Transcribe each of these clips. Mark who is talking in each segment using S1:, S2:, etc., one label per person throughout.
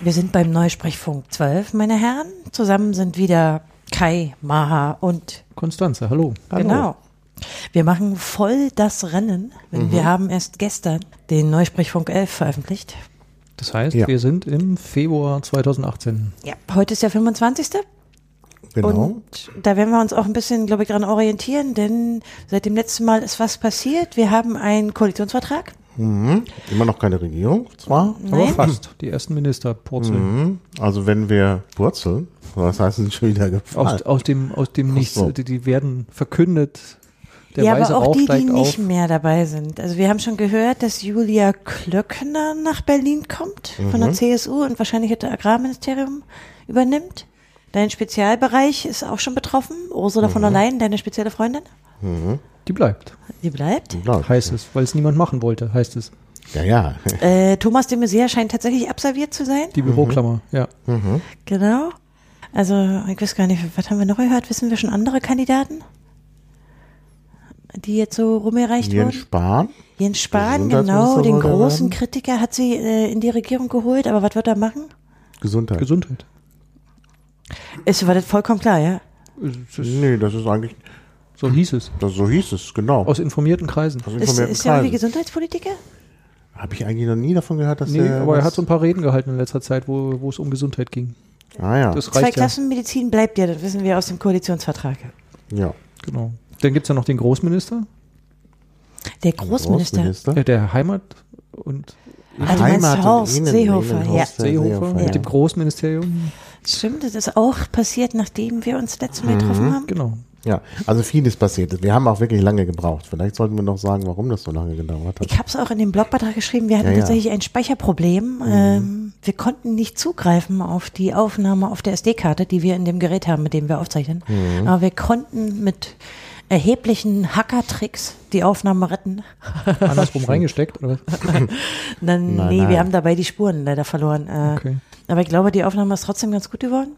S1: Wir sind beim Neusprechfunk 12, meine Herren. Zusammen sind wieder Kai, Maha und
S2: Konstanze, hallo.
S1: genau. Wir machen voll das Rennen. denn Wir haben erst gestern den Neusprechfunk 11 veröffentlicht.
S2: Das heißt,
S3: Ja.
S2: wir sind im Februar 2018.
S1: Ja, heute ist der 25.
S3: Genau.
S1: Und da werden wir uns auch ein bisschen, glaube ich, dran orientieren, denn seit dem letzten Mal ist was passiert. Wir haben einen Koalitionsvertrag.
S3: Mhm. Immer noch keine Regierung, zwar.
S2: Aber
S1: Nein. Mhm.
S2: fast. Die ersten Minister purzeln.
S3: Mhm. Also wenn wir purzeln, was heißt denn schon wieder gefallen?
S2: Aus, aus dem, aus dem Nichts.
S3: Ah. so.
S2: Die, die werden verkündet. Der
S1: ja,
S2: weiße
S1: aber auch
S2: Rauch
S1: die, die
S2: steigt
S1: nicht
S2: auf.
S1: mehr dabei sind. Also wir haben schon gehört, dass Julia Klöckner nach Berlin kommt von
S2: Mhm.
S1: der CSU und wahrscheinlich das Agrarministerium übernimmt. Dein Spezialbereich ist auch schon betroffen. Ursula von der
S2: Mhm.
S1: Leyen, deine spezielle Freundin,
S2: Die bleibt.
S1: die bleibt.
S3: Genau.
S2: Heißt es, weil es niemand machen wollte, heißt es.
S3: Ja, ja.
S1: Äh, Thomas de Maizière scheint tatsächlich absolviert zu sein.
S3: Mhm.
S2: Die Büroklammer, ja.
S1: Genau. Also, ich weiß gar nicht, was haben wir noch gehört? Wissen wir schon andere Kandidaten? Die jetzt so rumgereicht
S3: Jens
S1: wurden?
S3: Spahn.
S1: Jens Spahn,
S3: Gesundheitsminister
S1: genau, den
S3: wollte er
S1: großen
S3: werden.
S1: Kritiker hat sie äh, in die Regierung geholt, aber was wird er machen?
S3: Gesundheit.
S2: Gesundheit.
S1: Ist war das vollkommen klar, ja?
S2: Es ist-
S3: nee, das ist eigentlich,
S2: So hieß es.
S3: das, so hieß es, genau.
S2: Aus informierten Kreisen.
S3: Aus
S1: Ist,
S3: informierten
S1: ist ja irgendwie
S3: Kreisen.
S1: Gesundheitspolitiker?
S3: Habe ich eigentlich noch nie davon gehört, dass
S2: Nee,
S3: der
S2: aber er
S3: was-
S2: hat so ein paar Reden gehalten in letzter Zeit, wo, wo es um Gesundheit ging.
S3: Ah ja,
S2: Das
S1: Zwei
S2: reicht ja.
S1: Klassenmedizin bleibt ja, das wissen wir aus dem Koalitionsvertrag.
S3: ja.
S2: Genau. Dann gibt es ja noch den Großminister,
S1: Der Großminister.
S2: äh, der Heimat und
S1: Ah, du meinst
S3: Heimat und
S1: Horst
S3: Innen-
S1: Seehofer, ja.
S3: Innenhorst
S2: Seehofer
S3: ja.
S2: mit dem Großministerium.
S1: Stimmt, das ist auch passiert, nachdem wir uns letztes Mal getroffen haben.
S2: Genau.
S3: Ja, also vieles passiert. Wir haben auch wirklich lange gebraucht. Vielleicht sollten wir noch sagen, warum das so lange gedauert hat.
S1: Ich habe es auch in dem Blogbeitrag geschrieben, wir hatten
S3: Ja, ja.
S1: tatsächlich ein Speicherproblem.
S2: Mhm.
S1: Ähm, wir konnten nicht zugreifen auf die Aufnahme auf der SD-Karte, die wir in dem Gerät haben, mit dem wir aufzeichnen.
S2: Mhm.
S1: Aber wir konnten mit erheblichen Hacker-Tricks die Aufnahme retten.
S2: Andersrum reingesteckt, oder? was?
S1: Dann,
S3: Nein,
S1: nee, wir
S3: nein.
S1: haben dabei die Spuren leider verloren. Äh,
S2: Okay.
S1: Aber ich glaube, die Aufnahme ist trotzdem ganz gut geworden.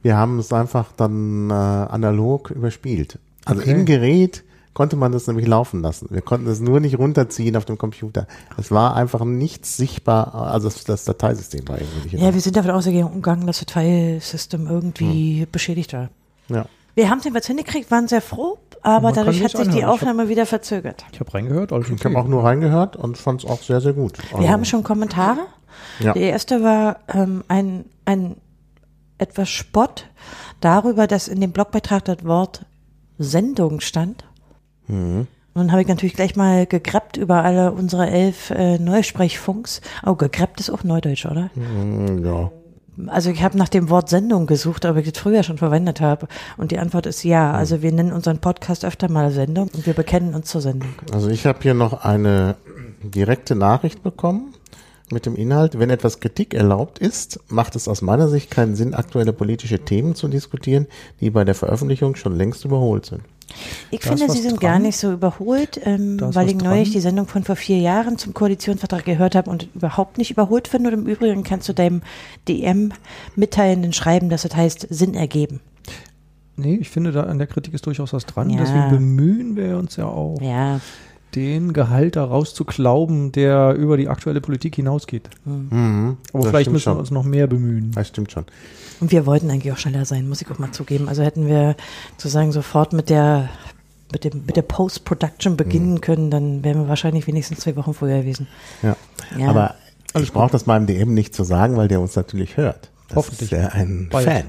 S3: Wir haben es einfach dann äh, analog überspielt. Also
S2: Okay.
S3: im Gerät konnte man das nämlich laufen lassen. Wir konnten es nur nicht runterziehen auf dem Computer. Es war einfach nichts sichtbar. Also das, das Dateisystem war irgendwie nicht. in
S1: Ja, wir sind davon ausgegangen, dass das File-System irgendwie
S2: Mhm.
S1: beschädigt war.
S3: Ordnung.
S1: Wir haben es jedenfalls hingekriegt, waren sehr froh, aber
S2: Man kann
S1: dadurch
S2: sich
S1: hat sich
S2: anhören. Ich
S1: die
S2: hab-
S1: Aufnahme wieder verzögert.
S2: Ich habe reingehört, alles
S3: Ich habe auch nur reingehört und fand es auch sehr, sehr gut.
S1: Wir haben schon Kommentare.
S3: Oh. Ja.
S1: Der erste war ähm, ein, ein etwas Spott darüber, dass in dem Blogbeitrag das Wort Sendung stand. Und dann habe ich natürlich gleich mal gegreppt über alle unsere elf äh, Neusprechfunks. Oh, gegreppt ist auch Neudeutsch, oder?
S3: Mm, ja.
S1: Also ich habe nach dem Wort Sendung gesucht, aber ich das früher schon verwendet habe. Und die Antwort ist ja. Also wir nennen unseren Podcast öfter mal Sendung und wir bekennen uns zur Sendung.
S3: Also ich habe hier noch eine direkte Nachricht bekommen mit dem Inhalt, wenn etwas Kritik erlaubt ist, macht es aus meiner Sicht keinen Sinn, aktuelle politische Themen zu diskutieren, die bei der Veröffentlichung schon längst überholt sind.
S1: Ich
S2: Da ist
S1: finde,
S2: was
S1: sie sind
S2: dran.
S1: gar nicht so überholt, ähm,
S2: Da ist
S1: weil
S2: was
S1: ich neulich
S2: dran.
S1: die Sendung von vor vier Jahren zum Koalitionsvertrag gehört habe und überhaupt nicht überholt finde. Und im Übrigen kannst du deinem DM mitteilenden schreiben, dass das heißt Sinn ergeben.
S2: Nee, ich finde, da an der Kritik ist durchaus was dran.
S1: Ja.
S2: Deswegen bemühen wir uns ja auch,
S1: Ja.
S2: den Gehalt daraus zu glauben, der über die aktuelle Politik hinausgeht. Aber
S3: Mhm. Das
S2: vielleicht
S3: stimmt
S2: müssen
S3: schon.
S2: wir uns noch mehr bemühen.
S3: Das stimmt schon.
S1: Und wir wollten eigentlich auch schneller sein, muss ich auch mal zugeben. Also hätten wir sozusagen sofort mit der mit, dem, mit der Post-Production beginnen
S2: Mhm.
S1: können, dann wären wir wahrscheinlich wenigstens zwei Wochen früher gewesen.
S3: Ja.
S1: Ja.
S3: Aber ich brauche das meinem DM nicht zu sagen, weil der uns natürlich hört. Das
S2: Hoffentlich.
S3: Ist ja ein
S2: Bald.
S3: Fan.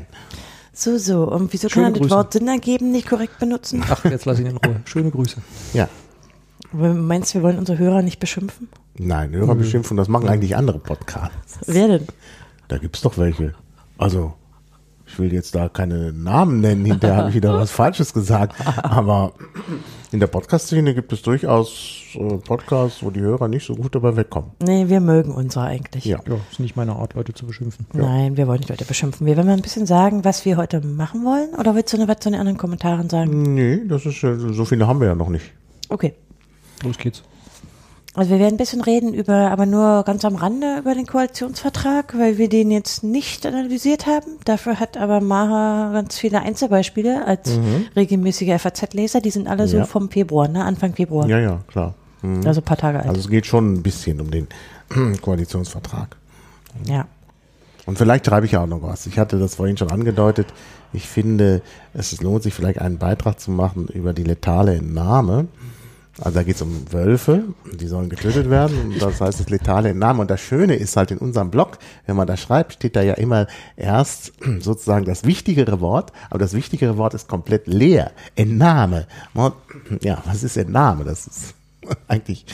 S1: So, so. Und wieso
S2: Schöne
S1: kann er das
S2: Grüße.
S1: Wort Sinn ergeben nicht korrekt benutzen?
S2: Ach, jetzt lass ich ihn in Ruhe. Schöne Grüße.
S3: Ja.
S1: Meinst du, wir wollen unsere Hörer nicht beschimpfen?
S3: Nein, Hörer beschimpfen, das machen eigentlich andere Podcasts.
S1: Wer denn?
S3: Da gibt's doch welche. Also, ich will jetzt da keine Namen nennen, hinterher habe ich wieder was Falsches gesagt. Aber in der Podcast-Szene gibt es durchaus äh, Podcasts, wo die Hörer nicht so gut dabei wegkommen.
S1: Nee, wir mögen unsere eigentlich.
S3: Ja.
S2: Ja, ist nicht meine Art, Leute zu beschimpfen.
S1: Nein, wir wollen nicht Leute beschimpfen. Wir wollen mal ein bisschen sagen, was wir heute machen wollen. Oder willst du noch was zu den anderen Kommentaren
S3: Mm.
S1: sagen?
S3: Nee, das ist ja, so viele haben wir ja noch nicht.
S1: Okay.
S2: Los geht's.
S1: Also wir werden ein bisschen reden über, aber nur ganz am Rande über den Koalitionsvertrag, weil wir den jetzt nicht analysiert haben. Dafür hat aber Maha ganz viele Einzelbeispiele als regelmäßiger FAZ-Leser. Die sind alle so
S3: Mhm. Ja.
S1: vom Februar, ne? Anfang Februar.
S3: Ja, ja, klar.
S1: Also ein paar Tage alt.
S3: Also es geht schon ein bisschen um den Koalitionsvertrag.
S1: ja.
S3: Und vielleicht schreibe ich ja auch noch was. Ich hatte das vorhin schon angedeutet. Ich finde, es lohnt sich vielleicht einen Beitrag zu machen über die letale Entnahme. Also da geht es um Wölfe, die sollen getötet werden. Und das heißt, das letale Entnahme. Und das Schöne ist halt in unserem Blog, wenn man da schreibt, steht da ja immer erst sozusagen das wichtigere Wort, aber das wichtigere Wort ist komplett leer. Entnahme. Und, ja, was ist Entnahme? Das ist eigentlich,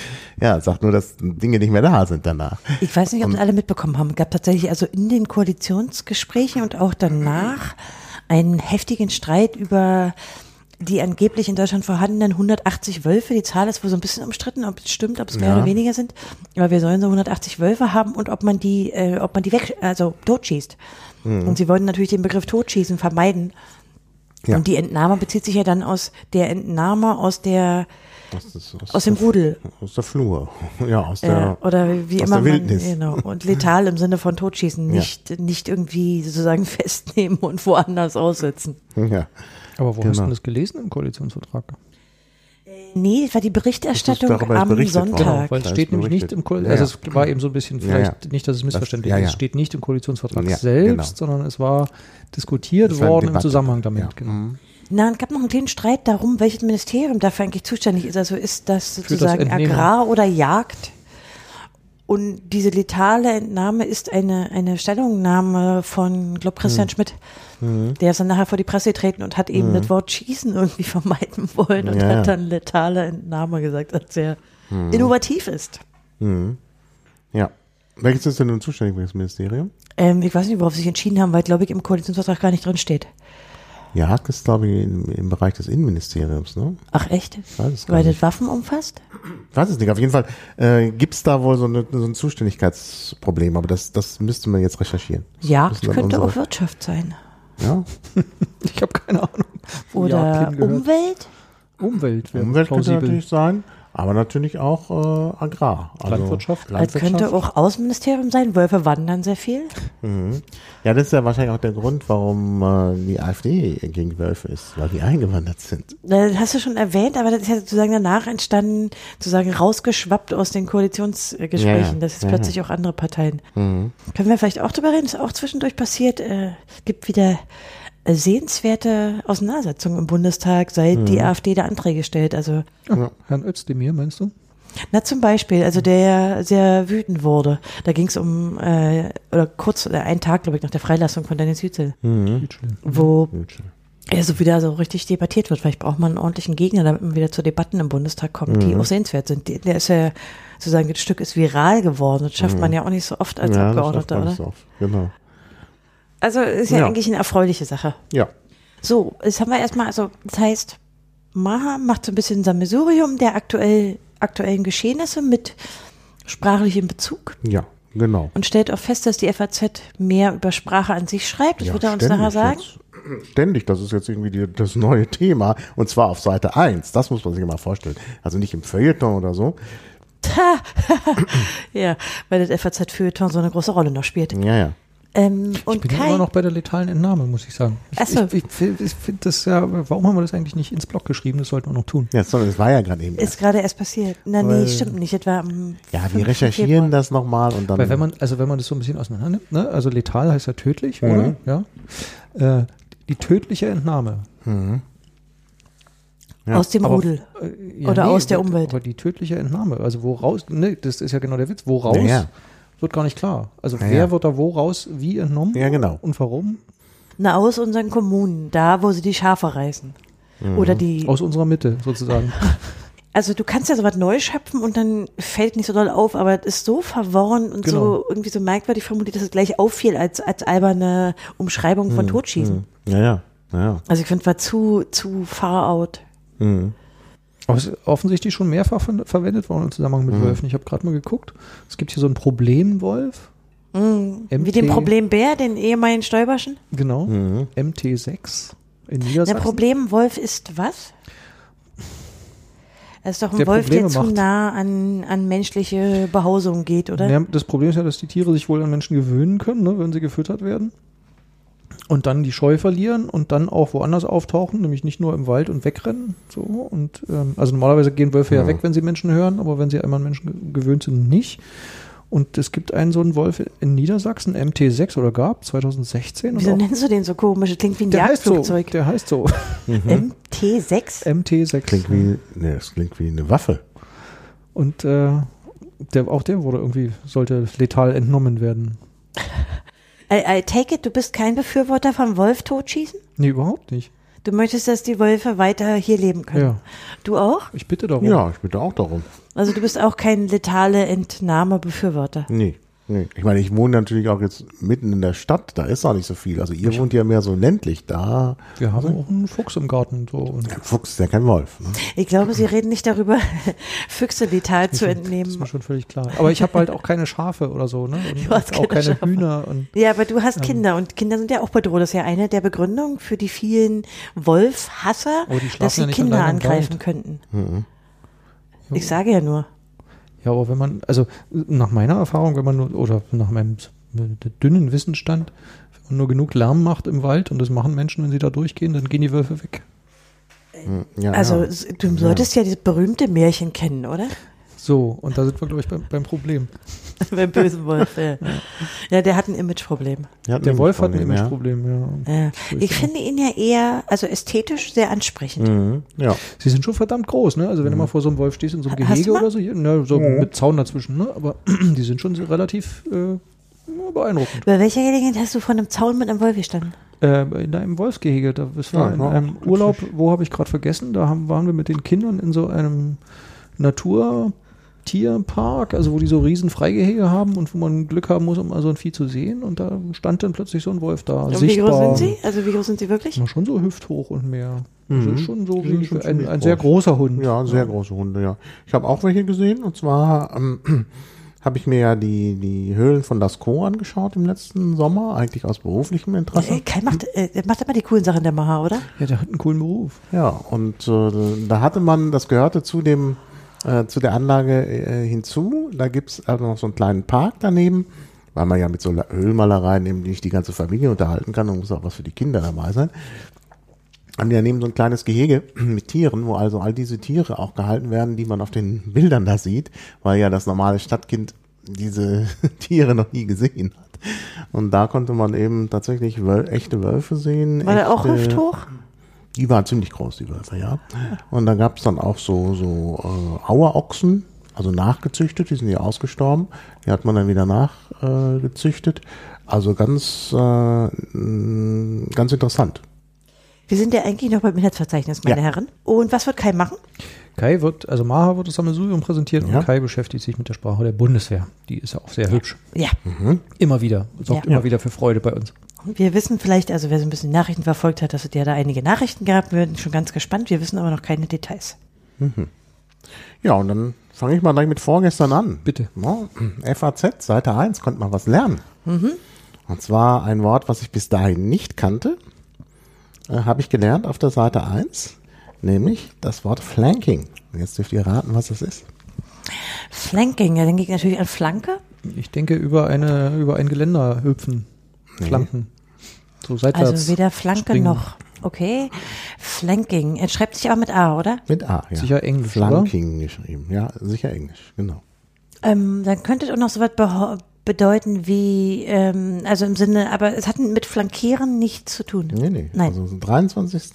S3: ja, sagt nur, dass Dinge nicht mehr da sind danach.
S1: Ich weiß nicht, ob das alle mitbekommen haben. Es gab tatsächlich also in den Koalitionsgesprächen und auch danach einen heftigen Streit über die angeblich in Deutschland vorhandenen 180 Wölfe. Die Zahl ist wohl so ein bisschen umstritten, ob es stimmt, ob es mehr
S3: Ja.
S1: oder weniger sind. Aber wir sollen so 180 Wölfe haben und ob man die, äh, ob man die weg, also totschießt.
S3: Mhm.
S1: Und sie wollten natürlich den Begriff totschießen vermeiden.
S3: Ja.
S1: Und die Entnahme bezieht sich ja dann aus der Entnahme aus der
S3: Das ist
S1: aus dem Rudel.
S3: Aus der Flur. Ja, aus
S1: Ja,
S3: der,
S1: Äh, oder wie
S3: aus
S1: immer
S3: der Wildnis.
S1: man genau und letal im Sinne von totschießen,
S3: Ja.
S1: nicht nicht irgendwie sozusagen festnehmen und woanders aussetzen.
S3: ja.
S2: Aber wo hast du
S3: Genau.
S2: das gelesen im Koalitionsvertrag?
S1: Nee, es war die Berichterstattung
S3: darüber ist
S1: am
S3: berichtet worden.
S1: Sonntag.
S2: Genau, Weil es
S3: da
S2: steht
S3: Genau. ist
S2: nämlich nicht
S3: berichtet.
S2: im Koal
S3: Ja,
S2: also
S3: ja.
S2: es war eben so ein bisschen
S3: Ja, ja.
S2: vielleicht nicht, dass es missverständlich
S3: ja,
S2: ist.
S3: ja.
S2: Es steht nicht im Koalitionsvertrag
S3: Ja, genau.
S2: selbst, sondern es war diskutiert
S3: Es war eine
S2: worden im
S3: Debatte.
S2: Zusammenhang damit.
S3: Ja. Mhm.
S2: Genau.
S1: Na, es gab noch einen kleinen Streit darum, welches Ministerium dafür eigentlich zuständig ist. Also ist das
S2: das
S1: sozusagen
S2: Entnehmen.
S1: Agrar oder Jagd? Und diese letale Entnahme ist eine, eine Stellungnahme von, glaub, Christian
S3: Hm.
S1: Schmidt. Der ist dann nachher vor die Presse getreten und hat eben das Wort Schießen irgendwie vermeiden wollen und
S3: Ja, Hm. ja.
S1: hat dann letale Entnahme gesagt, was sehr innovativ ist.
S3: ja. Welches ist denn nun zuständig für das Ministerium?
S1: Ähm, ich weiß nicht, worauf sie sich entschieden haben, weil, glaube ich, im Koalitionsvertrag gar nicht drin steht.
S3: Jagd ist, glaube ich, im, im Bereich des Innenministeriums, ne?
S1: Ach, echt?
S3: weiß es gar
S1: Weil das
S3: nicht.
S1: Waffen umfasst?
S3: Ich weiß es nicht. Auf jeden Fall äh, gibt es da wohl so, eine, so ein Zuständigkeitsproblem, aber das, das müsste man jetzt recherchieren. Das
S1: Jagd
S3: müssen dann
S1: könnte auch
S3: unsere-
S1: Wirtschaft sein.
S3: Ja,
S2: Ich habe keine Ahnung.
S3: Oh
S2: von
S1: Oder
S2: Jagdlingen gehört.
S1: Umwelt?
S2: Umwelt wäre
S3: Umwelt könnte
S2: plausibel.
S3: natürlich sein, aber natürlich auch äh, Agrar. Also
S2: Landwirtschaft.
S1: Das
S3: Landwirtschaft.
S1: könnte auch Außenministerium sein. Wölfe wandern sehr viel.
S3: Mhm. Ja, das ist ja wahrscheinlich auch der Grund, warum äh, die AfD gegen Wölfe ist, weil die eingewandert sind.
S1: Das Äh, hast du schon erwähnt, aber das ist ja sozusagen danach entstanden, sozusagen rausgeschwappt aus den Koalitionsgesprächen,
S3: Ja, ja.
S1: dass jetzt
S3: Ja, Mhm. ja.
S1: plötzlich auch andere Parteien. Können wir vielleicht auch drüber reden? Ist auch zwischendurch passiert. Äh, gibt wieder äh, sehenswerte Auseinandersetzungen im Bundestag, seit
S3: Mhm.
S1: die AfD da Anträge stellt. Also,
S2: Ja. Herrn Özdemir, meinst du?
S1: na zum Beispiel, also der sehr wütend wurde. Da ging es um, äh, oder kurz, äh, einen Tag, glaube ich, nach der Freilassung von Dennis Hützel,
S3: Mhm.
S2: Hütschel.
S1: wo
S3: Wünsche.
S1: Ja, so wieder so richtig debattiert wird. Vielleicht braucht man einen ordentlichen Gegner, damit man wieder zu Debatten im Bundestag kommt, die
S3: Mhm.
S1: auch sehenswert sind. Die- Der ist ja sozusagen, das Stück ist viral geworden. Das schafft man ja auch nicht so oft als
S3: Mhm. das schafft
S1: Abgeordneter,
S3: man
S1: oder?
S3: nicht so oft. Genau.
S1: Also ist ja,
S3: Ja.
S1: eigentlich eine erfreuliche Sache.
S3: Ja.
S1: So, jetzt haben wir erstmal, also das heißt, Maha macht so ein bisschen Sammelsurium der aktuell, aktuellen Geschehnisse mit sprachlichem Bezug
S3: Ja, genau.
S1: und stellt auch fest, dass die FAZ mehr über Sprache an sich schreibt. Das wird er uns nachher sagen.
S3: Jetzt, ständig, das ist jetzt irgendwie die, das neue Thema. Und zwar auf Seite 1. Das muss man sich mal vorstellen. Also nicht im Feuilleton oder so.
S1: Ja, weil das FAZ-Feuilleton so eine große Rolle noch spielt.
S3: Ja, ja.
S1: Ähm, und
S2: Ich bin
S1: Kai,
S2: immer noch bei der letalen Entnahme, muss ich sagen.
S1: Ach
S2: Ich,
S1: so.
S2: ich, ich, find- ich finde das ja, warum haben wir das eigentlich nicht ins Blog geschrieben? Das sollten wir noch tun.
S3: ja sorry, das war ja gerade eben.
S1: ist gerade erst passiert. Na nee,
S3: Weil-
S1: stimmt nicht. Etwa am
S3: ja,
S1: 5.
S3: wir recherchieren
S1: Februar.
S3: das nochmal und dann.
S2: Weil wenn man, also wenn man das so ein bisschen auseinander nimmt, ne? also letal heißt ja tödlich, oder? Ja. Äh, die tödliche Entnahme.
S3: Ja,
S1: aus dem
S2: aber-
S1: Rudel.
S2: Äh, ja,
S1: Oder aus der Umwelt.
S2: Aber die tödliche Entnahme, also woraus, ne, das ist ja genau der Witz, woraus
S3: Naja.
S2: wird gar nicht klar. Also
S3: Naja.
S2: wer wird da woraus wie entnommen
S3: ja, genau.
S2: und warum?
S1: Na, aus unseren Kommunen, da wo sie die Schafe reißen. Oder die.
S2: Mhm. Aus unserer Mitte sozusagen.
S1: Also du kannst ja sowas neu schöpfen und dann fällt nicht so doll auf, aber es ist so verworren und so
S2: Genau.
S1: irgendwie so merkwürdig formuliert, dass es gleich auffiel als, als alberne Umschreibung
S2: Mhm.
S1: von Totschießen.
S3: Ja, ja. ja, ja. Mhm.
S1: Also ich finde, war zu, zu far out.
S2: Aber es ist offensichtlich schon mehrfach ver verwendet worden im Zusammenhang mit Wölfen. Ich habe gerade mal geguckt. Es gibt hier so einen Problemwolf. MT,
S1: Mhm. Wie den Problembär, den ehemaligen Stäuberschen.
S2: Genau. MT6 in
S1: Der
S2: Niedersachsen.
S1: Problemwolf ist was? Er ist doch ein
S2: Der
S1: Wolf,
S2: Probleme
S1: der zu
S2: macht.
S1: nah an, an menschliche Behausung geht, oder?
S2: Naja, das Problem ist ja, dass die Tiere sich wohl an Menschen gewöhnen können, ne, wenn sie gefüttert werden. Und dann die Scheu verlieren und dann auch woanders auftauchen, nämlich nicht nur im Wald und wegrennen. So. Und, ähm, also normalerweise gehen Wölfe ja weg, wenn sie Menschen hören, aber wenn sie einmal an Menschen ge- gewöhnt sind, nicht. Und es gibt einen so einen Wolf in Niedersachsen, MT6 oder gab 2016.
S1: Wieso
S2: und auch,
S1: nennst du den so komisch? Das Klingt wie ein
S2: der heißt so.
S1: Jagdflugzeug.
S2: Der Hm? Äh. heißt so.
S1: MT6?
S2: MT6.
S3: Klingt wie, nee, das klingt wie eine Waffe.
S2: Und äh, der, auch der wurde irgendwie, sollte letal entnommen werden.
S1: I, I Äh, take it, du bist kein Befürworter von Wolf totschießen?
S2: Nee, überhaupt nicht.
S1: Du möchtest, dass die Wölfe weiter hier leben können.
S2: Ja.
S1: Du auch?
S2: Ich bitte darum.
S3: Ja, ich bitte auch darum.
S1: Also du bist auch kein letale Entnahme-Befürworter.
S3: Nee. nee. Ich meine, ich wohne natürlich auch jetzt mitten in der Stadt, da ist auch nicht so viel. Also ihr wohnt ja mehr so ländlich, da.
S2: Wir haben auch einen Fuchs im Garten. So. Und
S3: Ein Fuchs ist ja kein Wolf. Ne?
S1: Ich glaube, sie reden nicht darüber, Füchse letal zu
S2: das ist mir
S1: entnehmen.
S2: schon völlig klar. Aber ich habe halt auch keine Schafe oder so. Ne? Und
S1: hast
S2: auch
S1: keine
S2: keine Hühner. Und
S1: Ja, aber du
S2: Ähm.
S1: hast Kinder und Kinder sind ja auch bedroht. Das ist ja eine der Begründungen für die vielen Wolfhasser,
S2: Aber Oh, die schlafen
S1: dass sie
S2: ja nicht
S1: Kinder
S2: allein im
S1: angreifen
S2: Wald. Mhm.
S1: könnten. Ich sage ja nur.
S2: Ja, aber wenn man, also nach meiner Erfahrung, wenn man nur, oder nach meinem s- äh, dünnen Wissensstand, wenn man nur genug Lärm macht im Wald und das machen Menschen, wenn sie da durchgehen, dann gehen die Wölfe weg.
S3: Ja,
S1: Also
S3: ja.
S1: s- du solltest ja dieses berühmte Märchen kennen, oder?
S2: So, und da sind wir, glaube ich, beim, beim Problem.
S1: Beim bösen Wolf. Ja, ja der hat ein Imageproblem.
S3: Die hatten
S2: Der Wolf hat ein
S3: Problem,
S2: Imageproblem, ja.
S1: Ja. Ich finde ihn ja eher, also ästhetisch sehr ansprechend.
S3: Ja. Mhm. ja.
S2: Sie sind schon verdammt groß, ne? Also wenn du mal vor so einem Wolf stehst, in so einem
S1: Ha- hast
S2: Gehege
S1: du mal-
S2: oder so, hier, ne, so mit Zaun dazwischen, ne? Aber die sind schon so relativ äh, ja, beeindruckend.
S1: Bei welcher Gelegenheit hast du vor einem Zaun mit einem Wolf gestanden?
S2: Ähm, in einem Wolfsgehege, da, das war
S3: Ja,
S2: in
S3: war auch
S2: einem Urlaub, wo habe ich gerade vergessen, da haben, waren wir mit den Kindern in so einem Naturtierpark, also wo die so riesen Freigehege haben und wo man Glück haben muss, um mal so ein Vieh zu sehen und da stand dann plötzlich so ein Wolf da,
S1: Und wie
S2: sichtbar.
S1: groß sind sie? Also wie groß sind sie wirklich?
S2: War schon so hüfthoch und mehr. Also schon so
S3: Die sind
S2: wie
S3: schon
S2: ein,
S3: ziemlich
S2: ein sehr
S3: groß.
S2: großer Hund.
S3: Ja, sehr große Hunde, ja. Ich habe auch welche gesehen und zwar ähm, habe ich mir ja die, die Höhlen von Lascaux angeschaut im letzten Sommer, eigentlich aus beruflichem
S1: Äh,
S3: Interesse.
S1: Kai macht, äh, der macht immer die coolen Sachen der Maha, oder?
S2: Ja, der hat einen coolen Beruf.
S3: Ja, und äh, da hatte man, das gehörte zu dem äh, zu der Anlage äh, hinzu. Da gibt's also noch so einen kleinen Park daneben, weil man ja mit so La- Ölmalereien eben nicht die ganze Familie unterhalten kann und muss auch was für die Kinder dabei sein. Haben die daneben so ein kleines Gehege mit Tieren, wo also all diese Tiere auch gehalten werden, die man auf den Bildern da sieht, weil ja das normale Stadtkind diese Tiere noch nie gesehen hat. Und da konnte man eben tatsächlich Wöl echte Wölfe sehen.
S1: War der auch
S2: äh,
S3: echte-
S1: hüfthoch?
S3: die waren ziemlich groß, die Wölfe, ja. Und da gab's dann auch so, so äh, Auerochsen, also nachgezüchtet, die sind ja ausgestorben. Die hat man dann wieder nachgezüchtet. Äh, gezüchtet. also ganz, äh, mh, ganz interessant.
S1: Wir sind ja eigentlich noch beim Inhaltsverzeichnis, meine
S3: Ja.
S1: Herren. Und was wird Kai machen?
S2: Kai wird, also Maha wird das Sammelsurium präsentiert
S3: Ja.
S2: und Kai beschäftigt sich mit der Sprache der Bundeswehr. Die ist ja auch sehr hübsch.
S1: Ja,
S2: Immer wieder. Sorgt
S1: Ja.
S2: immer wieder für Freude bei uns.
S1: Mhm. wir wissen vielleicht, also wer so ein bisschen Nachrichten verfolgt hat, dass es ja da einige Nachrichten gab. Wir sind schon ganz gespannt. Wir wissen aber noch keine Details.
S3: Ja, und dann fange ich mal gleich mit vorgestern an.
S2: Bitte.
S3: Ja, FAZ, Seite 1, konnte man was lernen. Und zwar ein Wort, was ich bis dahin nicht kannte, äh, habe ich gelernt auf der Seite 1, nämlich das Wort Flanking. Und Jetzt dürft ihr raten, was das ist.
S1: Flanking, ja, dann geht natürlich an Flanke.
S2: Ich denke über eine, über ein Geländer hüpfen. Flanken. So seitwärts.
S1: Also weder Flanke
S2: springen.
S1: noch. Okay. Flanking. Er schreibt sich auch mit A, oder?
S3: Mit A, ja.
S2: Sicher Englisch,
S3: Flanking geschrieben, ja, sicher Englisch, genau.
S1: Ähm, dann könnte es auch noch so was beho- bedeuten wie, ähm, also im Sinne, aber es hat mit Flankieren nichts zu tun.
S3: Nee, nee.
S1: Nein.
S3: Also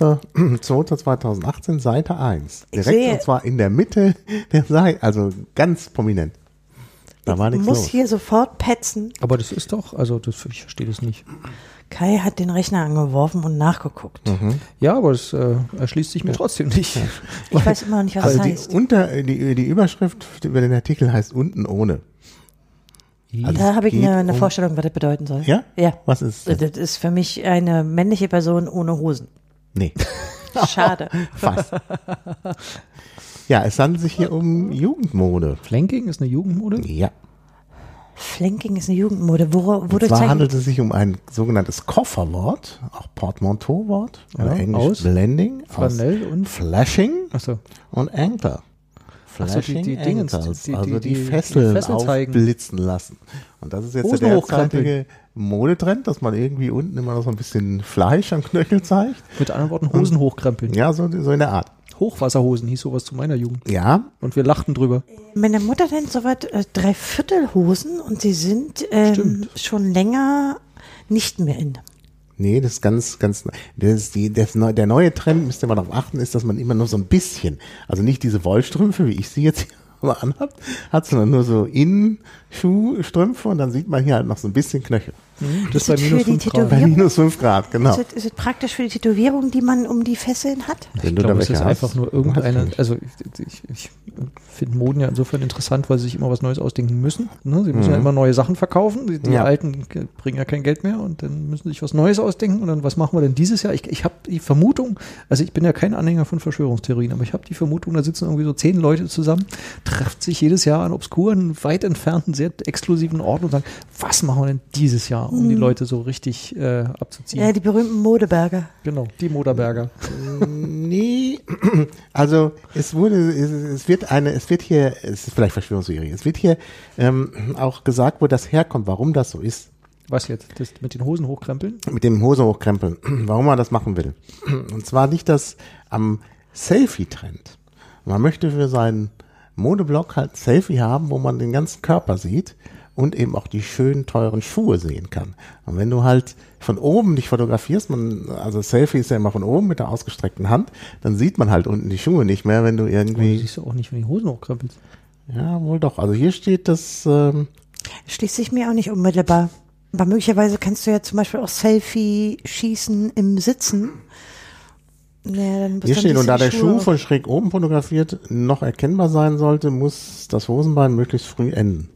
S3: 23.02.2018, Seite 1.
S1: Ich
S3: Direkt
S1: sehe-
S3: und zwar in der Mitte der Seite, also ganz prominent. Da war nichts
S1: muss
S3: los.
S1: hier sofort petzen.
S2: Aber das ist doch, also das, ich verstehe das nicht.
S1: Kai hat den Rechner angeworfen und nachgeguckt.
S3: Mhm.
S2: Ja, aber das äh, erschließt sich mir trotzdem nicht.
S1: Ich weiß immer noch nicht, was
S3: Also
S1: das
S3: die,
S1: heißt.
S3: unter, die, die Überschrift über den Artikel heißt unten ohne. Also
S1: Da
S3: es
S1: habe ich
S3: geht
S1: eine, eine
S3: um-
S1: Vorstellung, was das bedeuten soll.
S3: Ja?
S1: Ja. Äh, Also,
S3: Was ist
S1: Das
S3: das?
S1: ist für mich eine männliche Person ohne Hosen.
S3: Nee,
S1: Schade.
S3: fast. ja, es handelt sich hier um Jugendmode.
S2: Flanking ist eine Jugendmode?
S3: Ja.
S1: Flanking ist eine Jugendmode. Wor
S3: Und
S1: wodurch
S3: zwar
S1: zeichnet
S3: handelt es sich um ein sogenanntes Kofferwort, auch Portmanteau-Wort,
S2: Ja,
S3: oder Englisch
S2: aus
S3: Blending,
S2: Flanell und-
S3: Flashing
S2: Achso.
S3: und Anchor.
S2: so, die- die Dingens,
S3: Ankles,
S2: die- die-
S3: also die,
S2: die- die
S3: Fesseln,
S2: Fesseln zeigen.
S3: aufblitzen lassen. Und das ist jetzt
S2: Hosen
S3: der
S2: hochkrempeln.
S3: derzeitige Modetrend, dass man irgendwie unten immer noch so ein bisschen Fleisch am Knöchel zeigt.
S2: Mit anderen Worten Hosen hochkrempeln.
S3: Ja, so, so in der Art.
S2: Hochwasserhosen hieß sowas zu meiner Jugend.
S3: Ja,
S2: Und wir lachten drüber.
S1: Meine Mutter nennt soweit äh, Dreiviertelhosen und sie sind ähm, schon länger nicht mehr in.
S3: nee, das ist ganz, ganz, das ist die, das, neu- der neue Trend, müsst ihr mal darauf achten, ist, dass man immer nur so ein bisschen, also nicht diese Wollstrümpfe, wie ich sie jetzt hier mal anhab, hat, sondern nur so Innenschuhstrümpfe und dann sieht man hier halt noch so ein bisschen Knöchel.
S2: Das,
S1: ist für Äh, die
S2: fünf Grad.
S1: Tätowierung.
S3: Bei
S1: Ja.
S3: minus fünf Grad, genau.
S1: Ist, das, ist das praktisch für die Tätowierung, die man um die Fesseln hat?
S3: Wenn
S2: Ich glaube, es
S3: welche
S2: ist
S3: hast,
S2: einfach nur
S3: weiß
S2: irgendeine,
S3: ich nicht.
S2: also ich, ich, ich finde Moden ja insofern interessant, weil sie sich immer was Neues ausdenken müssen. Ne? Sie müssen ja immer neue Sachen verkaufen. Die, die
S3: Mhm. Ja.
S2: alten ge- bringen ja kein Geld mehr und dann müssen sie sich was Neues ausdenken. Und dann, was machen wir denn dieses Jahr? Ich, ich habe die Vermutung, also ich bin ja kein Anhänger von Verschwörungstheorien, aber ich habe die Vermutung, da sitzen irgendwie so zehn Leute zusammen, treffen sich jedes Jahr an obskuren, weit entfernten, sehr exklusiven Orten und sagen, was machen wir denn dieses Jahr, um die Leute so richtig äh, abzuziehen?
S1: Ja, die berühmten Modeberger.
S2: Genau, die Moderberger.
S3: Nee, also es wurde, es, es wird eine, es wird hier, es ist vielleicht Verschwörungstheorie, es wird hier ähm, auch gesagt, wo das herkommt, warum das so ist.
S2: Was jetzt? Das mit den Hosen hochkrempeln?
S3: mit dem Hose hochkrempeln, warum man das machen will. Und zwar liegt das am Selfie-Trend. Man möchte für seinen Modeblock halt ein Selfie haben, wo man den ganzen Körper sieht und eben auch die schönen, teuren Schuhe sehen kann. Und wenn du halt von oben dich fotografierst, man, also Selfie ist ja immer von oben mit der ausgestreckten Hand, dann sieht man halt unten die Schuhe nicht mehr, wenn du
S2: Du
S3: irgendwie,
S2: siehst ja auch nicht, wenn die Hosen hochkrempelst.
S3: ja, wohl doch. Also hier steht das, ähm,
S1: Schließt sich mir auch nicht unmittelbar. Aber möglicherweise kannst du ja zum Beispiel auch Selfie schießen im Sitzen. Naja, dann bist
S3: Hier
S1: du ein
S3: steht, und da der
S1: bisschen
S3: Schuh
S1: Schuhe-
S3: von schräg oben fotografiert noch erkennbar sein sollte, muss das Hosenbein möglichst früh enden.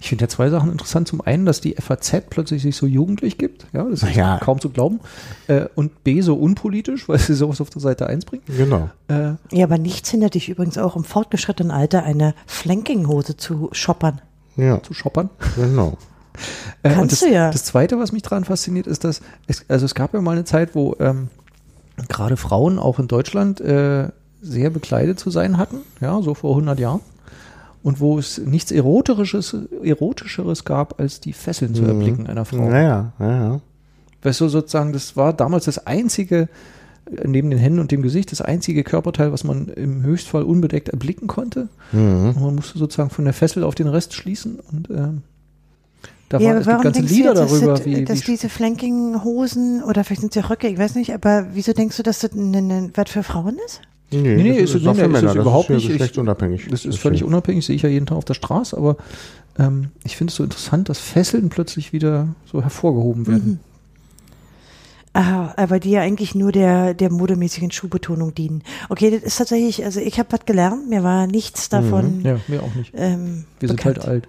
S2: Ich finde ja zwei Sachen interessant. Zum einen, dass die FAZ plötzlich sich so jugendlich gibt. Ja, das ist
S3: Ja.
S2: kaum zu glauben. Äh, und B, so unpolitisch, weil sie sowas auf der Seite 1 bringen.
S3: Genau.
S2: Äh,
S1: Ja, aber nichts hindert dich übrigens auch im fortgeschrittenen Alter eine Flankinghose zu shoppern.
S3: Ja,
S2: zu schoppern.
S3: genau.
S2: Äh,
S1: Kannst
S2: und das,
S1: du ja.
S2: Das Zweite, was mich daran fasziniert, ist, dass es, also es gab ja mal eine Zeit, wo ähm, gerade Frauen auch in Deutschland äh, sehr bekleidet zu sein hatten, ja, so vor 100 Jahren. Und wo es nichts Erotisches, Erotischeres gab, als die Fesseln zu erblicken einer
S3: Oh.
S2: Frau.
S3: Naja, ja,
S2: Weißt du, sozusagen, das war damals das einzige, äh, neben den Händen und dem Gesicht, das einzige Körperteil, was man im Höchstfall unbedeckt erblicken konnte. Und man musste sozusagen von der Fessel auf den Rest schließen und ähm, da
S1: ja,
S2: war,
S1: aber
S2: es gibt ganze Lieder
S1: dass
S2: darüber,
S1: das,
S2: wie,
S1: dass
S2: wie
S1: diese Flankinghosen oder vielleicht sind sie auch Röcke, ich weiß nicht, aber wieso denkst du, dass das ein, ein, ein was für Frauen ist?
S3: ja. Nee,
S2: nee, ist- nee,
S3: auch für
S2: nee, ist
S3: Männer.
S2: es überhaupt
S3: hier
S2: nicht. Ich-
S3: geschlechtsunabhängig.
S2: das ist völlig
S3: schön.
S2: unabhängig, sehe ich ja jeden Tag auf der Straße, aber ähm, ich finde es so interessant, dass Fesseln plötzlich wieder so hervorgehoben werden.
S1: Ah, aber die ja eigentlich nur der, der modemäßigen Schuhbetonung dienen. Okay, das ist tatsächlich, also ich habe was gelernt, mir war nichts davon.
S2: Mhm. Ja, mir auch nicht.
S1: Ähm,
S2: Wir
S1: Mhm.
S2: sind
S1: bekannt.
S2: halt alt.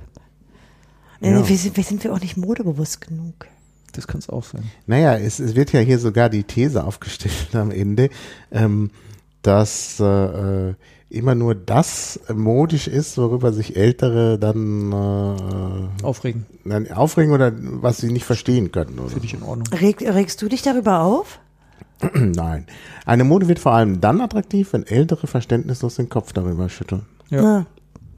S1: Äh,
S3: Ja.
S1: wir, sind, wir sind wir auch nicht modebewusst genug.
S2: Das kann es auch sein.
S3: Naja, es, es wird ja hier sogar die These aufgestellt am Ende, ähm, dass äh, äh, immer nur das modisch ist, worüber sich Ältere dann, äh,
S2: Aufregen,
S3: dann aufregen oder was sie nicht verstehen können. Oder?
S2: finde ich in Ordnung.
S1: Reg, regst du dich darüber auf?
S3: Nein. Eine Mode wird vor allem dann attraktiv, wenn Ältere verständnislos den Kopf darüber schütteln.
S2: Ja.
S1: Na,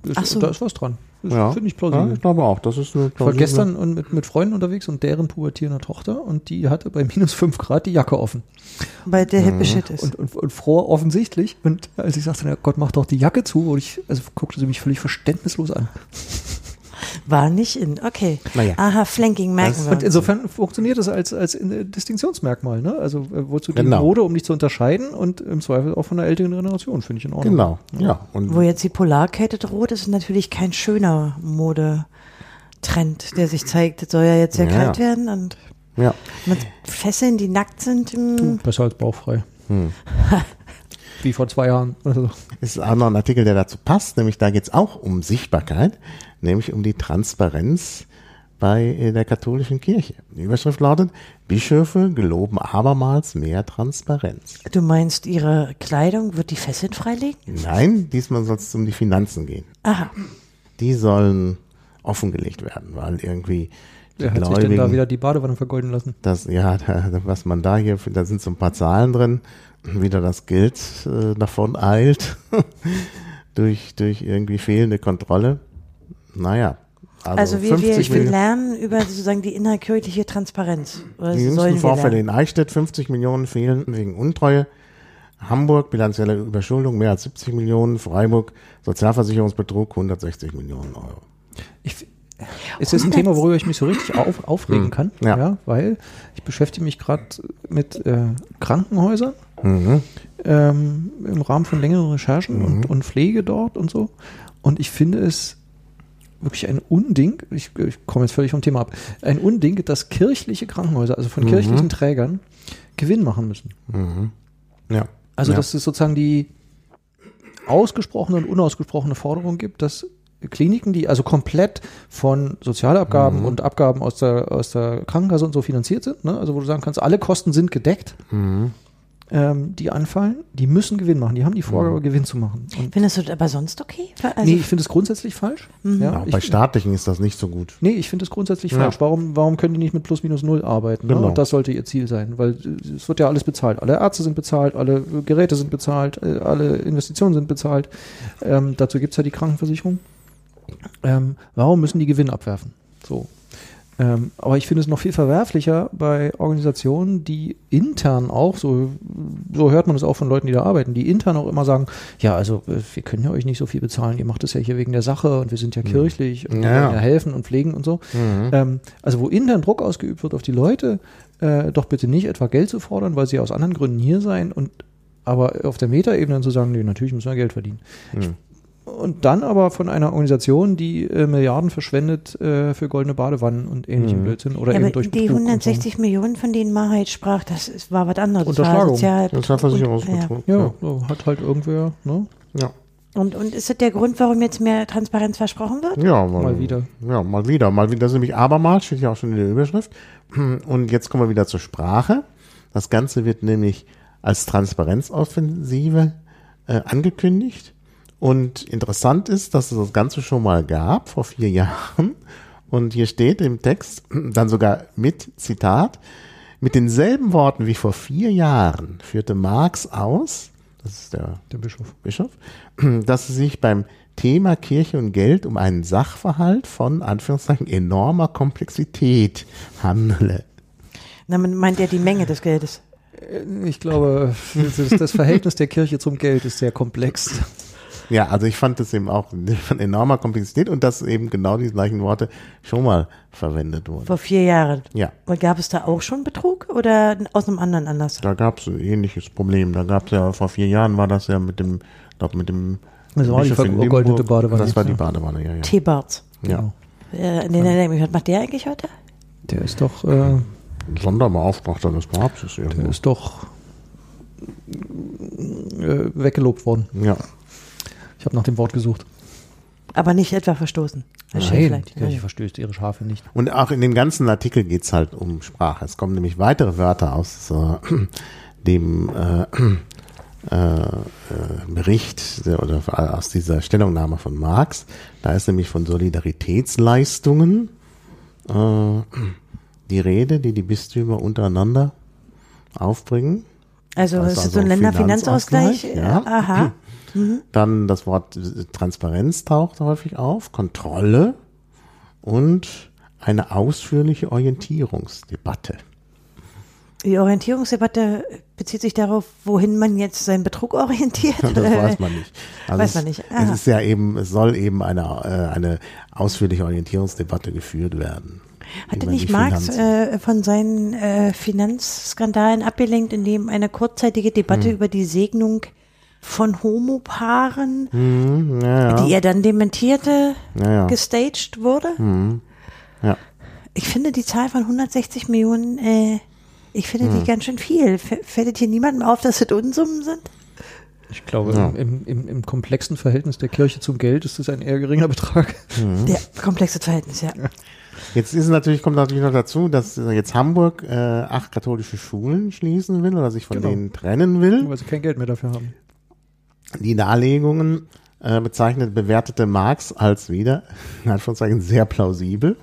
S2: Das,
S1: Ach so.
S2: Da ist was dran. Das
S3: Ja.
S2: finde ich plausibel.
S3: Ja, ich glaube auch. Das ist eine
S2: Ich war
S3: plausible-
S2: gestern und mit, mit Freunden unterwegs und deren pubertierender Tochter und die hatte bei minus 5 Grad die Jacke offen.
S1: weil der hippe Shit ist.
S2: Und, und, und fror offensichtlich. Und als ich sagte, na Gott, mach doch die Jacke zu, wurde ich, also guckte sie mich völlig verständnislos an.
S1: War nicht in, okay.
S3: Naja.
S1: Aha, Flanking merken
S2: Und
S1: wir.
S2: insofern funktioniert das als, als äh, Distinktionsmerkmal, ne? Also äh, wozu die
S3: Genau.
S2: Mode, um dich zu unterscheiden und im Zweifel auch von der älteren Generation, finde ich in Ordnung.
S3: Genau, ja. Und
S1: Wo jetzt die Polarkette droht, ist natürlich kein schöner Modetrend, der sich zeigt. Es soll ja jetzt sehr
S3: Ja.
S1: kalt werden und
S3: ja.
S1: mit Fesseln, die nackt sind.
S3: Genau.
S1: hm.
S2: Besser als bauchfrei.
S3: Hm.
S2: Wie vor zwei Jahren. Also,
S3: Es ist auch noch ein Artikel, der dazu passt, nämlich da geht es auch um Sichtbarkeit, nämlich um die Transparenz bei äh, der katholischen Kirche. Die Überschrift lautet, Bischöfe geloben abermals mehr Transparenz.
S1: Du meinst, ihre Kleidung wird die Fesseln freilegen?
S3: Nein, diesmal soll es um die Finanzen gehen.
S1: Aha.
S3: Die sollen offengelegt werden, weil irgendwie die
S2: wer hat sich denn da
S3: Gläubigen
S2: wieder die Badewanne vergolden lassen?
S3: das, ja, da, was man da hier, da sind so ein paar Zahlen drin, wie da das Geld äh, davon eilt durch, durch irgendwie fehlende Kontrolle. Naja.
S1: Also, wir, wir, wir
S3: Millionen.
S1: lernen über sozusagen die innerkirchliche Transparenz. Oder
S3: Die
S1: sollen
S3: jüngsten
S1: wir
S3: Vorfälle
S1: lernen?
S3: in Eichstätt, 50 Millionen fehlen wegen Untreue. Hamburg bilanzielle Überschuldung mehr als 70 Millionen, Freiburg Sozialversicherungsbetrug 160 Millionen Euro.
S2: Ich, es ist ein Thema, worüber ich mich so richtig auf, aufregen kann,
S3: Ja.
S2: ja. weil ich beschäftige mich gerade mit äh, Krankenhäusern Mhm. ähm, im Rahmen von längeren Recherchen und, und Pflege dort und so. Und ich finde es wirklich ein Unding, ich, ich komme jetzt völlig vom Thema ab, ein Unding, dass kirchliche Krankenhäuser, also von kirchlichen Trägern, Gewinn machen müssen.
S3: Ja.
S2: Also
S3: ja.
S2: dass es sozusagen die ausgesprochene und unausgesprochene Forderung gibt, dass Kliniken, die also komplett von Sozialabgaben
S3: Mhm.
S2: und Abgaben aus der, aus der Krankenkasse und so finanziert sind, ne? also wo du sagen kannst, alle Kosten sind gedeckt,
S3: Mhm.
S2: ähm, die anfallen, die müssen Gewinn machen. Die haben die Vorgabe,
S3: Mhm.
S2: Gewinn zu machen. Und
S1: Findest du das aber sonst okay? Also,
S2: nee, ich finde es grundsätzlich falsch. Ja,
S3: ja,
S2: ich,
S3: bei staatlichen ist das nicht so gut.
S2: Nee, ich finde es grundsätzlich falsch. Warum, warum können die nicht mit plus minus null arbeiten?
S3: Genau.
S2: Ne? Und das sollte ihr Ziel sein, weil äh, es wird ja alles bezahlt. Alle Ärzte sind bezahlt, alle äh, Geräte sind bezahlt, äh, alle Investitionen sind bezahlt. Ähm, dazu gibt's ja die Krankenversicherung. Ähm, warum müssen die Gewinn abwerfen? So. Ähm, aber ich finde es noch viel verwerflicher bei Organisationen, die intern auch, so, so hört man es auch von Leuten, die da arbeiten, die intern auch immer sagen, ja, also äh, wir können ja euch nicht so viel bezahlen, ihr macht das ja hier wegen der Sache und wir sind ja kirchlich und wir
S3: Hm. Ja, ja.
S2: wollen ja helfen und pflegen und so. Ähm, also wo intern Druck ausgeübt wird auf die Leute, äh, doch bitte nicht etwa Geld zu fordern, weil sie aus anderen Gründen hier sein und aber auf der Metaebene dann zu sagen, nee, natürlich müssen wir Geld verdienen. Und dann aber von einer Organisation, die äh, Milliarden verschwendet äh, für goldene Badewannen und ähnlichen Blödsinn oder
S1: ja,
S2: eben
S1: aber
S2: durch
S1: die
S2: Betrug und
S1: 160 Millionen, von denen Maheit sprach, das ist, war was anderes. Das war
S2: Unterschlagung.
S1: Sozial
S3: Sozialversicherungsbetrug.
S2: So. Ja, so hat halt irgendwer, ne?
S3: ja.
S1: Und, und ist das der Grund, warum jetzt mehr Transparenz versprochen wird?
S3: Ja, mal,
S2: Mal wieder.
S3: Ja, mal wieder. Mal wieder. Das ist nämlich abermals, steht ja auch schon in der Überschrift. Und jetzt kommen wir wieder zur Sprache. Das Ganze wird nämlich als Transparenzoffensive äh, angekündigt. Und interessant ist, dass es das Ganze schon mal gab, vor vier Jahren. Und hier steht im Text, dann sogar mit Zitat, mit denselben Worten wie vor vier Jahren führte Marx aus, das ist der
S2: Der Bischof.
S3: Bischof, dass es sich beim Thema Kirche und Geld um einen Sachverhalt von Anführungszeichen enormer Komplexität handele.
S1: Na, man meint ja die Menge des Geldes.
S2: Äh, Ich glaube, das, das Verhältnis der Kirche zum Geld ist sehr komplex.
S3: Ja, also ich fand das eben auch von enormer Komplexität und dass eben genau die gleichen Worte schon mal verwendet wurden.
S1: Vor vier Jahren.
S3: Ja.
S1: Und gab es da auch schon Betrug oder aus einem anderen Anlass?
S3: Da gab es ein ähnliches Problem. Da gab es ja vor vier Jahren war das ja mit dem, glaub mit dem
S2: Das war die
S3: Bischof in
S2: vergoldete
S3: Limburg.
S2: Badewanne. Genau.
S3: Das war die
S2: Ja.
S3: Badewanne, ja, ja.
S1: T-Barts.
S3: ja.
S1: Äh, nee, nee, nee, was macht der eigentlich heute?
S2: Der ist doch, äh,
S3: Ein Sonderbeauftragter des Papstes
S2: der
S3: irgendwo.
S2: ist doch äh, weggelobt worden.
S3: Ja.
S2: Ich habe nach dem Wort gesucht.
S1: Aber nicht etwa verstoßen. Herr Schäflein.
S2: die Kirche verstößt ihre Schafe nicht.
S3: Und auch in dem ganzen Artikel geht's halt um Sprache. Es kommen nämlich weitere Wörter aus äh, dem äh, äh, äh, Bericht der, oder aus dieser Stellungnahme von Marx. Da ist nämlich von Solidaritätsleistungen äh, die Rede, die die Bistümer untereinander aufbringen.
S1: Also
S3: Das
S1: ist
S3: ist
S1: das so
S3: also
S1: ein
S3: ein
S1: Länderfinanzausgleich?
S3: Finanzausgleich, ja.
S1: Aha.
S3: Dann das Wort äh, Transparenz taucht häufig auf, Kontrolle und eine ausführliche Orientierungsdebatte.
S1: Die Orientierungsdebatte bezieht sich darauf, wohin man jetzt seinen Betrug orientiert. Äh,
S3: Das weiß man nicht. Also
S1: Weiß
S3: es,
S1: man nicht.
S3: Es
S1: Ah.
S3: ist ja eben, es soll eben eine, äh, eine ausführliche Orientierungsdebatte geführt werden. wie
S1: Hatte
S3: man
S1: nicht
S3: die
S1: Marx
S3: Finanzen-
S1: äh, von seinen äh, Finanzskandalen abgelenkt, indem eine kurzzeitige Debatte
S3: Hm.
S1: über die Segnung von Homopaaren,
S3: Hm, ja, ja.
S1: die er dann dementierte,
S3: Ja, ja.
S1: gestaged wurde?
S3: ja.
S1: Ich finde die Zahl von 160 Millionen, äh, ich finde
S3: Hm.
S1: die ganz schön viel. F fällt hier niemandem auf, dass das Unsummen sind?
S2: Ich glaube, im, im, im komplexen Verhältnis der Kirche zum Geld ist es ein eher geringer Betrag.
S3: Hm.
S1: Der komplexe Verhältnis, ja.
S3: Jetzt ist natürlich, kommt natürlich noch dazu, dass äh, jetzt Hamburg äh, acht katholische Schulen schließen will oder sich von
S2: Genau.
S3: denen trennen will.
S2: Weil sie kein Geld mehr dafür haben.
S3: Die Darlegungen äh, bezeichnet, bewertete Marx als wieder, in Anführungszeichen, sehr plausibel.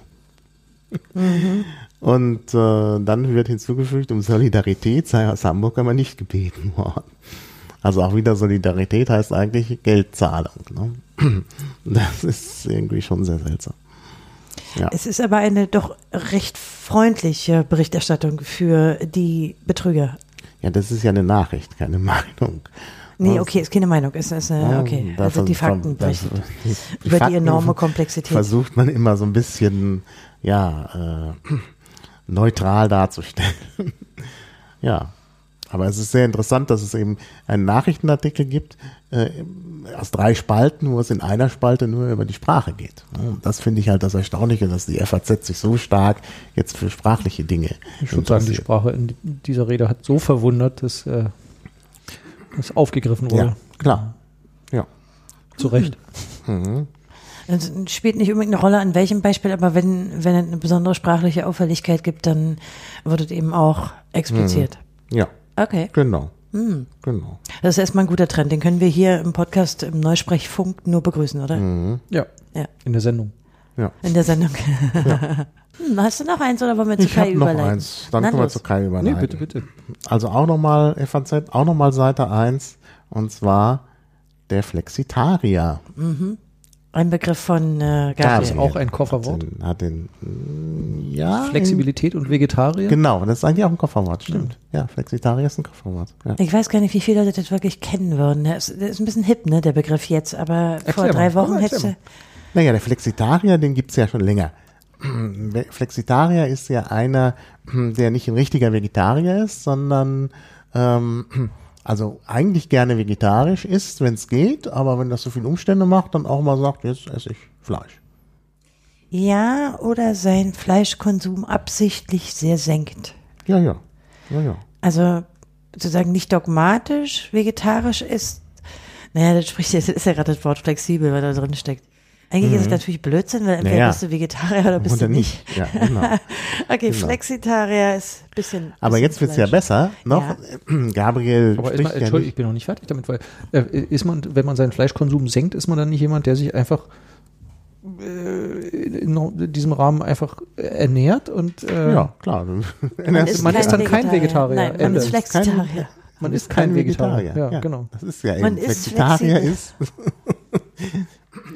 S1: Mhm.
S3: Und äh, dann wird hinzugefügt, um Solidarität sei aus Hamburg aber nicht gebeten worden. Also auch wieder Solidarität heißt eigentlich Geldzahlung. Ne? Das ist irgendwie schon sehr seltsam. Ja.
S1: Es ist aber eine doch recht freundliche Berichterstattung für die Betrüger.
S3: Ja, das ist ja eine Nachricht, keine Meinung.
S1: Nee,
S3: Was?
S1: okay, ist keine Meinung. Ist, ist, äh,
S3: Also- Ja,
S1: okay.
S3: da
S1: also die
S3: vers-
S1: Fakten
S3: das-
S1: brechen.
S3: die-
S1: Über die
S3: Fakten
S1: enorme Komplexität.
S3: Versucht man immer so ein bisschen, ja, äh, neutral darzustellen. ja. Aber es ist sehr interessant, dass es eben einen Nachrichtenartikel gibt, äh, aus drei Spalten, wo es in einer Spalte nur über die Sprache geht. Und das finde ich halt das Erstaunliche, dass die FAZ sich so stark jetzt für sprachliche Dinge
S2: Ich würde sagen, die
S3: interessiert.
S2: Sprache in dieser Rede hat so verwundert, dass äh, es aufgegriffen wurde.
S3: Ja, klar. Ja.
S2: Zu Recht.
S1: Es Also spielt nicht unbedingt eine Rolle, an welchem Beispiel, aber wenn, wenn es eine besondere sprachliche Auffälligkeit gibt, dann wird es eben auch expliziert.
S3: Ja,
S1: Okay.
S3: genau.
S1: Hm.
S3: Genau.
S1: Das ist erstmal ein guter Trend. Den können wir hier im Podcast im Neusprechfunk nur begrüßen, oder?
S3: Mhm.
S2: Ja.
S1: Ja.
S2: In der Sendung.
S3: Ja.
S1: In der Sendung. Hm, hast du noch eins oder wollen wir zu
S3: Ich
S1: Kai
S3: habe noch
S1: überleiten?
S3: eins. Dann
S1: Na
S3: können wir
S1: los.
S3: zu Kai überleiten.
S2: Nee, bitte, bitte.
S3: Also auch nochmal FAZ, auch nochmal Seite 1 und zwar der Flexitarier.
S1: Ein Begriff von äh,
S3: Gabriel.
S1: Gabriel.
S2: Auch ein Kofferwort.
S3: Den, hat den, mm, ja.
S2: Flexibilität und Vegetarier.
S3: in- Genau, das ist eigentlich auch ein Kofferwort,
S1: Hm.
S3: stimmt. Ja, Flexitarier ist ein Kofferwort. Ja.
S1: Ich weiß gar nicht, wie viele Leute das wirklich kennen würden. Der ist, der ist ein bisschen hip, ne, der Begriff jetzt, aber vor
S2: mal.
S1: drei Wochen
S2: Ja,
S1: hättest
S2: erklär
S1: du.
S3: Naja, der Flexitarier, den gibt's ja schon länger. Flexitarier ist ja einer, der nicht ein richtiger Vegetarier ist, sondern ähm, also eigentlich gerne vegetarisch ist, wenn es geht, aber wenn das so viele Umstände macht, dann auch mal sagt, jetzt esse ich Fleisch.
S1: Ja, oder sein Fleischkonsum absichtlich sehr senkt.
S3: Ja, ja. Ja, ja.
S1: Also sozusagen nicht dogmatisch vegetarisch ist. Naja, das spricht jetzt ist ja gerade das Wort flexibel, weil da drin steckt. Eigentlich ist es natürlich Blödsinn, weil entweder
S3: Mhm. Naja.
S1: bist du Vegetarier oder bist
S3: Oder
S1: du nicht.
S3: Ja, genau.
S1: Okay, Flexitarier ist ein bisschen.
S3: Aber
S1: bisschen
S3: jetzt wird's ja
S1: Fleisch.
S3: besser. Noch, Gabriel
S2: Aber ist man,
S3: spricht ja
S2: Entschuldigung, ich
S3: nicht.
S2: bin noch nicht fertig damit, weil äh, ist man, wenn man seinen Fleischkonsum senkt, ist man dann nicht jemand, der sich einfach äh, in in diesem Rahmen einfach ernährt und äh,
S3: Ja, klar. Man
S2: man ist dann kein Vegetarier.
S1: Nein, man
S2: Ende.
S1: ist Flexitarier.
S2: man ist kein Vegetarier. Ja, genau.
S3: Das ist ja eben.
S1: Man ist
S3: Flexitarier
S1: flexibel.
S3: ist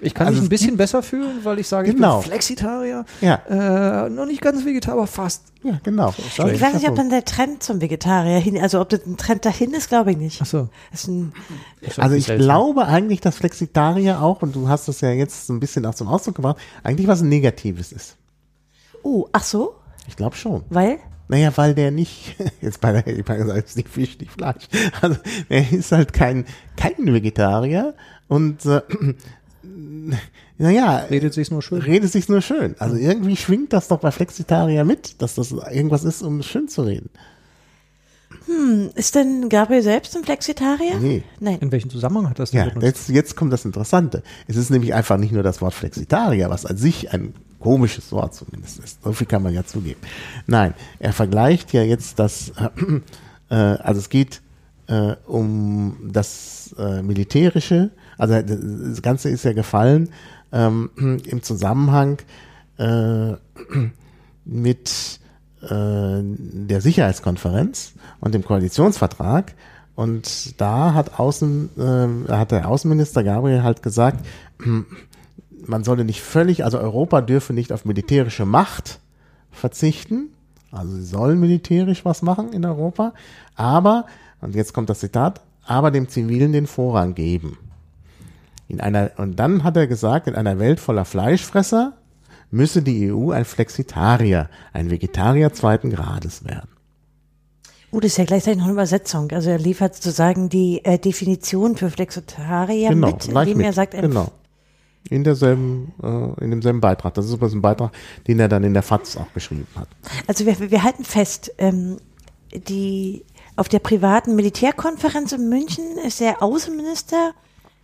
S2: Ich kann
S3: Also
S2: mich
S3: es
S2: ein bisschen besser fühlen, weil ich sage,
S3: Genau.
S2: ich bin Flexitarier.
S3: Ja.
S2: Äh, noch nicht ganz Vegetarier, aber fast.
S3: Ja, genau.
S1: Ich weiß nicht, ob dann der Trend zum Vegetarier hin, also ob das ein Trend dahin ist, glaube ich nicht.
S2: Ach so.
S1: Das ist ein,
S3: also ich glaube eigentlich, dass Flexitarier auch, und du hast das ja jetzt so ein bisschen auch zum Ausdruck gebracht, eigentlich was Negatives ist.
S1: oh, ach so,
S3: Ich glaube schon.
S1: weil?
S3: Naja, weil der nicht, jetzt bei der, ich meine, ist nicht Fisch, nicht Fleisch. Also, er ist halt kein, kein Vegetarier und, äh, naja,
S2: Redet sich's nur schön.
S3: redet sich's nur schön. Also irgendwie schwingt das doch bei Flexitarier mit, dass das irgendwas ist, um es schön zu reden.
S1: Ist denn Gabriel selbst ein Flexitarier?
S3: Nee.
S1: Nein.
S2: In welchem Zusammenhang hat das denn
S3: Ja, jetzt, jetzt kommt das Interessante. Es ist nämlich einfach nicht nur das Wort Flexitarier, was an sich ein komisches Wort zumindest ist. So viel kann man ja zugeben. Nein, er vergleicht ja jetzt das, äh, äh, also es geht äh, um das äh, Militärische, also äh, das Ganze ist ja gefallen ähm, im Zusammenhang äh, mit äh, der Sicherheitskonferenz und dem Koalitionsvertrag. Und da hat, Außen, äh, hat der Außenminister Gabriel halt gesagt, man solle nicht völlig, also Europa dürfe nicht auf militärische Macht verzichten. Also sie sollen militärisch was machen in Europa. Aber, und jetzt kommt das Zitat, aber dem Zivilen den Vorrang geben. In einer, und dann hat er gesagt, in einer Welt voller Fleischfresser müsse die EU ein Flexitarier, ein Vegetarier zweiten Grades werden.
S1: Oh, das ist ja gleichzeitig noch eine Übersetzung. Also er liefert sozusagen die äh, Definition für Flexitarier
S3: genau,
S1: mit,
S3: gleich
S1: indem
S3: mit.
S1: er sagt, ähm, ein
S3: genau. In derselben, äh, in demselben Beitrag. Das ist übrigens ein Beitrag, den er dann in der FAZ auch geschrieben hat.
S1: Also wir, wir halten fest, ähm, die, auf der privaten Militärkonferenz in München ist der Außenminister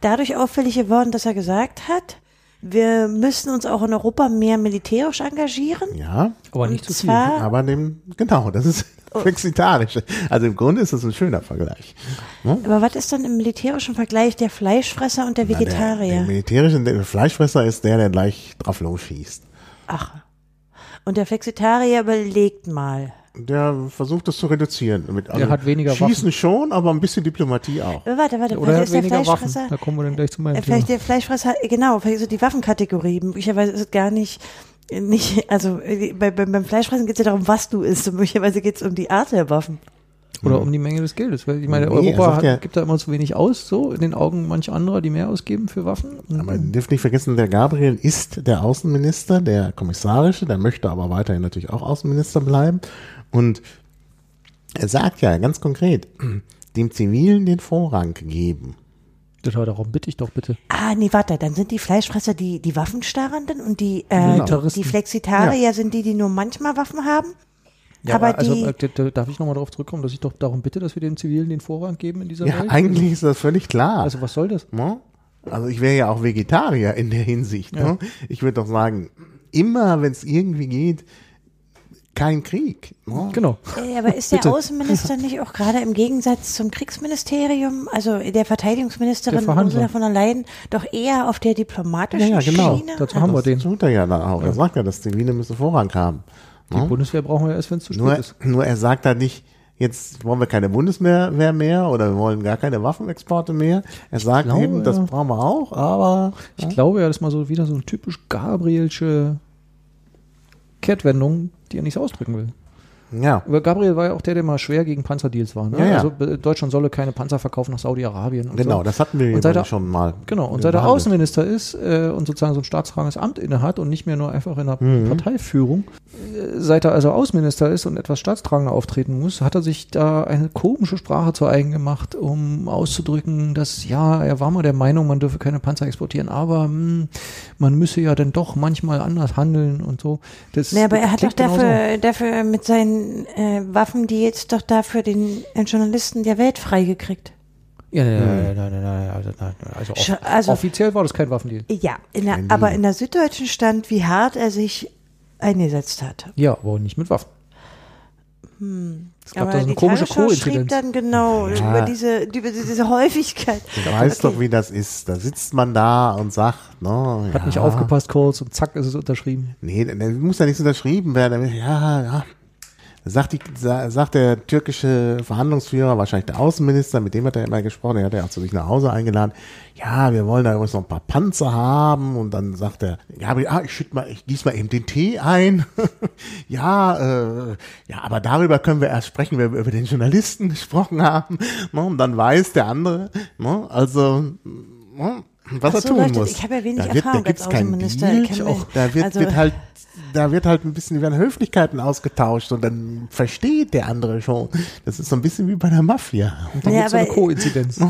S1: dadurch auffällig geworden, dass er gesagt hat, wir müssen uns auch in Europa mehr militärisch engagieren.
S3: Ja.
S2: Aber
S1: Und
S2: nicht zu viel. ne?
S1: zwar-
S3: Aber dem, genau, das ist
S1: Oh.
S3: flexitarisch. Also im Grunde ist das ein schöner Vergleich.
S1: Aber was ist dann im militärischen Vergleich der Fleischfresser und der
S3: Der, der
S1: Vegetarier?
S3: militärische der Fleischfresser ist der, der gleich drauf los schießt.
S1: Ach. Und der Flexitarier überlegt mal.
S3: Der versucht das zu reduzieren. Mit, also
S2: hat weniger
S3: Schießen
S2: Waffen.
S3: schon, aber ein bisschen Diplomatie auch.
S1: Äh, Warte, warte,
S2: Oder
S1: warte,
S2: er hat
S1: ist der
S2: weniger Waffen.
S1: Fleischfresser?
S2: Da kommen wir dann gleich zu meinem
S1: Äh, Vielleicht
S2: Thema.
S1: der Fleischfresser, genau, vielleicht so die Waffenkategorie. Möglicherweise ist es gar nicht, äh, nicht also äh, bei, bei, beim Fleischfressen geht es ja darum, was du isst. Und möglicherweise geht es um die Art der Waffen.
S2: Oder um die Menge des Geldes. Weil ich meine,
S3: Mhm. Nee, er
S2: Europa
S3: sagt
S2: hat,
S3: ja-
S2: gibt da immer zu wenig aus, so in den Augen manch anderer, die mehr ausgeben für Waffen.
S3: Aber man darf nicht vergessen, der Gabriel ist der Außenminister, der kommissarische, der möchte aber weiterhin natürlich auch Außenminister bleiben. Und er sagt ja ganz konkret, dem Zivilen den Vorrang geben.
S2: Das war darum, bitte ich doch bitte.
S1: Ah, nee, warte, dann sind die Fleischfresser die, die Waffenstarrenden und die, äh,
S2: Militaristen.
S1: die Flexitarier sind die, die nur manchmal Waffen haben. aber
S2: also,
S1: die,
S2: äh, da- da darf ich nochmal darauf zurückkommen, dass ich doch darum bitte, dass wir den Zivilen den Vorrang geben in dieser
S3: Ja,
S2: Welt?
S3: eigentlich ist das völlig klar.
S2: Also was soll das?
S3: Ne? Also ich wäre ja auch Vegetarier in der Hinsicht. Ne? Ich würde doch sagen, immer wenn es irgendwie geht, kein Krieg. Ne?
S2: Genau.
S1: äh, aber ist der Außenminister nicht auch gerade im Gegensatz zum Kriegsministerium, also der Verteidigungsministerin
S2: Der Verhandler.
S1: Ursula von der Leyen, doch eher auf der diplomatischen
S3: Ja, ja, genau.
S1: Schiene?
S2: Dazu haben wir den.
S3: Das tut er ja dann auch. Er sagt ja, dass Zivile müssen Vorrang haben. Ne?
S2: Die Bundeswehr brauchen wir erst, wenn es zu spät
S3: Nur,
S2: ist.
S3: nur er sagt da nicht, jetzt wollen wir keine Bundeswehr mehr, mehr oder wir wollen gar keine Waffenexporte mehr. Er sagt
S2: glaube,
S3: eben, das
S2: ja.
S3: brauchen wir auch, aber
S2: Ich glaube ja, das ist mal so wieder so eine typisch Gabrielsche Kehrtwendung, die er nicht so ausdrücken will.
S3: ja.
S2: Aber Gabriel war ja auch der, der mal schwer gegen Panzerdeals war. Ne?
S3: Ja, ja.
S2: Also äh, Deutschland solle keine Panzer verkaufen nach Saudi-Arabien. und
S3: Genau,
S2: so.
S3: das hatten wir
S2: Und seit
S3: ja
S2: er,
S3: schon mal.
S2: Genau, und seit er
S3: behandelt.
S2: Außenminister ist äh, und sozusagen so ein staatsragendes Amt innehat und nicht mehr nur einfach in der Parteiführung, äh, seit er also Außenminister ist und etwas staatstragender auftreten muss, hat er sich da eine komische Sprache zu eigen gemacht, um auszudrücken, dass ja, er war mal der Meinung, man dürfe keine Panzer exportieren, aber hm, man müsse ja dann doch manchmal anders handeln und so. Das,
S1: Nee, aber
S2: das
S1: er hat doch
S2: klingt genauso.
S1: dafür, dafür mit seinen äh, Waffen, die jetzt doch dafür den äh, Journalisten der Welt freigekriegt.
S2: Ja, ja, ja, ja, ja, ja, ja, also, nein, also, off
S1: Sch- also-
S2: offiziell war das kein Waffendeal.
S1: Ja, in der, aber in der Süddeutschen stand, wie hart er sich eingesetzt hat.
S2: Ja, aber nicht mit Waffen. Es
S1: Hm,
S2: gab
S1: aber
S2: da so eine
S1: die
S2: komische
S1: Tagesschau schrieb
S2: Co-Inzidenz.
S1: dann genau über, diese, über diese Häufigkeit.
S3: Du weißt doch, wie das ist. Da sitzt man da und sagt, ne,
S2: Hat nicht aufgepasst kurz und zack ist es unterschrieben.
S3: Nee, da da muss ja nichts unterschrieben werden. Ja, ja. Sagt, die, sa- sagt der türkische Verhandlungsführer, wahrscheinlich der Außenminister, mit dem hat er immer gesprochen, der hat ja auch zu sich nach Hause eingeladen. Ja, wir wollen da übrigens noch ein paar Panzer haben. Und dann sagt er, Gabriel, ah, ich schütt mal, ich gieß mal eben den Tee ein. ja, äh, ja, aber darüber können wir erst sprechen, wenn wir über den Journalisten gesprochen haben. Ne, Und dann weiß der andere, ne, also, ne, was
S1: Ach
S3: er
S1: so,
S3: tun
S1: Leute,
S3: muss.
S1: ich habe ja wenig
S3: da wird,
S1: Erfahrung
S3: da gibt's
S1: als
S3: keinen
S1: Außenminister.
S3: Deal.
S1: Ich kenn mich-
S3: Da wird,
S1: also-
S3: wird halt, da wird halt ein bisschen, werden Höflichkeiten ausgetauscht und dann versteht der andere schon. Das ist so ein bisschen wie bei der Mafia.
S2: Dann
S1: Ja,
S2: gibt's so eine
S1: aber-
S2: Koinzidenz.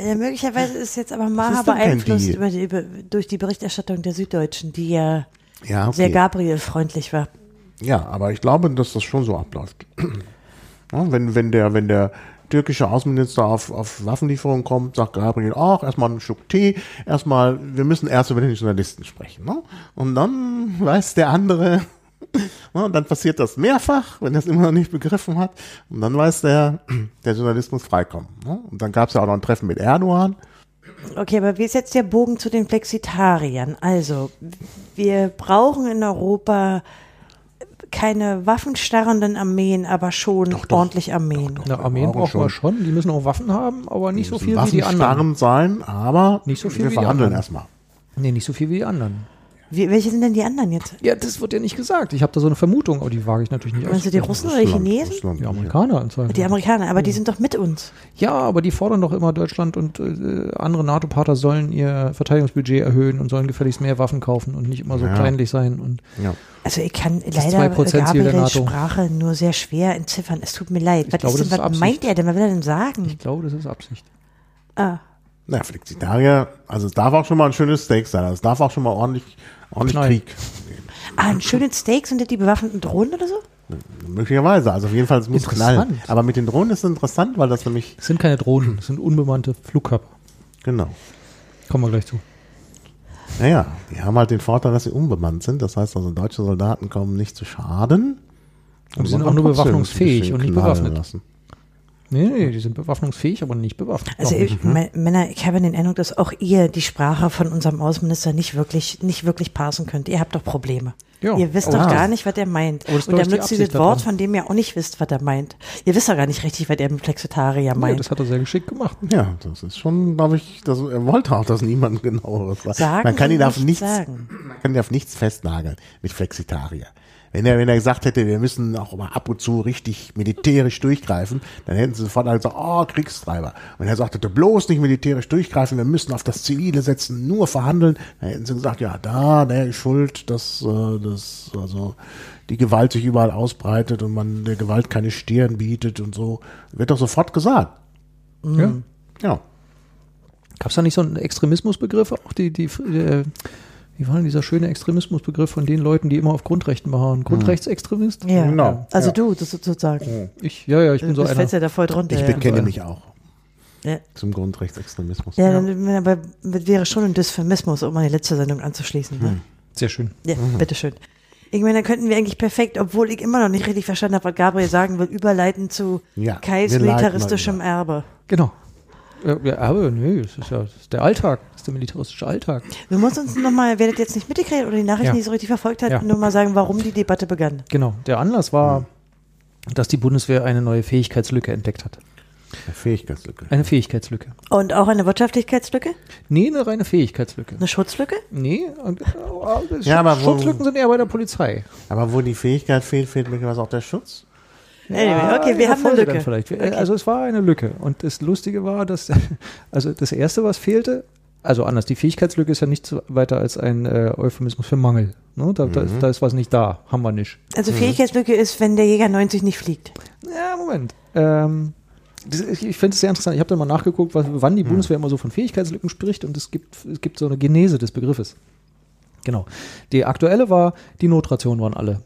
S1: Äh, möglicherweise ist jetzt aber Maha
S3: ist doch kein
S1: beeinflusst
S3: Deal.
S1: über die, über, durch die Berichterstattung der Süddeutschen, die ja
S3: Ja,
S1: sehr
S3: okay.
S1: Gabriel-freundlich war.
S3: ja, aber ich glaube, dass das schon so abläuft. Ja, wenn, wenn der, wenn der türkische Außenminister auf, auf Waffenlieferungen kommt, sagt Gabriel, ach, erstmal einen Schluck Tee, erstmal, wir müssen erst über den Journalisten sprechen. Ne? Und dann weiß der andere, ne, und dann passiert das mehrfach, wenn er es immer noch nicht begriffen hat. Und dann weiß der, der Journalist muss freikommen. Ne? Und dann gab es ja auch noch ein Treffen mit Erdogan.
S1: Okay, aber wie ist jetzt der Bogen zu den Flexitariern? Also, wir brauchen in Europa keine waffenstarrenden Armeen, aber schon ordentlich Armeen.
S2: Eine Armee
S3: brauchen
S2: brauchen wir
S3: schon.
S2: schon. Die müssen auch Waffen haben, aber nicht so
S3: Müssen
S2: viel wie die anderen.
S3: waffenstarrend sein, aber
S2: Nicht so viel
S3: wir
S2: wie die
S3: verhandeln
S2: anderen.
S3: erstmal.
S2: Nee, nicht so viel wie die anderen.
S1: Wie, welche sind denn die anderen jetzt?
S2: Ja, das wird ja nicht gesagt. Ich habe da so eine Vermutung, aber die wage ich natürlich nicht Also,
S1: Meinst du die Russen oder die
S3: Russland,
S1: Chinesen?
S3: Russland,
S2: Die
S3: ja.
S2: Amerikaner anzeigen.
S1: Die Amerikaner,
S2: Hm.
S1: aber die sind doch mit uns.
S2: Ja, aber die fordern doch immer, Deutschland und äh, andere NATO-Partner sollen ihr Verteidigungsbudget erhöhen und sollen gefälligst mehr Waffen kaufen und nicht immer so kleinlich sein. Und
S3: Ja.
S1: Also ich kann
S2: ist
S1: leider
S2: 2% Ziel der
S1: Gabriels
S2: NATO.
S1: Sprache nur sehr schwer entziffern. Es tut mir leid. was
S2: glaube,
S1: ist
S2: das
S1: denn,
S2: ist
S1: was
S2: Absicht.
S1: meint er denn? Was will er denn
S2: ich
S1: sagen?
S2: glaube, das ist Absicht.
S3: Na, Flexitarier, also es darf auch schon mal ein schönes Steak sein. Also es darf auch schon mal ordentlich, ordentlich
S2: Knall.
S3: Krieg.
S1: Ah, ein schönes Steak sind das die bewaffneten Drohnen oder so?
S3: Möglicherweise. Also auf jeden Fall, es muss
S2: Interessant.
S3: knallen. Aber mit den Drohnen ist es interessant, weil das nämlich,
S2: Es sind keine Drohnen, es sind unbemannte Flugkörper.
S3: genau.
S2: Kommen wir gleich zu.
S3: Naja, die haben halt den Vorteil, dass sie unbemannt sind. Das heißt also, deutsche Soldaten kommen nicht zu Schaden.
S2: Und sie sind
S3: man
S2: auch nur
S3: kann trotzdem ein
S2: bewaffnungsfähig
S3: bisschen
S2: und nicht
S3: knallen
S2: bewaffnet.
S3: Lassen.
S2: Nee, nee, die sind bewaffnungsfähig, aber nicht bewaffnet.
S1: Also
S2: Noch nicht.
S1: ich, Mä- Männer, ich habe den Eindruck, dass auch ihr die Sprache von unserem Außenminister nicht wirklich, nicht wirklich parsen könnt. Ihr habt doch Probleme.
S2: Ja,
S1: ihr wisst
S2: aber
S1: doch
S2: das-
S1: gar nicht, was er meint.
S2: aber das ist,
S1: Und dann
S2: glaub ich, die
S1: nutzt ihr das
S2: Absicht
S1: Wort,
S2: daran.
S1: von dem ihr auch nicht wisst, was er meint. Ihr wisst doch gar nicht richtig, was er mit Flexitarier
S2: Nee,
S1: meint.
S2: das hat er sehr geschickt gemacht.
S3: Ja, das ist schon, glaube ich, das, er wollte auch, dass niemand genaueres sagt.
S1: Sagen
S3: man kann
S1: und
S3: ihn auf
S1: nicht
S3: nichts,
S1: sagen.
S3: man kann ihn auf nichts festnageln mit Flexitarier. Wenn Wenn er, wenn er gesagt hätte, wir müssen auch mal ab und zu richtig militärisch durchgreifen, dann hätten sie sofort alle gesagt, oh, Kriegstreiber. Und wenn er sagte, bloß nicht militärisch durchgreifen, wir müssen auf das Zivile setzen, nur verhandeln, dann hätten sie gesagt, ja, da, der ist schuld, dass, äh, dass also die Gewalt sich überall ausbreitet und man der Gewalt keine Stirn bietet und so. Wird doch sofort gesagt.
S1: Hm.
S2: Ja.
S3: Ja.
S2: Gab es da nicht so einen Extremismusbegriff? Auch die, die, äh, wie war denn dieser schöne Extremismusbegriff von den Leuten, die immer auf Grundrechten
S3: Hm.
S2: beharren? Grundrechtsextremist?
S1: Ja.
S3: Genau,
S1: Also
S3: ja.
S1: du, das sozusagen.
S2: Ich, ja, ja, ich
S1: Du
S2: bin Mhm. so
S1: das
S2: einer.
S1: fällst ja da voll drunter.
S3: Ich
S1: ja.
S3: bekenne mich auch
S1: Ja.
S3: zum Grundrechtsextremismus.
S1: Ja, dann dann- aber das wäre schon ein Dysphemismus, um an die letzte Sendung anzuschließen. Ne?
S2: Sehr schön.
S1: Ja, bitteschön. Ich meine, dann könnten wir eigentlich perfekt, obwohl ich immer noch nicht richtig verstanden habe, was Gabriel sagen will, überleiten zu
S3: Ja,
S1: Kais
S3: wir leiten mal
S1: militaristischem Erbe.
S2: Genau. Ja, ja, aber nee, das ist ja das ist der Alltag, das ist der militaristische Alltag.
S1: Du musst uns nochmal, wer das jetzt nicht mitgekriegt oder die Nachrichten
S2: Ja.
S1: nicht so richtig verfolgt hat,
S2: Ja.
S1: nur mal sagen, warum die Debatte begann.
S2: Genau. Der Anlass war,
S3: Hm.
S2: dass die Bundeswehr eine neue Fähigkeitslücke entdeckt hat.
S3: Fähigkeitslücke.
S2: Eine Fähigkeitslücke.
S1: Und auch eine Wirtschaftlichkeitslücke?
S2: Nee, eine reine Fähigkeitslücke.
S1: Eine Schutzlücke?
S2: Nee, und, äh,
S3: Ja, aber wo-
S2: Schutzlücken sind eher bei der Polizei.
S3: Aber wo die Fähigkeit fehlt, fehlt möglicherweise auch der Schutz.
S1: Anyway, okay, wir
S2: in der
S1: haben eine
S2: Folge
S1: Lücke.
S2: dann Vielleicht. Wir- Also es war eine Lücke. Und das Lustige war, dass also das Erste, was fehlte, also anders, die Fähigkeitslücke ist ja nichts weiter als ein äh, Euphemismus für Mangel. Ne? Da, da, da ist was nicht da, haben wir nicht.
S1: Also Fähigkeitslücke ist, wenn der Jäger 90 nicht fliegt.
S2: Ja, Moment. Ähm, das, ich ich finde es sehr interessant. Ich habe da mal nachgeguckt, was, wann
S3: Hm.
S2: die Bundeswehr immer so von Fähigkeitslücken spricht und es gibt, es gibt so eine Genese des Begriffes. Genau. Die aktuelle war, die Notrationen waren alle.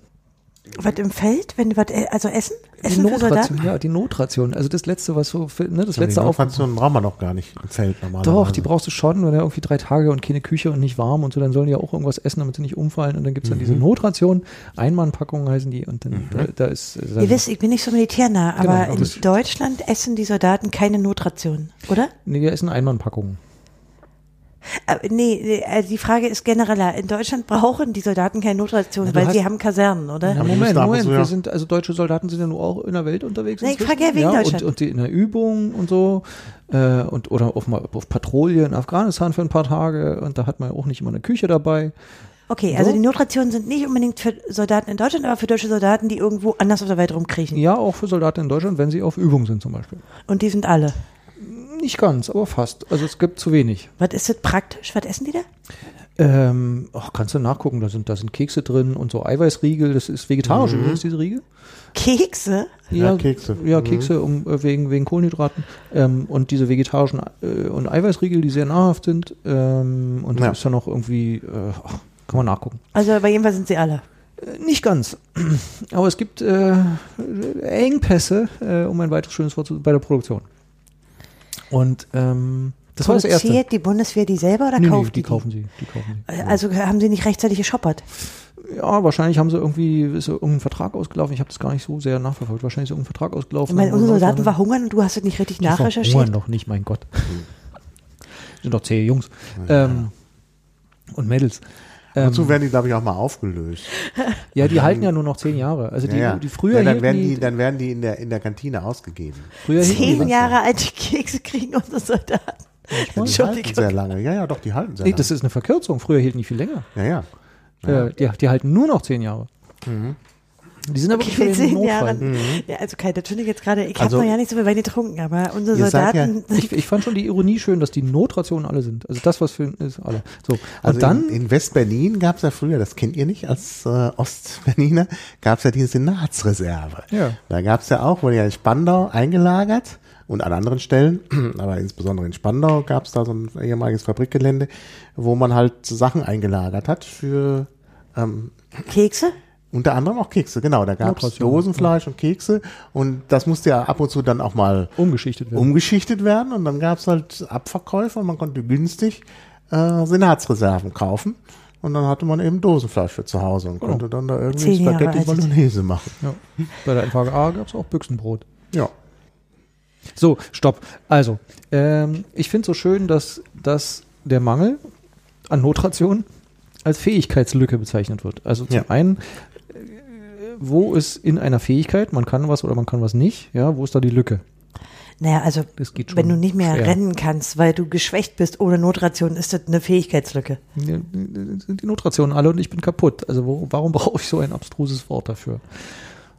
S1: Was im Feld? Wenn was, also Essen?
S2: Die
S1: Essen für Soldaten?
S2: ja, die Notration. Also das letzte, was so, für- ne, das
S3: Die
S2: letzte auf,
S3: Notration also? brauchen wir noch gar nicht im Feld normalerweise.
S2: Doch, die brauchst du schon, wenn er irgendwie drei Tage und keine Küche und nicht warm und so, dann sollen die ja auch irgendwas essen, damit sie nicht umfallen. Und dann
S3: Mhm.
S2: gibt's dann diese Notration, Einmannpackungen heißen die und dann da, da ist. äh, Dann,
S1: Ihr wisst, ich bin nicht so militärnah, aber
S2: Genau,
S1: in
S2: logisch.
S1: Deutschland essen die Soldaten keine Notration, oder?
S2: nee, wir essen Einmannpackungen.
S1: Äh, nee, nee, also die Frage ist genereller. In Deutschland brauchen die Soldaten keine Notration,
S2: Na, du
S1: weil
S2: hast-
S1: sie haben Kasernen, oder?
S2: Ja,
S3: die
S2: Moment,
S3: müssen ab und
S2: Moment,
S3: zu,
S2: wir
S3: ja.
S2: sind, also deutsche Soldaten sind ja nur auch in der Welt unterwegs.
S1: Nee, ich
S2: inzwischen.
S1: frag ja wegen
S2: und,
S1: Deutschland.
S2: und die in der Übung und so äh, und oder auf, mal auf Patrouille in Afghanistan für ein paar Tage und da hat man ja auch nicht immer eine Küche dabei.
S1: Okay, also
S2: So?
S1: die Notrationen sind nicht unbedingt für Soldaten in Deutschland, aber für deutsche Soldaten, die irgendwo anders auf der Welt rumkriechen.
S2: Ja, auch für Soldaten in Deutschland, wenn sie auf Übung sind zum Beispiel.
S1: Und die sind alle.
S2: Nicht ganz, aber fast. Also es gibt zu wenig.
S1: Was ist das praktisch? Was essen die da?
S2: Ähm, ach, kannst du nachgucken, da sind, da sind Kekse drin und so Eiweißriegel, das ist
S3: Mhm.
S2: vegetarisch übrigens, diese Riegel.
S1: Kekse?
S3: Ja, Kekse. Mhm.
S2: Ja, Kekse um, äh, wegen, wegen Kohlenhydraten. Ähm, und diese vegetarischen äh, und Eiweißriegel, die sehr nahrhaft sind. Ähm, und
S3: Ja.
S2: das ist dann auch irgendwie, äh, ach, kann man nachgucken.
S1: Also bei jedem Fall sind sie alle.
S2: Äh, Nicht ganz, aber es gibt äh, Engpässe, äh, um ein weiteres schönes Wort zu, bei der Produktion. Und ähm, das war das Erste.
S1: Produziert die Bundeswehr die selber oder
S2: Nee, nee,
S1: kauft
S2: die kaufen sie, die kaufen sie.
S1: Also haben sie nicht rechtzeitig geschoppert.
S2: Ja, wahrscheinlich haben sie irgendwie, ist so irgendein Vertrag ausgelaufen. Ich habe das gar nicht so sehr nachverfolgt. Wahrscheinlich ist irgendein Vertrag
S1: Ich
S2: ausgelaufen.
S1: meine, unsere Soldaten verhungern und du hast es nicht richtig nachrecherchiert.
S2: noch nicht, mein Gott. sind doch zähe Jungs. Ähm, und Mädels.
S3: Dazu werden die, glaube ich, auch mal aufgelöst.
S2: Ja, die halten ja nur noch zehn Jahre. Also die,
S3: Ja, ja.
S2: die früher
S3: ja, dann,
S2: hielten
S3: werden
S2: die,
S3: die, dann werden die in der, in der Kantine ausgegeben.
S2: früher hielten die,
S1: Zehn Jahre alte Kekse kriegen unsere Soldaten.
S3: Die halten
S1: Entschuldigung.
S3: sehr lange. Ja, ja, doch, die halten sehr
S2: nee,
S3: lange.
S2: das ist eine Verkürzung. Früher hielten die viel länger.
S3: ja, ja. Mhm.
S2: Äh, die, die halten nur noch zehn Jahre. Die sind aber
S1: Okay,
S2: wirklich für den
S1: zehn
S2: Notfall.
S1: Jahren. Ja, also Kai, das finde ich jetzt gerade, ich
S3: Also-
S1: habe noch ja nicht so viel Wein getrunken, aber unsere
S3: Ihr seid ja-
S1: Soldaten,
S2: Ich, ich fand schon die Ironie schön, dass die Notrationen alle sind. Also das, was für ist alle. So. Und
S3: Also
S2: dann.
S3: in, in West-Berlin gab es ja früher, das kennt ihr nicht als äh, Ostberliner, gab es ja die Senatsreserve.
S2: Ja.
S3: Da gab es ja auch, wurde ja in Spandau eingelagert und an anderen Stellen, aber insbesondere in Spandau gab es da so ein ehemaliges Fabrikgelände, wo man halt Sachen eingelagert hat für
S1: Kekse?
S3: unter anderem auch Kekse, genau. Da gab es
S2: Notration.
S3: Dosenfleisch und Kekse und das musste ja ab und zu dann auch mal
S2: umgeschichtet werden.
S3: um- umgeschichtet werden und dann gab es halt Abverkäufe und man konnte günstig äh, Senatsreserven kaufen und dann hatte man eben Dosenfleisch für zu Hause
S2: Oh.
S3: und konnte dann da irgendwie
S1: Zehn Jahre
S3: Spaghetti
S1: alt.
S3: Bolognese machen.
S2: ja. Bei der Entfrage A gab es auch Büchsenbrot.
S3: Ja.
S2: So, stopp. Also, ähm, ich finde so schön, dass, dass der Mangel an Notration als Fähigkeitslücke bezeichnet wird. Also zum
S3: Ja.
S2: einen, äh, wo ist in einer Fähigkeit, man kann was oder man kann was nicht, ja, wo ist da die Lücke?
S1: Naja, also
S2: Das geht schon
S1: wenn du nicht mehr
S2: schwer.
S1: rennen kannst, weil du geschwächt bist ohne Notration, ist das eine Fähigkeitslücke.
S2: sind die Notrationen alle und ich bin kaputt. Also wo, warum brauche ich so ein abstruses Wort dafür?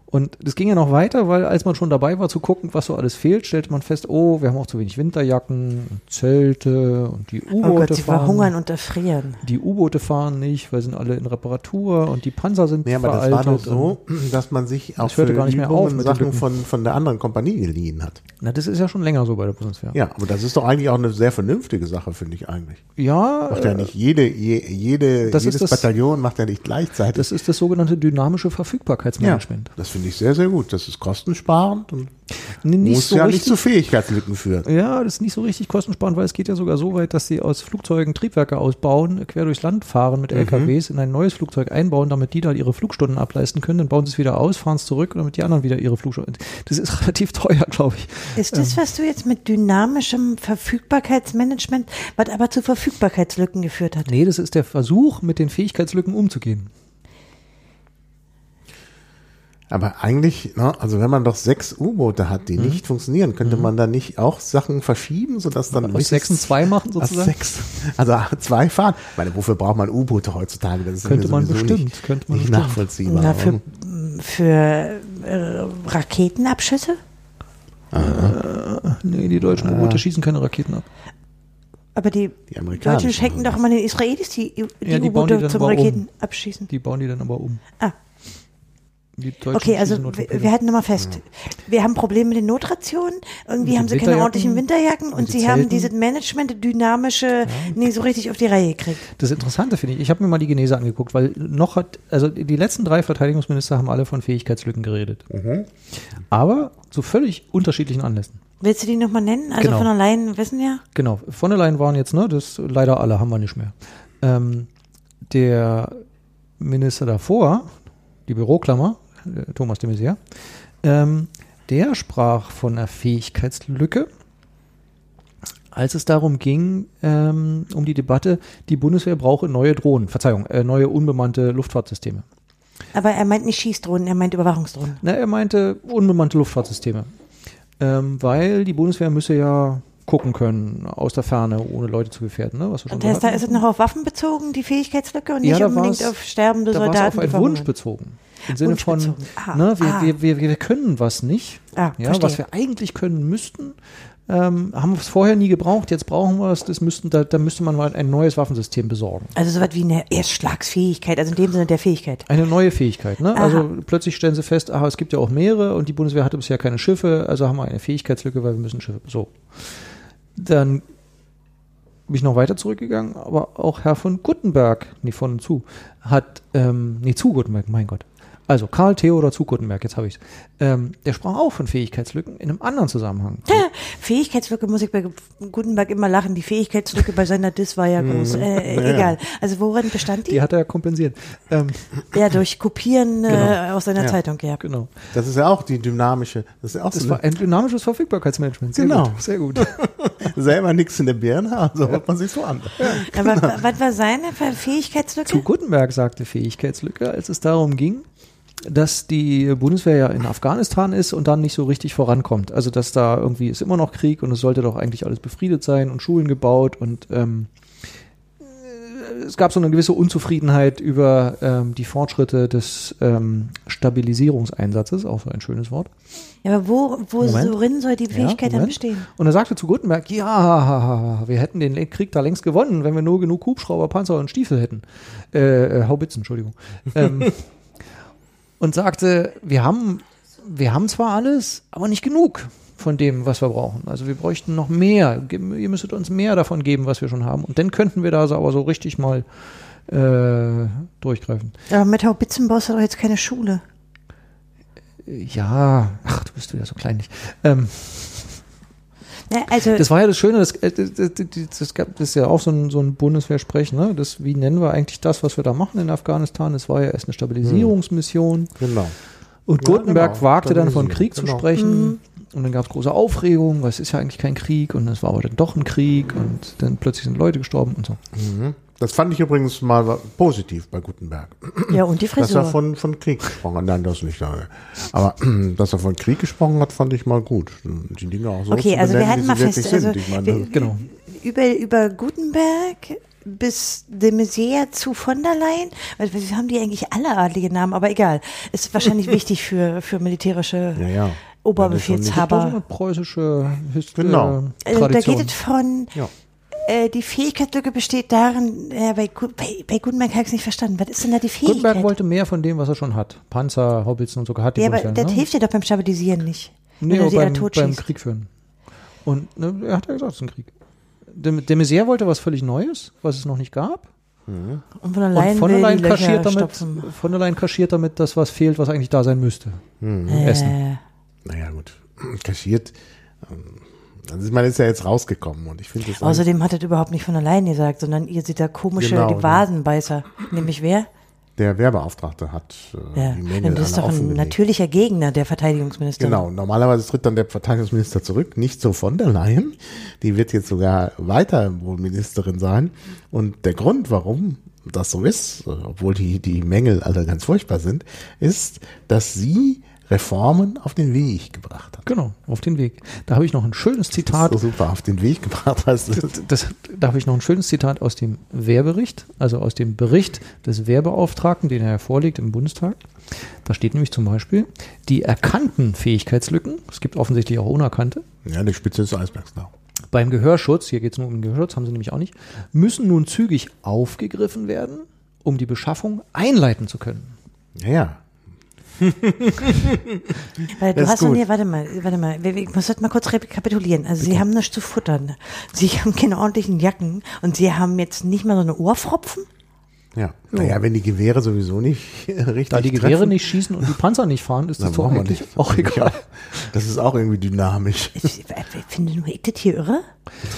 S2: Und das ging ja noch weiter, weil als man schon dabei war zu gucken, was so alles fehlt, stellte man fest, oh, wir haben auch zu wenig Winterjacken, und Zelte und die
S1: Oh,
S2: U-Boote
S1: Gott, sie
S2: fahren.
S1: verhungern und erfrieren.
S2: Die U-Boote fahren nicht, weil sind alle in Reparatur und die Panzer sind
S3: Nee, aber das war
S2: veraltet.
S3: doch so, dass man sich auch
S2: Das hörte
S3: für
S2: gar nicht mehr auf
S3: Übungen
S2: mit den
S3: Sachen
S2: Lücken.
S3: von, von der anderen Kompanie geliehen hat.
S2: und- Na, das ist ja schon länger so bei der Bundeswehr.
S3: Ja, aber das ist doch eigentlich auch eine sehr vernünftige Sache, finde ich eigentlich.
S2: ja
S3: Macht ja nicht jede, je, jede,
S2: Äh, das ist
S3: jedes
S2: das-
S3: Bataillon macht ja nicht gleichzeitig.
S2: das ist das sogenannte dynamische
S3: ja,
S2: Verfügbarkeitsmanagement.
S3: das finde ich sehr, sehr gut. Das ist kostensparend und
S2: Nee,
S3: muss ja nicht zu Fähigkeitslücken führen.
S2: Ja, das ist nicht so richtig kostensparend, weil es geht ja sogar so weit, dass sie aus Flugzeugen Triebwerke ausbauen, quer durchs Land fahren mit LKWs, in ein neues Flugzeug einbauen, damit die da ihre Flugstunden ableisten können. Dann bauen sie es wieder aus, fahren es zurück, damit die anderen wieder ihre Flugstunden. Das ist relativ teuer, glaube ich.
S1: Ist
S2: Ähm.
S1: das, was du jetzt mit dynamischem Verfügbarkeitsmanagement, was aber zu Verfügbarkeitslücken geführt hat?
S2: Nee, das ist der Versuch, mit den Fähigkeitslücken umzugehen.
S3: Aber eigentlich, ne, also wenn man doch sechs U-Boote hat,
S2: Mhm.
S3: die nicht funktionieren, könnte man da nicht auch Sachen verschieben, sodass dann
S2: Aus sechs und zwei machen sozusagen?
S3: Aus sechs, also zwei fahren. Ich meine, wofür braucht man U-Boote heutzutage? Das ist
S2: Könnte
S3: mir
S2: man
S3: sowieso
S2: bestimmt,
S3: nicht,
S2: könnte man
S3: nicht
S2: bestimmt.
S3: nachvollziehbar.
S1: Na,
S3: Aber-
S1: für mm, für äh, Raketenabschüsse?
S2: Nee, die deutschen U-Boote schießen keine Raketen ab.
S1: Aber die,
S3: Die Amerikaner
S1: Deutschen
S3: schon.
S1: schenken doch immer den Israelis die, die
S2: Ja, die bauen die
S1: U-Boote
S2: dann
S1: zum
S2: aber um.
S1: Raketenabschießen.
S2: Die bauen die dann aber um.
S1: Ah.
S2: Die Deutschen
S1: Okay, also
S2: schießen nur
S1: wir,
S2: Torpedos.
S1: wir halten nochmal fest. Wir haben Probleme mit den Notrationen, irgendwie
S2: den
S1: haben sie keine
S2: Winterjacken
S1: ordentlichen Winterjacken und,
S2: und die
S1: sie haben
S2: Zelten.
S1: dieses Management dynamische nie so richtig auf die Reihe gekriegt.
S2: Das Interessante finde ich, ich habe mir mal die Genese angeguckt, weil noch hat, also die letzten drei Verteidigungsminister haben alle von Fähigkeitslücken geredet. Aber zu völlig unterschiedlichen Anlässen.
S1: Willst du die nochmal nennen? Also
S2: Genau.
S1: von allein wissen ja.
S2: Genau, von der Leyen waren jetzt, ne, das leider alle haben wir nicht mehr. Ähm, der Minister davor, die Büroklammer, äh, Thomas de Maizière, ähm, der sprach von einer Fähigkeitslücke, als es darum ging, ähm, um die Debatte, die Bundeswehr brauche neue Drohnen, Verzeihung, äh, neue unbemannte Luftfahrtsysteme.
S1: Aber er meint nicht Schießdrohnen, er meint Überwachungsdrohnen.
S2: Na, er meinte unbemannte Luftfahrtsysteme. Ähm, weil die Bundeswehr müsse ja gucken können, aus der Ferne, ohne Leute zu gefährden. Ne? Was wir schon
S1: Und
S2: so
S1: das, da
S2: hatten.
S1: ist es noch auf Waffen bezogen, die Fähigkeitslücke, und nicht
S2: Ja, da
S1: unbedingt
S2: war's-
S1: auf sterbende
S2: da war's
S1: Soldaten.
S2: auf
S1: die
S2: einen
S1: verhungern.
S2: Wunsch bezogen. Im Sinne
S1: Wunsch
S2: von,
S1: bezogen. Ah,
S2: ne, wir,
S1: ah.
S2: wir, wir, wir können was nicht.
S1: Ah,
S2: ja,
S1: verstehe.
S2: was wir eigentlich können müssten, ähm, haben wir es vorher nie gebraucht, jetzt brauchen wir es, das müssten, da, da müsste man mal ein neues Waffensystem besorgen.
S1: Also sowas wie eine Erstschlagsfähigkeit, also in dem Sinne der Fähigkeit.
S2: Eine neue Fähigkeit. Ne?
S1: Aha.
S2: Also plötzlich stellen sie fest, aha, es gibt ja auch Meere und die Bundeswehr hatte bisher keine Schiffe, also haben wir eine Fähigkeitslücke, weil wir müssen Schiffe. So. Dann bin ich noch weiter zurückgegangen, aber auch Herr von Guttenberg, nee, von zu, hat, ähm, nee, zu Guttenberg, mein Gott. Also Karl Theodor zu Guttenberg, jetzt habe ich es. Ähm, der sprach auch von Fähigkeitslücken in einem anderen Zusammenhang.
S1: Fähigkeitslücke muss ich bei Gutenberg immer lachen. Die Fähigkeitslücke bei seiner Diss war ja
S2: Mhm.
S1: groß. Äh, Egal. Also worin bestand die?
S2: Die hat er ja kompensiert. Ähm,
S1: Ja, durch Kopieren äh,
S2: Genau.
S1: aus seiner
S3: Ja.
S1: Zeitung, ja.
S2: genau.
S3: Das ist ja auch die dynamische, das ist ja auch
S2: Das
S3: so
S2: war
S3: eine,
S2: ein dynamisches Verfügbarkeitsmanagement. Sehr
S3: Genau.
S2: Gut, sehr gut.
S3: selber nichts in der Birne haben, so holt man sich so an.
S1: Aber wa- was war seine
S2: Zu
S1: Fähigkeitslücke?
S2: Gutenberg sagte Fähigkeitslücke, als es darum ging, dass die Bundeswehr ja in Afghanistan ist und dann nicht so richtig vorankommt. Also dass da irgendwie ist immer noch Krieg und es sollte doch eigentlich alles befriedet sein und Schulen gebaut und ähm, es gab so eine gewisse Unzufriedenheit über ähm, die Fortschritte des ähm, Stabilisierungseinsatzes, auch so ein schönes Wort.
S1: Ja, aber wo, wo
S2: Moment.
S1: worin soll die Fähigkeit dann
S2: Moment.
S1: bestehen?
S2: Und er sagte zu Gutenberg, ja, wir hätten den Krieg da längst gewonnen, wenn wir nur genug Hubschrauber, Panzer und Stiefel hätten. Äh, äh, Haubitzen, Entschuldigung. Ähm, und sagte, wir haben, wir haben zwar alles, aber nicht genug von dem, was wir brauchen. Also wir bräuchten noch mehr. Ge- Ihr müsstet uns mehr davon geben, was wir schon haben. Und dann könnten wir da so- aber so richtig mal äh, durchgreifen.
S1: Aber mit Haubitzen baust du doch jetzt keine Schule.
S2: Äh, Ja, ach, du bist wieder so kleinlich. Ähm,
S1: Ja, also,
S2: Das war ja das Schöne, das, äh, das, das, das, gab- das ist ja auch so ein, so ein Bundeswehrsprech, ne? Das, wie nennen wir eigentlich das, was wir da machen in Afghanistan? Es war ja erst eine Stabilisierungsmission.
S3: Genau.
S2: Und
S3: Ja,
S2: Gutenberg
S3: genau.
S2: wagte dann von Krieg zu
S3: Genau.
S2: sprechen. Und dann gab es große Aufregung, weil es ist ja eigentlich kein Krieg und es war aber dann doch ein Krieg und dann plötzlich sind Leute gestorben und so.
S3: Das fand ich übrigens mal wa- positiv bei Gutenberg.
S1: Ja, und die
S3: Dass
S1: Frisur.
S3: er von, von Krieg gesprochen hat. Nein, das nicht. nein. Aber dass er von Krieg gesprochen hat, fand ich mal gut. Die Dinge auch so
S1: okay,
S3: zu
S1: also wir
S3: benennen,
S1: halten
S3: wie
S1: mal
S3: sie
S1: fest.
S3: wirklich sind.
S1: Also,
S3: ich
S1: wir-
S3: meine, ne?
S2: Genau.
S1: Über, über Gutenberg bis de Maizière zu von der Leyen. Also, Wir haben die eigentlich alle adligen Namen, aber egal. Ist wahrscheinlich wichtig für, für militärische
S3: Ja, ja.
S2: Das ist
S1: Oberbefehlshaber.
S2: eine preußische Hist
S3: Genau.
S2: äh,
S1: Äh, Da
S2: Tradition.
S1: geht es von,
S3: ja.
S1: äh, die Fähigkeitslücke besteht darin, äh, bei, Gu- bei, bei Gutenberg habe ich es nicht verstanden. Was ist denn da die Fähigkeit?
S2: Gutenberg wollte mehr von dem, was er schon hat. Panzer, Hobbits und so hat die
S1: ja, aber
S2: Bundeswehr,
S1: das
S2: ne?
S1: hilft dir doch beim Stabilisieren nicht.
S2: Nee,
S1: wenn du
S2: aber
S1: sie da
S2: beim,
S1: tot
S2: beim
S1: schießt.
S2: Krieg führen. Und ne, er hat ja gesagt, es ist ein Krieg. De, de Maizière wollte was völlig Neues, was es noch nicht gab.
S1: Und von der
S2: Und
S1: Leyen
S2: von der
S1: will
S2: Leyen
S1: die Löcher
S2: kaschiert damit,
S1: stopfen.
S2: von der Leyen kaschiert damit das, was fehlt, was eigentlich da sein müsste. Essen.
S1: Äh,
S3: Naja, gut. Kaschiert. ähm, Also ich meine, ist ja jetzt rausgekommen und ich finde das
S1: außerdem hat das überhaupt nicht von der Leyen gesagt, sondern ihr seht da komische,
S3: Genau,
S1: die
S3: ne?
S1: Vasenbeißer. Nämlich wer?
S3: der Werbeauftragte hat äh,
S1: Ja. Dann
S3: die Mängel
S1: das ist
S3: alle
S1: doch ein
S3: offengelegt.
S1: natürlicher Gegner der Verteidigungsministerin.
S3: Genau, normalerweise tritt dann der Verteidigungsminister zurück, nicht so von der Leyen. Die wird jetzt sogar weiter wohl Ministerin sein. Und der Grund, warum das so ist, äh, obwohl die, die Mängel alle ganz furchtbar sind, ist, dass sie Reformen auf den Weg gebracht hat.
S2: Genau, auf den Weg. Da habe ich noch ein schönes Zitat
S3: So super, auf den Weg gebracht hast.
S2: das, da habe ich noch ein schönes Zitat aus dem Wehrbericht, also aus dem Bericht des Wehrbeauftragten, den er vorlegt im Bundestag. Da steht nämlich zum Beispiel, die erkannten Fähigkeitslücken, es gibt offensichtlich auch unerkannte,
S3: Ja, die Spitze des Eisbergs genau. da.
S2: beim Gehörschutz, hier geht es nur um den Gehörschutz, haben sie nämlich auch nicht, müssen nun zügig aufgegriffen werden, um die Beschaffung einleiten zu können.
S3: Ja, ja.
S1: Weil du
S3: Das ist
S1: hast noch
S3: gut.
S1: nie, warte mal, warte mal, wir- ich muss das mal kurz rekapitulieren. Also sie haben nichts zu futtern. Sie haben keine ordentlichen Jacken und sie haben jetzt nicht mal so eine Ohrfropfen.
S3: Ja. Naja, wenn die Gewehre sowieso nicht richtig
S2: Da die Gewehre
S3: treffen,
S2: nicht schießen und die Panzer nicht fahren, ist das
S3: dann
S2: doch
S3: brauchen wir
S2: eigentlich
S3: nicht.
S2: auch egal.
S3: Das ist auch irgendwie dynamisch.
S1: Ich ich finde nur ich das hier irre.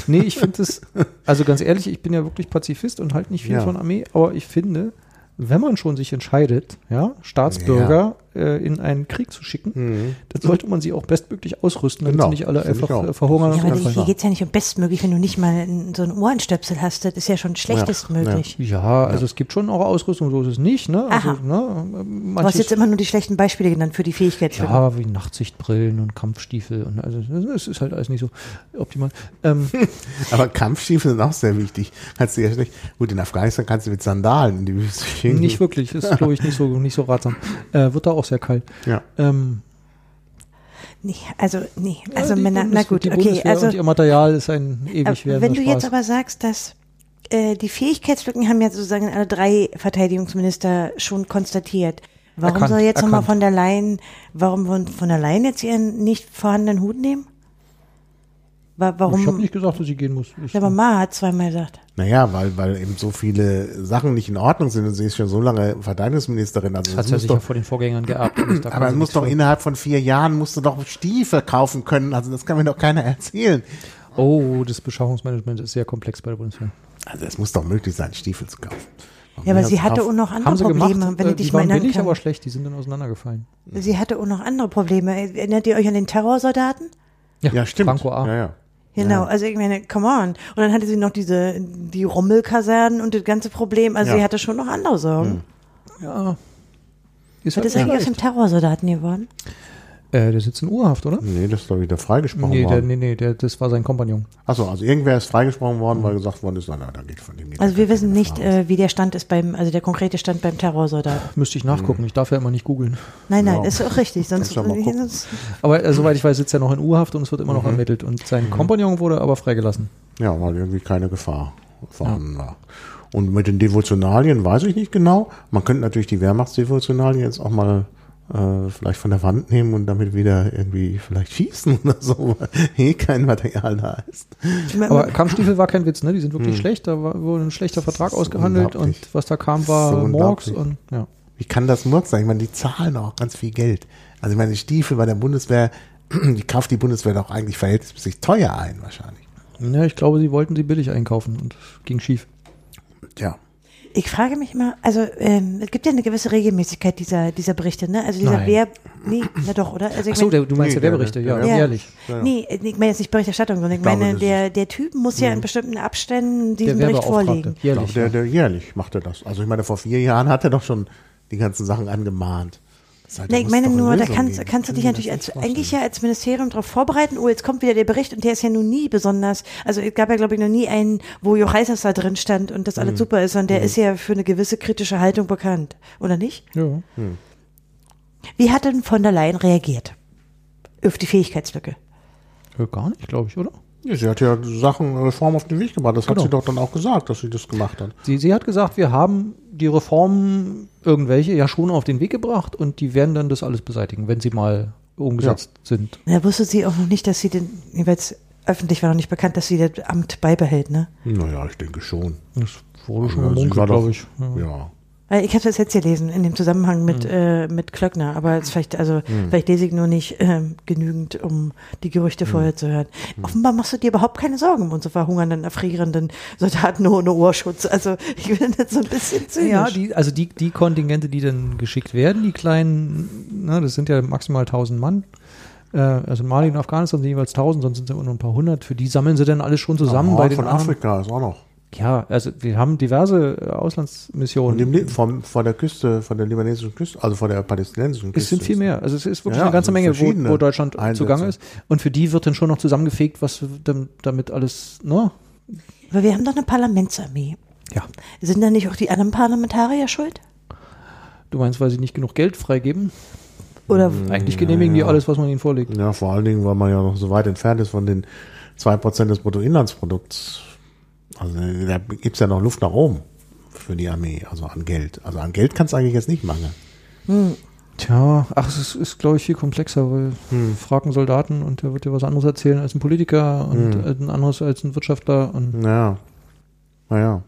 S2: Nee, ich finde es, also ganz ehrlich, ich bin ja wirklich Pazifist und halt nicht viel
S3: Ja.
S2: von Armee, aber ich finde, wenn man schon sich entscheidet, ja, Staatsbürger äh, in einen Krieg zu schicken, dann sollte man sie auch bestmöglich ausrüsten, damit
S3: Mhm. Genau,
S2: sie nicht alle
S3: finde ich
S2: einfach
S3: auch.
S2: äh, verhungern
S1: Ja,
S2: und
S1: aber
S2: umfallen.
S1: hier geht's ja nicht um bestmöglich, wenn du nicht mal n- so einen Ohrenstöpsel hast. Das ist ja schon schlechtestmöglich.
S2: Ja, also es gibt schon auch Ausrüstung, so ist es nicht, ne? Also,
S1: Aha.
S2: ne,
S1: Du hast jetzt
S2: manches,
S1: immer nur die schlechten Beispiele genannt für die Fähigkeit.
S3: Genau.
S2: ja, wie Nachtsichtbrillen und Kampfstiefel und also es ist halt alles nicht so optimal. Ähm,
S3: Aber Kampfstiefel sind auch sehr wichtig. Kannst du ja nicht, gut, in Afghanistan kannst du mit Sandalen in die Wüste gehen.
S2: nicht wirklich, ist glaube ich nicht so nicht so ratsam. Äh, wird da auch sehr kalt.
S3: Ja.
S2: Ähm,
S1: Nee, also, nee, also
S2: Ja, die
S1: Männer, na
S2: Bundes-
S1: gut,
S2: die
S1: okay,
S2: Bundeswehr
S1: also.
S2: und ihr Material ist ein ewig
S1: Aber
S2: werdender
S1: Wenn du
S2: Spaß.
S1: jetzt aber sagst, dass äh, die Fähigkeitslücken haben ja sozusagen alle drei Verteidigungsminister schon konstatiert. Warum
S2: Erkannt,
S1: soll jetzt nochmal
S2: erkannt.
S1: von der Leyen, warum wollen von der Leyen jetzt ihren nicht vorhandenen Hut nehmen? Wa-
S2: ich habe
S1: Warum?
S2: nicht gesagt, dass sie gehen muss. Ich,
S1: um Aber Ma hat zweimal gesagt.
S3: Naja, weil, weil eben so viele Sachen nicht in Ordnung sind und sie ist schon so lange Verteidigungsministerin. Also
S2: hat
S3: das
S2: ja
S3: muss
S2: sicher
S3: doch,
S2: vor den Vorgängern geerbt. Da kann
S3: aber es
S2: sie
S3: muss
S2: nichts
S3: doch
S2: für.
S3: innerhalb von vier Jahren musst du doch Stiefel kaufen können. Also das kann mir doch keiner erzählen.
S2: oh, das Beschaffungsmanagement ist sehr komplex bei der Bundeswehr.
S3: Also es muss doch möglich sein, Stiefel zu kaufen.
S1: Ja, aber sie hatte auch noch andere
S2: Haben sie
S1: Probleme,
S2: gemacht,
S1: wenn
S2: äh,
S1: ich dich
S2: die
S1: mal
S2: waren
S1: erinnern
S2: billig,
S1: kann.
S2: aber schlecht, die sind dann auseinandergefallen.
S1: Sie hatte auch noch andere Probleme. Erinnert ihr euch an den Terrorsoldaten?
S3: Ja, stimmt.
S2: Franco A.
S3: Ja, ja.
S1: Genau, also ich meine, come on. Und dann hatte sie noch diese, die Rommelkasernen und das ganze Problem. Also
S3: Ja.
S1: sie hatte schon noch andere Sorgen.
S2: Ja.
S1: Das
S2: Ist halt
S1: ist eigentlich aus dem
S2: schlecht.
S1: Terrorsoldaten geworden.
S2: Äh, der sitzt in Urhaft, oder?
S3: Nee, das ist doch wieder freigesprochen
S2: Nee, der,
S3: worden.
S2: nee, nee, der, das war sein Kompagnon.
S3: Achso, also irgendwer ist freigesprochen worden, weil gesagt worden ist, na, na, da geht von dem nicht.
S1: Also wir wissen nicht, äh, wie der Stand ist beim, also der konkrete Stand beim Terrorsoldaten.
S2: Müsste ich nachgucken,
S3: Mhm.
S2: ich darf ja immer nicht googeln.
S1: Nein, nein,
S3: Ja.
S1: ist auch richtig. Sonst,
S3: Kannst du ja mal gucken.
S1: sonst
S2: Aber äh, soweit ich weiß, sitzt er noch in Urhaft und es wird immer
S3: Mhm.
S2: noch ermittelt. Und sein Kompagnon wurde aber freigelassen.
S3: Ja, weil irgendwie keine Gefahr vorhanden war. Und mit den Devotionalien weiß ich nicht genau. Man könnte natürlich die Wehrmachtsdevotionalien jetzt auch mal äh, vielleicht von der Wand nehmen und damit wieder irgendwie vielleicht schießen oder so, weil eh kein Material da ist.
S2: Aber Kampfstiefel war kein Witz, ne? Die sind wirklich schlecht. Da war, wurde ein schlechter Vertrag
S3: ist
S2: ausgehandelt und
S3: Mhm. unglaublich.
S2: was da kam,
S3: Das
S2: war
S3: ist so
S2: Morgs und
S3: unglaublich.
S2: ja.
S3: Wie kann das Murks sein? Ich meine, die zahlen auch ganz viel Geld. Also ich meine, die Stiefel bei der Bundeswehr, die kauft die Bundeswehr doch eigentlich verhältnismäßig teuer ein wahrscheinlich.
S2: Ja, ich glaube, sie wollten sie billig einkaufen und es ging schief.
S3: Ja.
S1: Ich frage mich immer, also ähm, es gibt ja eine gewisse Regelmäßigkeit dieser, dieser Berichte, ne? Also dieser
S2: Nein.
S1: Wer, nee, na doch, oder? Also ich
S2: Achso,
S1: mein-
S2: du meinst
S3: Nee,
S2: ja Werberichte,
S3: der-
S2: ja,
S3: der-
S1: ja.
S2: jährlich.
S1: Nee, ich meine jetzt nicht Berichterstattung, sondern ich,
S3: glaube,
S1: meine,
S3: das
S1: der, der Typ muss ja in bestimmten Abständen
S2: Der
S1: diesen Bericht
S2: Werbeauftragte,
S1: vorlegen.
S3: Ich glaube,
S2: jährlich.
S3: der, der jährlich macht er das. Also ich meine, vor vier Jahren hat er doch schon die ganzen Sachen angemahnt. Das ist halt-
S1: Nee,
S3: da
S1: ich
S3: muss
S1: meine
S3: doch eine
S1: nur, da
S3: Lösung
S1: kannst,
S3: geben.
S1: kannst du dich
S3: Ja,
S1: natürlich
S3: das
S1: als, eigentlich ja als Ministerium darauf vorbereiten, oh, jetzt kommt wieder der Bericht und der ist ja nun nie besonders, also es gab ja glaube ich noch nie einen, wo Jochaißers da drin stand und das alles super ist, sondern der ist ja für eine gewisse kritische Haltung bekannt, oder nicht?
S2: Ja.
S1: Wie hat denn von der Leyen reagiert? Auf die Fähigkeitslücke.
S2: ja, gar nicht, glaube ich, oder?
S3: Ja, sie hat ja Sachen Reform auf den Weg gemacht. Das hat
S2: Genau.
S3: sie doch dann auch gesagt, dass sie das gemacht hat.
S2: Sie, sie hat gesagt, wir haben die Reformen irgendwelche ja schon auf den Weg gebracht und die werden dann das alles beseitigen, wenn sie mal umgesetzt sind.
S1: Da wusste sie auch noch nicht, dass sie den, jeweils öffentlich war noch nicht bekannt, dass sie das Amt beibehält, ne?
S3: Naja, ich denke schon.
S2: Das wurde schon
S3: Ja, sie
S2: gemunkelt,
S3: war doch-
S2: glaube ich. Ja.
S3: Ja.
S1: Weil ich habe das jetzt gelesen in dem Zusammenhang mit, äh, mit Klöckner, aber jetzt vielleicht, also vielleicht lese ich nur nicht ähm, genügend, um die Gerüchte vorher zu hören. Offenbar machst du dir überhaupt keine Sorgen um unsere verhungernden, erfrierenden Soldaten ohne Ohrschutz. Also ich bin jetzt so ein bisschen zynisch.
S2: Ja, die, also die, die Kontingente, die dann geschickt werden, die kleinen, na, das sind ja maximal 1000 Mann. Äh, Also in Mali und Afghanistan sind jeweils 1000, sonst sind es immer nur ein paar hundert. Für die sammeln sie dann alles schon zusammen
S3: Am
S2: bei
S3: Horn
S2: den
S3: von
S2: anderen-
S3: Afrika ist auch noch.
S2: Ja, also wir haben diverse äh,
S3: Und
S2: Auslandsmissionen.
S3: im, Li- vom, von der Küste, von der libanesischen Küste, also von der palästinensischen Küste.
S2: Es sind viel mehr. Also es ist wirklich
S3: Ja,
S2: eine ganze
S3: also
S2: Menge,
S3: verschiedene
S2: wo, wo Deutschland
S3: Einsätze.
S2: zugange ist. Und für die wird dann schon noch zusammengefegt, was dam- damit alles, ne?
S1: Aber wir haben doch eine Parlamentsarmee.
S2: Ja.
S1: Sind da nicht auch die anderen Parlamentarier schuld?
S2: Du meinst, weil sie nicht genug Geld freigeben?
S1: Oder
S3: Hm,
S2: Hm, Eigentlich genehmigen die alles, was man ihnen vorlegt.
S3: Ja, vor allen Dingen, weil man ja noch so weit entfernt ist von den 2% des Bruttoinlandsprodukts. Also da gibt's ja noch Luft nach oben für die Armee, also an Geld. Also an Geld kann's eigentlich jetzt nicht mangeln.
S2: Tja, ach, es ist, ist glaube ich, viel komplexer, weil fragen Soldaten und der wird dir was anderes erzählen als ein Politiker und als ein anderes als ein Wirtschaftler. Und
S3: Naja. Naja.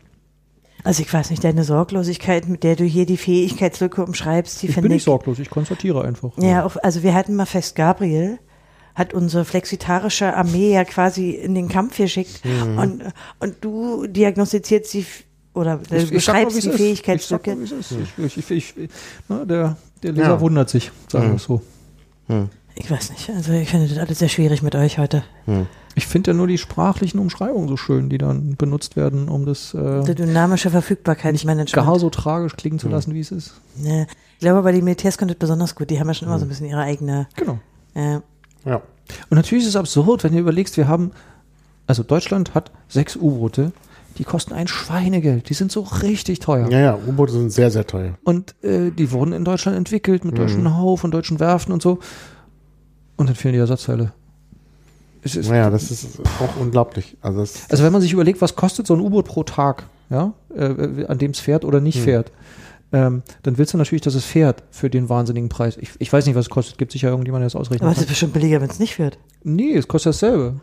S1: also ich weiß nicht, deine Sorglosigkeit, mit der du hier die Fähigkeitslücke umschreibst, die
S2: ich
S1: finde
S2: bin nicht
S1: ich
S2: sorglos, ich konstatiere einfach.
S1: Ja, auf, also wir hatten mal fest, Gabriel hat unsere flexitarische Armee ja quasi in den Kampf geschickt
S2: Mhm.
S1: und, und du diagnostizierst die F- oder äh,
S2: Ich- ich sag mal,
S1: beschreibst
S2: wie's
S1: die
S2: ist.
S1: Fähigkeitslücke.
S2: Ich, sag mal, wie's ist. ich, ich, ich, ich, na, der, der Leser
S3: Ja.
S2: wundert sich, sagen wir es so.
S1: Ich weiß nicht, also ich finde das alles sehr schwierig mit euch heute.
S2: Ich finde ja nur die sprachlichen Umschreibungen so schön, die dann benutzt werden, um das
S1: Die
S2: äh,
S1: dynamische Verfügbarkeitsmanagement.
S2: gar so tragisch klingen zu lassen, wie es ist.
S1: Ne. Ich glaube, bei den Militärs kommt das besonders gut. Die haben ja schon
S2: Mhm.
S1: immer so ein bisschen ihre eigene.
S2: Genau.
S1: Äh,
S3: Ja.
S2: Und natürlich ist es absurd, wenn du überlegst, wir haben, also Deutschland hat sechs U-Boote, die kosten ein Schweinegeld, die sind so richtig teuer.
S3: Ja, ja, U-Boote sind sehr, sehr teuer.
S2: Und äh, die wurden in Deutschland entwickelt mit deutschen Hauf und deutschen Werften und so. Und dann fehlen die Ersatzteile. Es ist,
S3: Naja, das ist auch unglaublich. Also das,
S2: Also wenn man sich überlegt, was kostet so ein U-Boot pro Tag, ja, äh, an dem es fährt oder nicht fährt, ähm, dann willst du natürlich, dass es fährt für den wahnsinnigen Preis. Ich, ich weiß nicht, was es kostet. Gibt sicher irgendjemand, der das ausrechnet.
S1: aber es ist bestimmt billiger, wenn es nicht wird.
S2: Nee, es kostet dasselbe.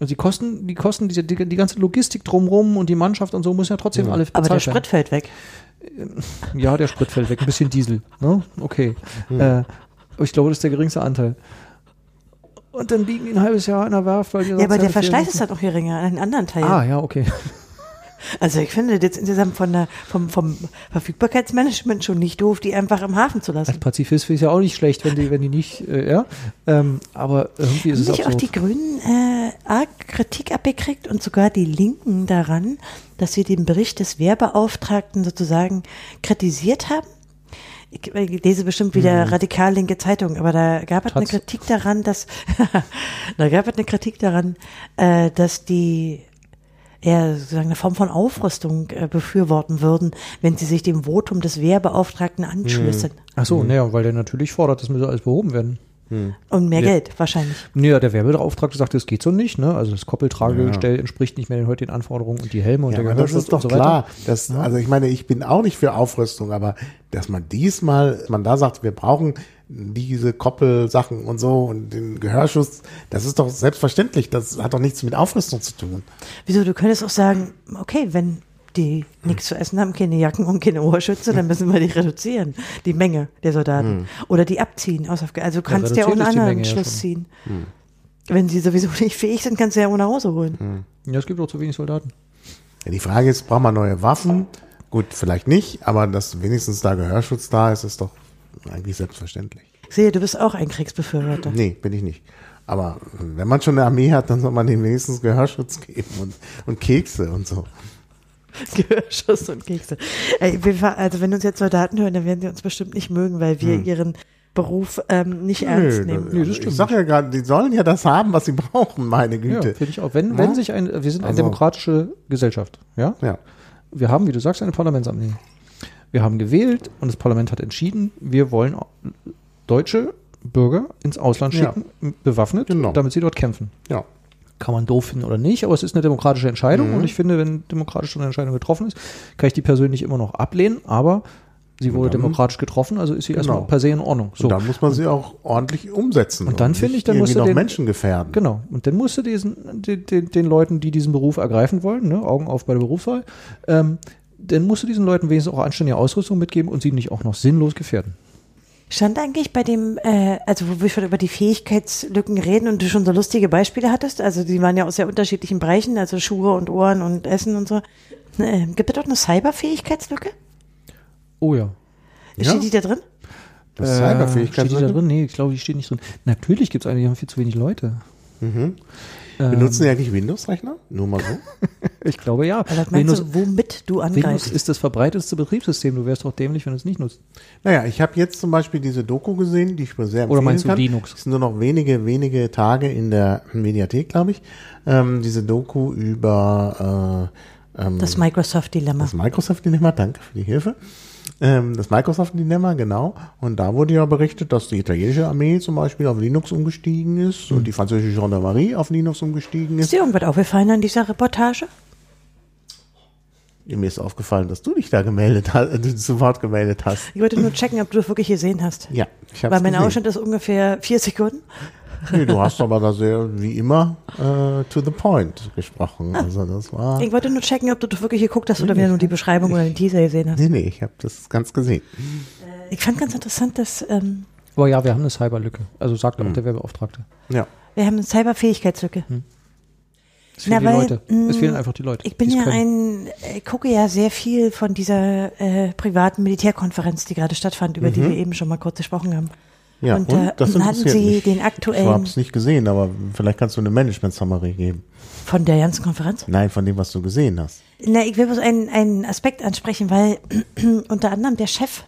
S2: Also die Kosten, die Kosten, die, die, die ganze Logistik drumrum und die Mannschaft und so muss ja trotzdem alle bezahlt
S1: Aber der
S2: werden.
S1: Sprit fällt weg.
S2: Ja, der Sprit fällt weg. Ein bisschen Diesel. Ne? Okay. Äh, aber ich glaube, das ist der geringste Anteil. Und dann liegen die ein halbes Jahr in der Werft, weil die
S1: Ja, aber der Verschleiß
S2: Ersatzteile
S1: ist halt noch geringer an den anderen Teilen.
S2: fehlen. Ah, ja, okay.
S1: Also ich finde das jetzt insgesamt von der, vom, vom Verfügbarkeitsmanagement schon nicht doof, die einfach im Hafen zu
S2: Als
S1: lassen.
S2: Pazifist ist ja auch nicht schlecht, wenn die, wenn die nicht, äh, ja. Ähm, aber irgendwie ist
S1: Haben
S2: es
S1: nicht auch
S2: absurd.
S1: die Grünen äh, arg Kritik abgekriegt und sogar die Linken daran, dass sie den Bericht des Wehrbeauftragten sozusagen kritisiert haben? Ich äh, lese bestimmt wieder
S2: Mhm.
S1: radikal linke Zeitungen, aber da gab es eine
S2: Taz.
S1: Kritik daran, dass da gab es eine Kritik daran, äh, dass die eher sozusagen eine Form von Aufrüstung äh, befürworten würden, wenn sie sich dem Votum des Wehrbeauftragten anschließen.
S2: Ach so, naja, weil der natürlich fordert, das müsse alles behoben werden.
S1: Und mehr Geld wahrscheinlich.
S2: Naja, der Werbebeauftragte sagte, es geht so nicht, ne? Also das Koppeltragegestell entspricht nicht mehr den heutigen Anforderungen und die Helme und
S3: Ja,
S2: der
S3: aber das
S2: Gehörschutz
S3: ist doch
S2: und so weiter.
S3: klar. Das, Also ich meine, ich bin auch nicht für Aufrüstung, aber dass man diesmal, man da sagt, wir brauchen diese Koppelsachen und so und den Gehörschutz, das ist doch selbstverständlich. Das hat doch nichts mit Aufrüstung zu tun.
S1: Wieso, du könntest auch sagen, okay, wenn
S2: Hm.
S1: die nichts zu essen haben, keine Jacken und keine Ohrschütze, dann müssen wir die reduzieren, die Menge der Soldaten. Oder die abziehen. aus Afghanistan. Also du kannst ja,
S2: Hm. reduziert
S1: ohne
S2: ist die
S1: anderen
S2: Menge ja
S1: Schluss
S2: schon. Hm.
S1: ziehen. Wenn sie sowieso nicht fähig sind,
S2: Hm.
S1: kannst du ja ohne Hause holen.
S2: Ja, es gibt auch zu wenig Soldaten.
S3: Ja, die Frage ist, braucht man neue Waffen? Gut, vielleicht nicht, aber dass wenigstens da Gehörschutz da ist, ist doch eigentlich selbstverständlich.
S1: Sehe, du bist auch ein Kriegsbefürworter.
S3: Nee, bin ich nicht. Aber wenn man schon eine Armee hat, dann soll man dem wenigstens Gehörschutz geben und, und Kekse und so.
S1: Gehörschuss und Kekse. Ey, wir fa- also wenn uns jetzt Soldaten hören, dann werden sie uns bestimmt nicht mögen, weil wir ihren Beruf ähm, nicht ernst
S3: Nö,
S1: nehmen.
S2: Nee,
S3: das, also
S2: Hm. das
S3: ich
S2: stimmt.
S3: sag ja gerade, die sollen ja das haben, was sie brauchen, meine
S2: Ja,
S3: Güte.
S2: finde ich auch. Wenn, wenn
S3: Ja?
S2: sich ein, wir sind eine
S3: Also-
S2: demokratische Gesellschaft, ja?
S3: Ja.
S2: Wir haben, wie du sagst, eine Parlamentsanliegen. Wir haben gewählt und das Parlament hat entschieden, wir wollen deutsche Bürger ins Ausland
S3: Ja.
S2: schicken, m- bewaffnet,
S3: Genau.
S2: damit sie dort kämpfen.
S3: ja.
S2: Kann man doof finden oder nicht, aber es ist eine demokratische Entscheidung
S3: Mhm.
S2: und ich finde, wenn demokratisch so eine Entscheidung getroffen ist, kann ich die persönlich immer noch ablehnen, aber sie wurde
S3: dann-
S2: demokratisch getroffen, also ist sie erstmal
S3: Genau.
S2: per se in Ordnung. So.
S3: Und dann muss man sie auch ordentlich umsetzen.
S2: Und dann finde
S3: nicht
S2: ich, dann musst
S3: irgendwie
S2: du
S3: noch
S2: den-
S3: Menschen gefährden.
S2: Genau. Und dann musst du diesen, den, den, den Leuten, die diesen Beruf ergreifen wollen, ne, Augen auf bei der Berufswahl, ähm, dann musst du diesen Leuten wenigstens auch anständige Ausrüstung mitgeben und sie nicht auch noch sinnlos gefährden.
S1: Stand eigentlich bei dem, äh, also wo wir schon über die Fähigkeitslücken reden und du schon so lustige Beispiele hattest, also die waren ja aus sehr unterschiedlichen Bereichen, also Schuhe und Ohren und Essen und so. Äh, gibt es dort eine Cyberfähigkeitslücke?
S2: Oh ja.
S3: Ja.
S1: Steht die da drin?
S3: Das
S2: Äh,
S3: ist Cyberfähigkeit. ne?
S2: Steht die da drin? Nee, ich glaube, die steht nicht drin. Natürlich gibt es eine, die haben viel zu wenig Leute. Ähm.
S3: Benutzen die eigentlich Windows-Rechner? Nur mal so.
S2: Ich glaube ja.
S1: Oder was Also, meinst
S2: Windows,
S1: du, womit du
S2: Windows
S1: angreifst?
S2: ist das verbreitetste Betriebssystem. Du wärst doch dämlich, wenn du es nicht nutzt.
S3: Naja, ich habe jetzt zum Beispiel diese Doku gesehen, die ich mir sehr empfehlen
S2: Oder meinst du
S3: kann.
S2: Linux?
S3: Es sind nur noch wenige, wenige Tage in der Mediathek, glaube ich. Ähm, diese Doku über äh, ähm,
S1: Das Microsoft-Dilemma.
S3: das Microsoft-Dilemma, danke für die Hilfe. Ähm, das Microsoft-Dilemma, genau. Und da wurde ja berichtet, dass die italienische Armee zum Beispiel auf Linux umgestiegen ist
S1: Mhm.
S3: und die französische Gendarmerie auf Linux umgestiegen
S1: Ist
S3: ist.
S1: dir irgendwas aufgefallen an dieser Reportage?
S3: Mir ist aufgefallen, dass du dich da gemeldet hast, äh, zu Wort gemeldet hast.
S1: Ich wollte nur checken, ob du das wirklich gesehen hast.
S3: Ja, ich habe
S1: Weil mein Ausschnitt ist ungefähr vier Sekunden.
S3: Nee, du hast aber da sehr, wie immer, äh, to the point gesprochen. Also das war.
S1: Ah. Ich wollte nur checken, ob du das wirklich geguckt hast oder wieder nur die Beschreibung oder den Teaser gesehen hast.
S3: Nee, nee, ich habe das ganz gesehen.
S1: Ich fand ganz interessant, dass ähm,
S2: Aber ja, wir haben eine Cyberlücke. Also sagt auch der Werbeauftragte.
S3: Ja.
S1: wir haben eine
S3: Hm.
S1: Cyberfähigkeitslücke.
S2: Es
S1: Na,
S2: fehlen die
S1: weil,
S2: Leute. es
S1: mh,
S2: fehlen einfach die Leute.
S1: Ich bin
S2: die es
S1: ja
S2: können.
S1: ein, ich gucke ja sehr viel von dieser äh, privaten Militärkonferenz, die gerade stattfand, über die wir eben schon mal kurz gesprochen haben.
S3: Mhm. Ja,
S1: und, äh, und hatten
S3: interessiert
S1: Sie
S3: mich.
S1: den
S3: Ich
S1: aktuellen
S3: habe es nicht gesehen, aber vielleicht kannst du eine Management-Summary geben.
S1: von der ganzen Konferenz?
S3: Nein, von dem, was du gesehen hast.
S1: Na, ich will bloß einen, einen Aspekt ansprechen, weil unter anderem der Chef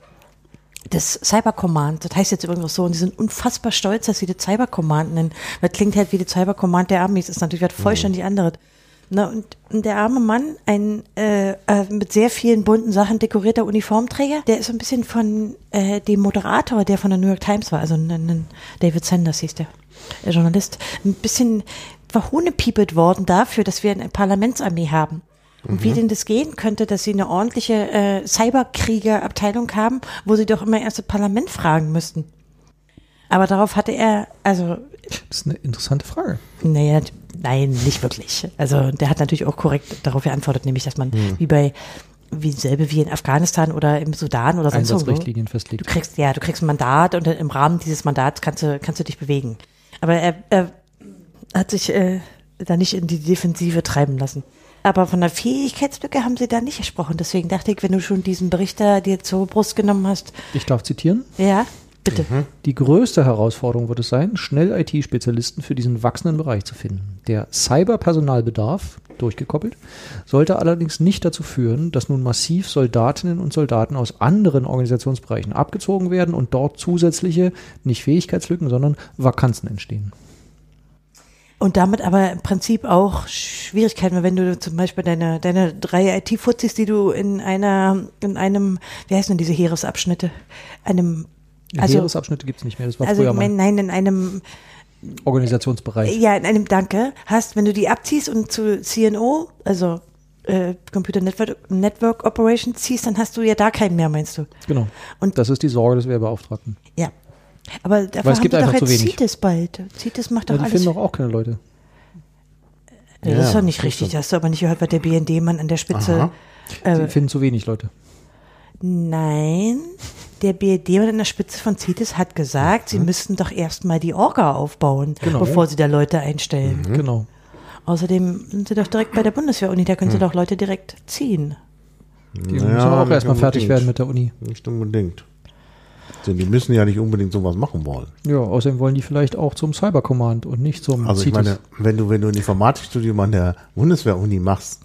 S1: des Cyber Command, das heißt jetzt übrigens so, und die sind unfassbar stolz, dass sie das Cyber Command nennen. Das klingt halt wie das Cyber Command der Armees, ist natürlich was vollständig anderes. Na, und, und der arme Mann, ein äh, äh, mit sehr vielen bunten Sachen dekorierter Uniformträger, der ist so ein bisschen von äh, dem Moderator, der von der New York Times war, also ein- ein David Sanders hieß der, der Journalist, ein bisschen verhohnepiepelt worden dafür, dass wir eine Parlamentsarmee haben. Und wie denn das gehen könnte, dass sie eine ordentliche äh, Cyberkriegerabteilung haben, wo sie doch immer erst das Parlament fragen müssten. Aber darauf hatte er, also,
S2: das ist eine interessante Frage.
S1: naja, nein, nicht wirklich. Also, der hat natürlich auch korrekt darauf geantwortet, nämlich, dass man wie bei, wie selbe wie in Afghanistan oder im Sudan oder sonst irgendwo.
S2: Einsatzrichtlinien
S1: Du
S2: festlegt.
S1: kriegst, ja, du kriegst ein Mandat und dann im Rahmen dieses Mandats kannst du, kannst du dich bewegen. Aber er, er hat sich äh, da nicht in die Defensive treiben lassen. Aber von der Fähigkeitslücke haben sie da nicht gesprochen. Deswegen dachte ich, wenn du schon diesen Bericht da dir zur Brust genommen hast,
S2: Ich darf zitieren.
S1: ja, bitte.
S2: Die größte Herausforderung wird es sein, schnell IT-Spezialisten für diesen wachsenden Bereich zu finden. Der Cyberpersonalbedarf, durchgekoppelt, sollte allerdings nicht dazu führen, dass nun massiv Soldatinnen und Soldaten aus anderen Organisationsbereichen abgezogen werden und dort zusätzliche, nicht Fähigkeitslücken, sondern Vakanzen entstehen.
S1: Und damit aber im Prinzip auch Schwierigkeiten, weil wenn du zum Beispiel deine, deine drei IT-Fuzis, die du in einer, in einem, wie heißen denn diese Heeresabschnitte? Einem, also,
S2: Heeresabschnitte gibt es nicht mehr, das war
S1: also
S2: früher
S1: ich
S2: mal
S1: meine,
S2: ein
S1: nein, in einem
S2: Organisationsbereich.
S1: Äh, Ja, in einem Danke hast, wenn du die abziehst und zu CNO, also äh, Computer Network, Network Operations ziehst, dann hast du ja da keinen mehr, meinst du?
S2: Genau.
S1: Und-
S2: Und das ist die Sorge des Wehrbeauftragten.
S1: Ja. Aber dafür
S2: Weil es
S1: haben
S2: gibt
S1: wir doch
S2: einfach zu
S1: jetzt
S2: wenig.
S1: CITES bald. CITES macht doch
S2: Ja, die
S1: alles.
S2: finden doch auch keine Leute.
S1: Nee, das ist
S3: Ja,
S1: doch nicht
S3: das
S1: richtig. Das hast du aber nicht gehört, was der BND-Mann an der Spitze. äh,
S3: Aha.
S2: Die finden zu wenig Leute.
S1: Nein. Der BND-Mann an der Spitze von CITES hat gesagt, sie müssten doch erstmal die Orga aufbauen,
S2: Mhm. Genau.
S1: bevor sie da Leute einstellen.
S3: Hm?
S2: Genau. Mhm.
S1: Außerdem sind sie doch direkt bei der Bundeswehr-Uni, da können sie doch Leute direkt ziehen.
S2: Die müssen auch erstmal fertig werden mit der Uni.
S3: Nicht unbedingt. Denn die müssen ja nicht unbedingt sowas machen wollen.
S2: Ja, außerdem wollen die vielleicht auch zum Cyber Command und nicht zum
S3: Also ich
S2: CITES.
S3: meine, wenn du, wenn du ein Informatikstudium an der Bundeswehr-Uni machst,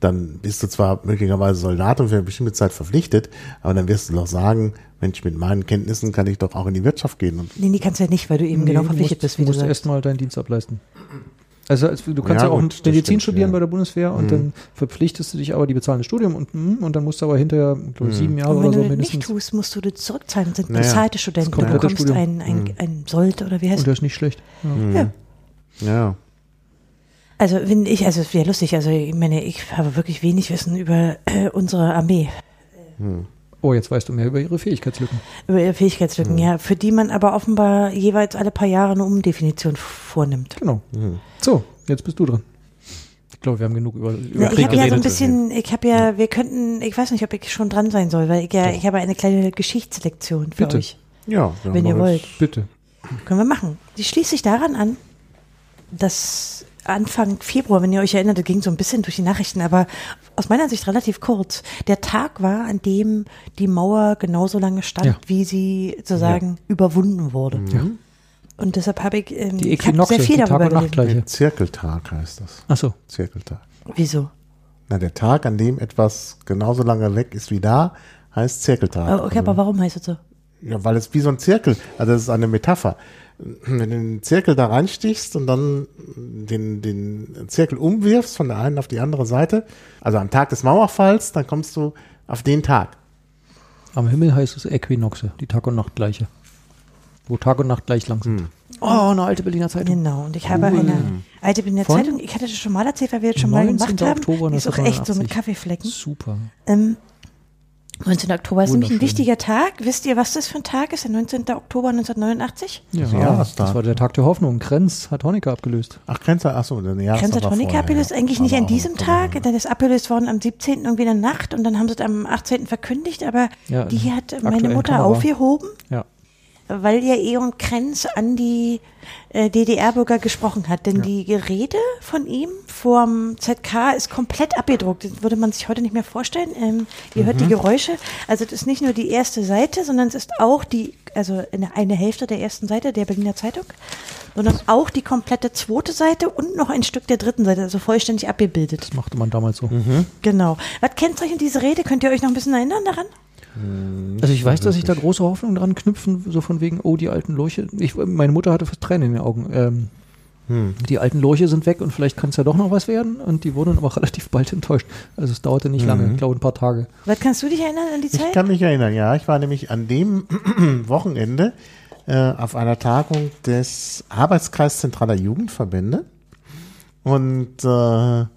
S3: dann bist du zwar möglicherweise Soldat und für eine bestimmte Zeit verpflichtet, aber dann wirst du doch sagen, Mensch, mit meinen Kenntnissen kann ich doch auch in die Wirtschaft gehen. Und
S1: Nee, nee, kannst du ja nicht, weil du eben genau
S2: Nee,
S1: verpflichtet
S2: musst,
S1: bist, wie du
S2: musst
S1: sagst.
S2: erstmal deinen Dienst ableisten. Also als- du kannst ja,
S3: Ja,
S2: auch
S3: gut, das
S2: Medizin
S3: stimmt,
S2: studieren
S3: ja. Hm.
S2: bei der Bundeswehr und dann verpflichtest du dich aber, die bezahlen das Studium und, mm, und dann musst du aber hinterher glaub, ich,
S3: Hm.
S2: sieben Jahre
S1: Und
S2: oder
S1: wenn
S2: so
S1: du das nicht
S2: mindestens.
S1: tust, musst du das zurückzahlen. Das sind
S3: Naja,
S1: bezahlte Studenten. Du
S2: komplette
S1: bekommst
S2: Studium.
S1: ein, ein, ein Sold oder wie heißt
S2: Und das ist nicht schlecht. Ja.
S1: Ja.
S3: ja,
S1: Also wenn ich, also es wäre lustig, also ich meine, ich habe wirklich wenig Wissen über äh, unsere Armee,
S2: Oh, jetzt weißt du mehr über ihre Fähigkeitslücken.
S1: über ihre Fähigkeitslücken,
S2: Hm.
S1: ja, für die man aber offenbar jeweils alle paar Jahre eine Umdefinition vornimmt.
S2: Genau. So, jetzt bist du dran. Ich glaube, wir haben genug über, über
S1: Na, ich
S2: Krieg
S1: habe ja so ein
S2: geredet.
S1: bisschen, ich habe ja, wir könnten, ich weiß nicht, ob ich schon dran sein soll, weil ich ja, ich habe eine kleine Geschichtslektion für
S2: Bitte.
S1: euch,
S3: ja.
S1: wenn ihr wollt.
S2: Bitte.
S1: Können wir machen. Die schließt sich daran an, dass Anfang Februar, wenn ihr euch erinnert, das ging so ein bisschen durch die Nachrichten, aber aus meiner Sicht relativ kurz, der Tag war, an dem die Mauer genauso lange stand,
S2: Ja.
S1: wie sie sozusagen überwunden wurde.
S2: Ja.
S1: Und deshalb habe ich, ähm,
S2: Die
S1: ich habe
S2: Äquinoxe,
S1: sehr
S2: die
S1: viel
S2: Tag-
S1: darüber
S2: und
S1: gelesen.
S2: Nachtgleiche.
S3: Zirkeltag heißt das.
S2: Achso,
S3: Zirkeltag.
S1: Wieso?
S3: Na, der Tag, an dem etwas genauso lange weg ist wie da, heißt Zirkeltag.
S1: Oh, okay, aber warum heißt das so?
S3: Ja, weil es wie so ein Zirkel, also das ist eine Metapher. Wenn du den Zirkel da reinstichst und dann den, den Zirkel umwirfst von der einen auf die andere Seite, also am Tag des Mauerfalls, dann kommst du auf den Tag.
S2: am Himmel heißt es Äquinoxe, die Tag- und Nachtgleiche. Wo Tag und Nacht gleich lang sind. Oh, eine alte Berliner Zeitung.
S1: Genau, und ich habe eine alte bin in der
S2: Von?
S1: Zeitung, ich hatte das schon mal erzählt, weil wir das schon mal
S2: 19.
S1: gemacht haben.
S2: Oktober
S1: Die ist auch echt so mit
S2: 1989.
S1: Kaffeeflecken.
S2: Super.
S1: Ähm, 19. Oktober ist nämlich ein
S2: Wunderschön.
S1: wichtiger Tag. Wisst ihr, was das für ein Tag ist? Der 19. Oktober 1989?
S2: Ja,
S3: Jahrestag.
S2: das war der Tag der Hoffnung. Krenz hat Honecker abgelöst.
S3: Ach, Grenzer, achso, dann ja.
S1: Kremser Tonica abgelöst, eigentlich nicht an diesem Tag. Dann ist abgelöst worden am 17. irgendwie in der Nacht und dann haben sie es am 18. verkündigt. Aber
S2: Ja,
S1: die hat
S2: aktuell
S1: meine
S2: kann
S1: Mutter
S2: man aber-
S1: aufgehoben,
S2: Ja.
S1: weil ja Eon Krenz an die äh, DDR-Bürger gesprochen hat. Denn die Rede von ihm vorm ZK ist komplett abgedruckt. Das würde man sich heute nicht mehr vorstellen. Ähm, ihr hört
S3: Mhm.
S1: die Geräusche. Also es ist nicht nur die erste Seite, sondern es ist auch die, also eine, eine Hälfte der ersten Seite der Berliner Zeitung, sondern auch die komplette zweite Seite und noch ein Stück der dritten Seite, also vollständig abgebildet.
S2: Das machte man damals so.
S1: Genau. Was kennzeichnet diese Rede? Könnt ihr euch noch ein bisschen erinnern daran?
S2: Also ich weiß, dass ich da große Hoffnung dran knüpfen, so von wegen, oh, die alten Lurche. Ich, meine Mutter hatte fast Tränen in den Augen. Ähm, Die alten Lurche sind weg und vielleicht kann es ja doch noch was werden. Und die wurden aber relativ bald enttäuscht. Also es dauerte nicht lange, ich glaube ein paar Tage.
S1: Was kannst du dich erinnern an die
S3: Ich
S1: Zeit?
S3: kann mich erinnern, ja. Ich war nämlich an dem Wochenende äh, auf einer Tagung des Arbeitskreis Zentraler Jugendverbände. Und äh, da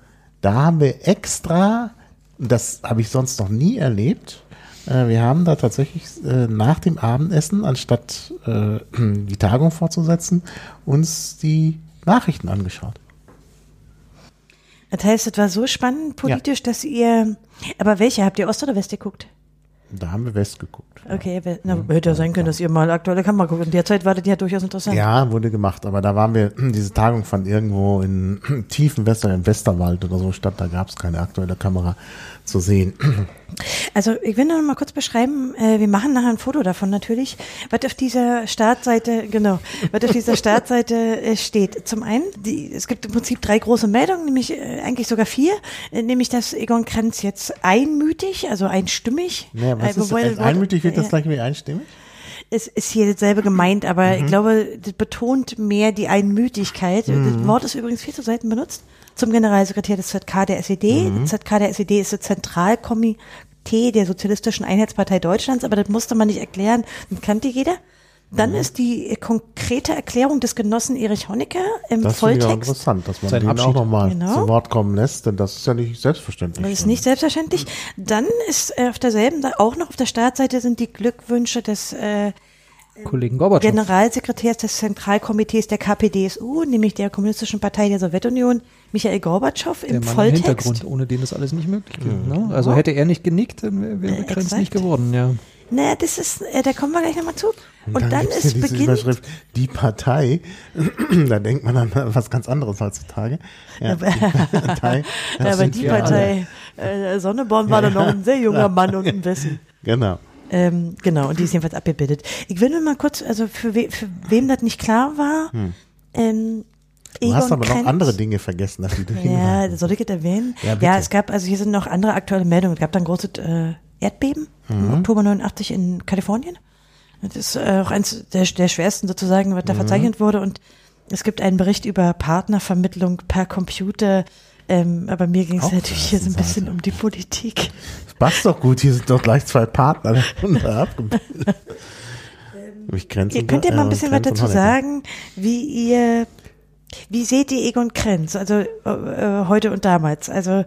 S3: haben wir extra, das habe ich sonst noch nie erlebt, äh, wir haben da tatsächlich äh, nach dem Abendessen, anstatt äh, die Tagung fortzusetzen, uns die Nachrichten angeschaut.
S1: Das heißt, es war so spannend politisch, dass ihr. Aber welche? Habt ihr Ost oder West geguckt?
S3: Da haben wir West geguckt.
S1: Okay, we- na, hätte ja sein können, dass ihr mal aktuelle Kamera guckt. In der Zeit war das ja durchaus interessant.
S3: Ja, wurde gemacht, aber da waren wir, diese Tagung fand irgendwo in tiefen Wester, im Westerwald oder so statt, da gab's keine aktuelle Kamera zu sehen.
S1: Also ich will nur noch mal kurz beschreiben, äh, wir machen nachher ein Foto davon natürlich, was auf dieser Startseite, genau, was auf dieser Startseite äh, steht. Zum einen, die, es gibt im Prinzip drei große Meldungen, nämlich äh, eigentlich sogar vier, äh, nämlich dass Egon Krenz jetzt einmütig, also einstimmig.
S3: Naja, was
S1: äh,
S3: ist,
S1: wobei- äh,
S3: als einmütig wird das
S1: ja.
S3: gleich wie einstimmig?
S1: Es ist hier dasselbe gemeint, aber ich glaube, das betont mehr die Einmütigkeit. Das Wort ist übrigens viel zu selten benutzt. Zum Generalsekretär des ZK der SED. Das ZK der SED ist das Zentralkomitee der Sozialistischen Einheitspartei Deutschlands, aber das musste man nicht erklären. Das kannte jeder. Dann ist die äh, konkrete Erklärung des Genossen Erich Honecker im
S3: Das finde ich auch
S1: Volltext.
S3: interessant, dass man
S2: Sein
S3: den
S2: Abschied.
S3: auch nochmal
S1: Genau.
S3: zu Wort kommen lässt, denn das ist ja nicht selbstverständlich.
S1: Das ist nicht selbstverständlich. Dann ist äh, auf derselben, Seite- auch noch auf der Startseite sind die Glückwünsche des äh,
S2: Kollegen Gorbatschow.
S1: Generalsekretärs des Zentralkomitees der KPDSU, nämlich der Kommunistischen Partei der Sowjetunion, Michael Gorbatschow
S2: der
S1: im
S2: Mann im
S1: Volltext.
S2: Hintergrund, ohne den das alles nicht möglich wäre. Ne? Also hätte er nicht genickt, dann wäre wär
S1: Äh,
S2: Krenz
S1: exakt.
S2: nicht geworden. Ja.
S1: Na, das ist, äh, da kommen wir gleich nochmal zu. Und, dann,
S3: gibt's hier
S1: ist
S3: diese
S1: beginnt,
S3: Überschrift, die Partei. da denkt man an was ganz anderes heutzutage. Ja,
S1: Aber-
S3: die Partei.
S1: ja,
S3: das
S1: bei
S3: sind
S1: die
S3: wir alle.
S1: Partei, äh, Sonneborn war doch noch ein sehr junger Mann und ein Wessen.
S3: Genau.
S1: Ähm, genau, und die ist jedenfalls abgebildet. Ich will nur mal kurz, also für, we, für wem das nicht klar war, ähm,
S3: Hm. Du hast aber noch
S1: Krenz-
S3: andere Dinge vergessen, dass die du hinweisen.
S1: Ja, soll ich das erwähnen?
S3: Ja,
S1: Ja,
S3: bitte.
S1: es gab, also hier sind noch andere aktuelle Meldungen. Es gab dann ein großes äh, Erdbeben
S3: Mhm.
S1: im Oktober 89 in Kalifornien. Das ist äh, auch eins der, der schwersten sozusagen, was da
S3: Mhm.
S1: verzeichnet wurde. Und es gibt einen Bericht über Partnervermittlung per Computer. Ähm, aber mir ging es
S3: Auch
S1: natürlich hier so ein
S3: Seite.
S1: bisschen um die Politik.
S3: Das passt doch gut, hier sind doch gleich zwei Partner darunter abgebildet. Mich Grenzen,
S1: Ihr Ähm, könnt ja mal ein
S3: äh,
S1: bisschen was
S3: Grenzen
S1: dazu
S3: und Honecker.
S1: sagen, wie ihr, wie seht ihr Egon Krenz, also äh, äh, heute und damals? Also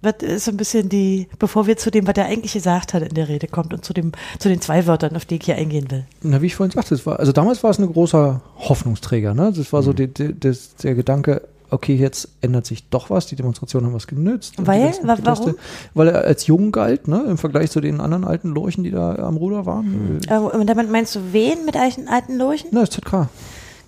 S1: was ist so ein bisschen die, bevor wir zu dem, was er eigentlich gesagt hat in der Rede kommt und zu dem, zu den zwei Wörtern, auf die ich hier eingehen will.
S2: Na, wie ich vorhin sagte, es war, also damals war es ein großer Hoffnungsträger. Ne? Das war so
S1: Mhm.
S2: die, die, das, der Gedanke, okay, jetzt ändert sich doch was. Die Demonstrationen haben was genützt. Und
S1: Weil?
S2: die letzten
S1: Wa-
S2: Proteste-
S1: warum?
S2: Weil er als jung galt, ne? im Vergleich zu den anderen alten Lurchen, die da am Ruder waren.
S1: Äh, und damit meinst du wen mit alten, alten Lurchen?
S2: Na, das ZK.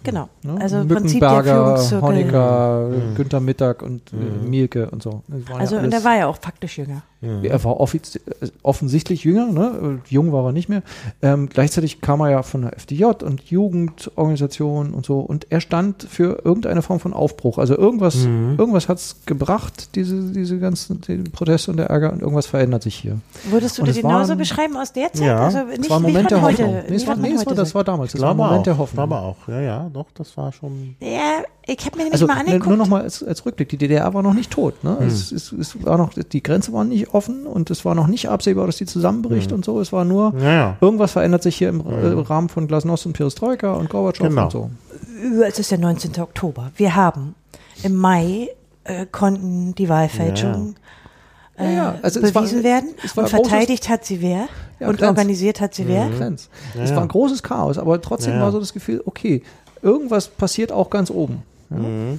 S1: Genau.
S2: Ne?
S1: Also im Prinzip der
S2: Mückenberger,
S1: Führungszirkel. Mhm.
S2: Honecker, Günther Mittag und äh, Mielke und so. Das waren
S1: Also
S2: ja
S1: und
S2: alles-
S1: er war ja auch faktisch jünger.
S3: Mhm.
S2: Er war offiz- äh, offensichtlich jünger, ne? Äh, jung war er nicht mehr. Ähm, gleichzeitig kam er ja von der FDJ und Jugendorganisationen und so. Und er stand für irgendeine Form von Aufbruch. Also irgendwas,
S3: Mhm.
S2: irgendwas hat es gebracht, diese, diese ganzen die Proteste und der Ärger und irgendwas verändert sich hier.
S1: Würdest du
S2: Und
S1: dir
S2: es war
S1: genauso
S2: ein-
S1: beschreiben aus der Zeit?
S3: Ja,
S1: also
S2: Es
S1: nicht
S2: war ein
S1: wie
S2: Moment
S1: von
S2: der
S1: heute.
S2: Hoffnung. Nee, es
S1: wie
S2: war,
S1: von
S2: nee, es war,
S1: heute
S2: das
S1: sagt.
S2: war damals.
S3: Ich
S2: Es war ein
S3: glaube
S2: Moment
S3: auch,
S2: der
S3: ich
S2: Hoffnung.
S3: glaube auch. Ja, ja, doch, das war schon.
S1: Ja, ich habe mir nämlich
S2: Also
S1: mal
S2: ne,
S1: angeguckt.
S2: nur nochmal als, als Rückblick, die DDR war noch nicht tot.
S3: Mhm.
S2: Ne? Es, es, es war noch, die Grenze war nicht offen und es war noch nicht absehbar, dass die zusammenbricht und so. Es war nur,
S3: Mhm. Ja, ja.
S2: irgendwas verändert sich hier im äh, Rahmen von Glasnost und Perestroika und Gorbatschow
S3: Genau.
S2: und so.
S1: Äh, Es ist der 19. Oktober. Wir haben im Mai äh, konnten die Wahlfälschungen
S2: Ja, ja.
S1: äh,
S2: Also es war-
S1: bewiesen werden
S2: es war
S1: und
S2: großes-
S1: verteidigt hat sie wer
S2: Ja, Mhm.
S1: und
S2: Glanz.
S1: organisiert hat sie wer.
S2: Grenz. Es war ein großes Chaos, aber trotzdem
S3: Ja, ja.
S2: war so das Gefühl, okay, irgendwas passiert auch ganz oben.
S3: Mhm.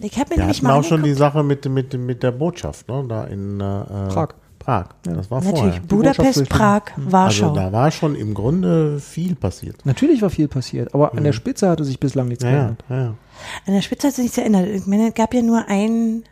S1: Ich habe mir
S3: Wir
S1: nämlich
S3: hatten
S1: mal
S3: auch schon
S1: angeguckt,
S3: die Sache mit, mit, mit der Botschaft, ne? Da in äh,
S2: Prag.
S3: Prag. Das war
S1: natürlich
S3: vorher.
S1: Budapest,
S2: Botschaft
S1: Prag, Warschau.
S3: Also da war schon im Grunde viel passiert.
S2: Natürlich war viel passiert, aber an der Spitze hatte sich bislang nichts
S3: Mhm. Ja, ja,
S2: geändert.
S3: ja, ja.
S1: An der Spitze hat sich nichts erinnert. Ich meine, es gab ja nur einen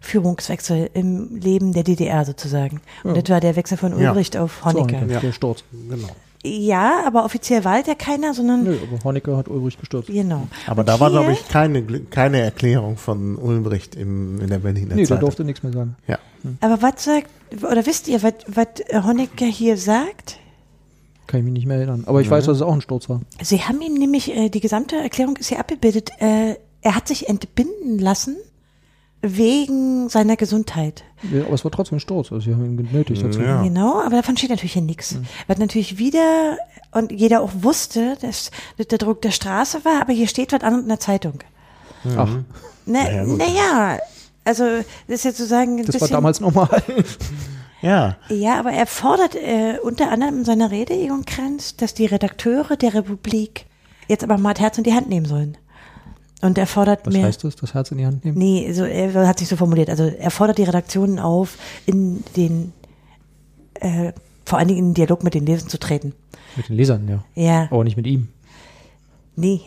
S1: Führungswechsel im Leben der DDR sozusagen. Und das war der Wechsel von
S3: Ja.
S1: Ulbricht auf
S2: So,
S1: Honecker.
S2: Honecker, Der Sturz.
S3: Genau.
S1: Ja, aber offiziell war ja keiner, sondern
S2: Nö, aber Honecker hat Ulrich gestürzt.
S1: genau.
S3: Aber
S1: Und
S3: da war,
S1: hier-
S3: glaube ich, keine, keine Erklärung von Ulbricht im, in der Berliner
S2: Nee, der
S3: Zeitung.
S2: durfte nichts mehr sagen.
S3: Ja.
S1: Aber was sagt, oder wisst ihr, was, was Honecker hier sagt?
S2: Kann ich mich nicht mehr erinnern. Aber ich weiß, dass es auch ein Sturz war.
S1: Sie haben ihm nämlich, äh, die gesamte Erklärung ist hier abgebildet, äh, er hat sich entbinden lassen wegen seiner Gesundheit.
S2: Ja, aber es war trotzdem ein Sturz. Also, sie haben ihn genötigt dazu.
S3: Ja.
S1: Genau, aber davon steht natürlich hier nichts. Was natürlich wieder, und jeder auch wusste, dass das der Druck der Straße war, aber hier steht was anderes in der Zeitung.
S2: Ach,
S1: Na,
S3: Naja, gut.
S1: naja, also das ist jetzt sozusagen ein
S2: das war
S1: bisschen
S2: damals normal.
S3: Ja.
S1: Ja, aber er fordert äh, unter anderem in seiner Rede, Egon Krenz, dass die Redakteure der Republik jetzt aber mal das Herz in die Hand nehmen sollen. Und er fordert
S2: Was
S1: mehr.
S2: heißt das? Das Herz in die Hand nehmen?
S1: Nee, also er hat sich so formuliert. Also er fordert die Redaktionen auf, in den, äh, vor allen Dingen in den Dialog mit den Lesern zu treten.
S2: Mit den Lesern, ja.
S1: Ja,
S2: Aber nicht mit ihm.
S1: nee.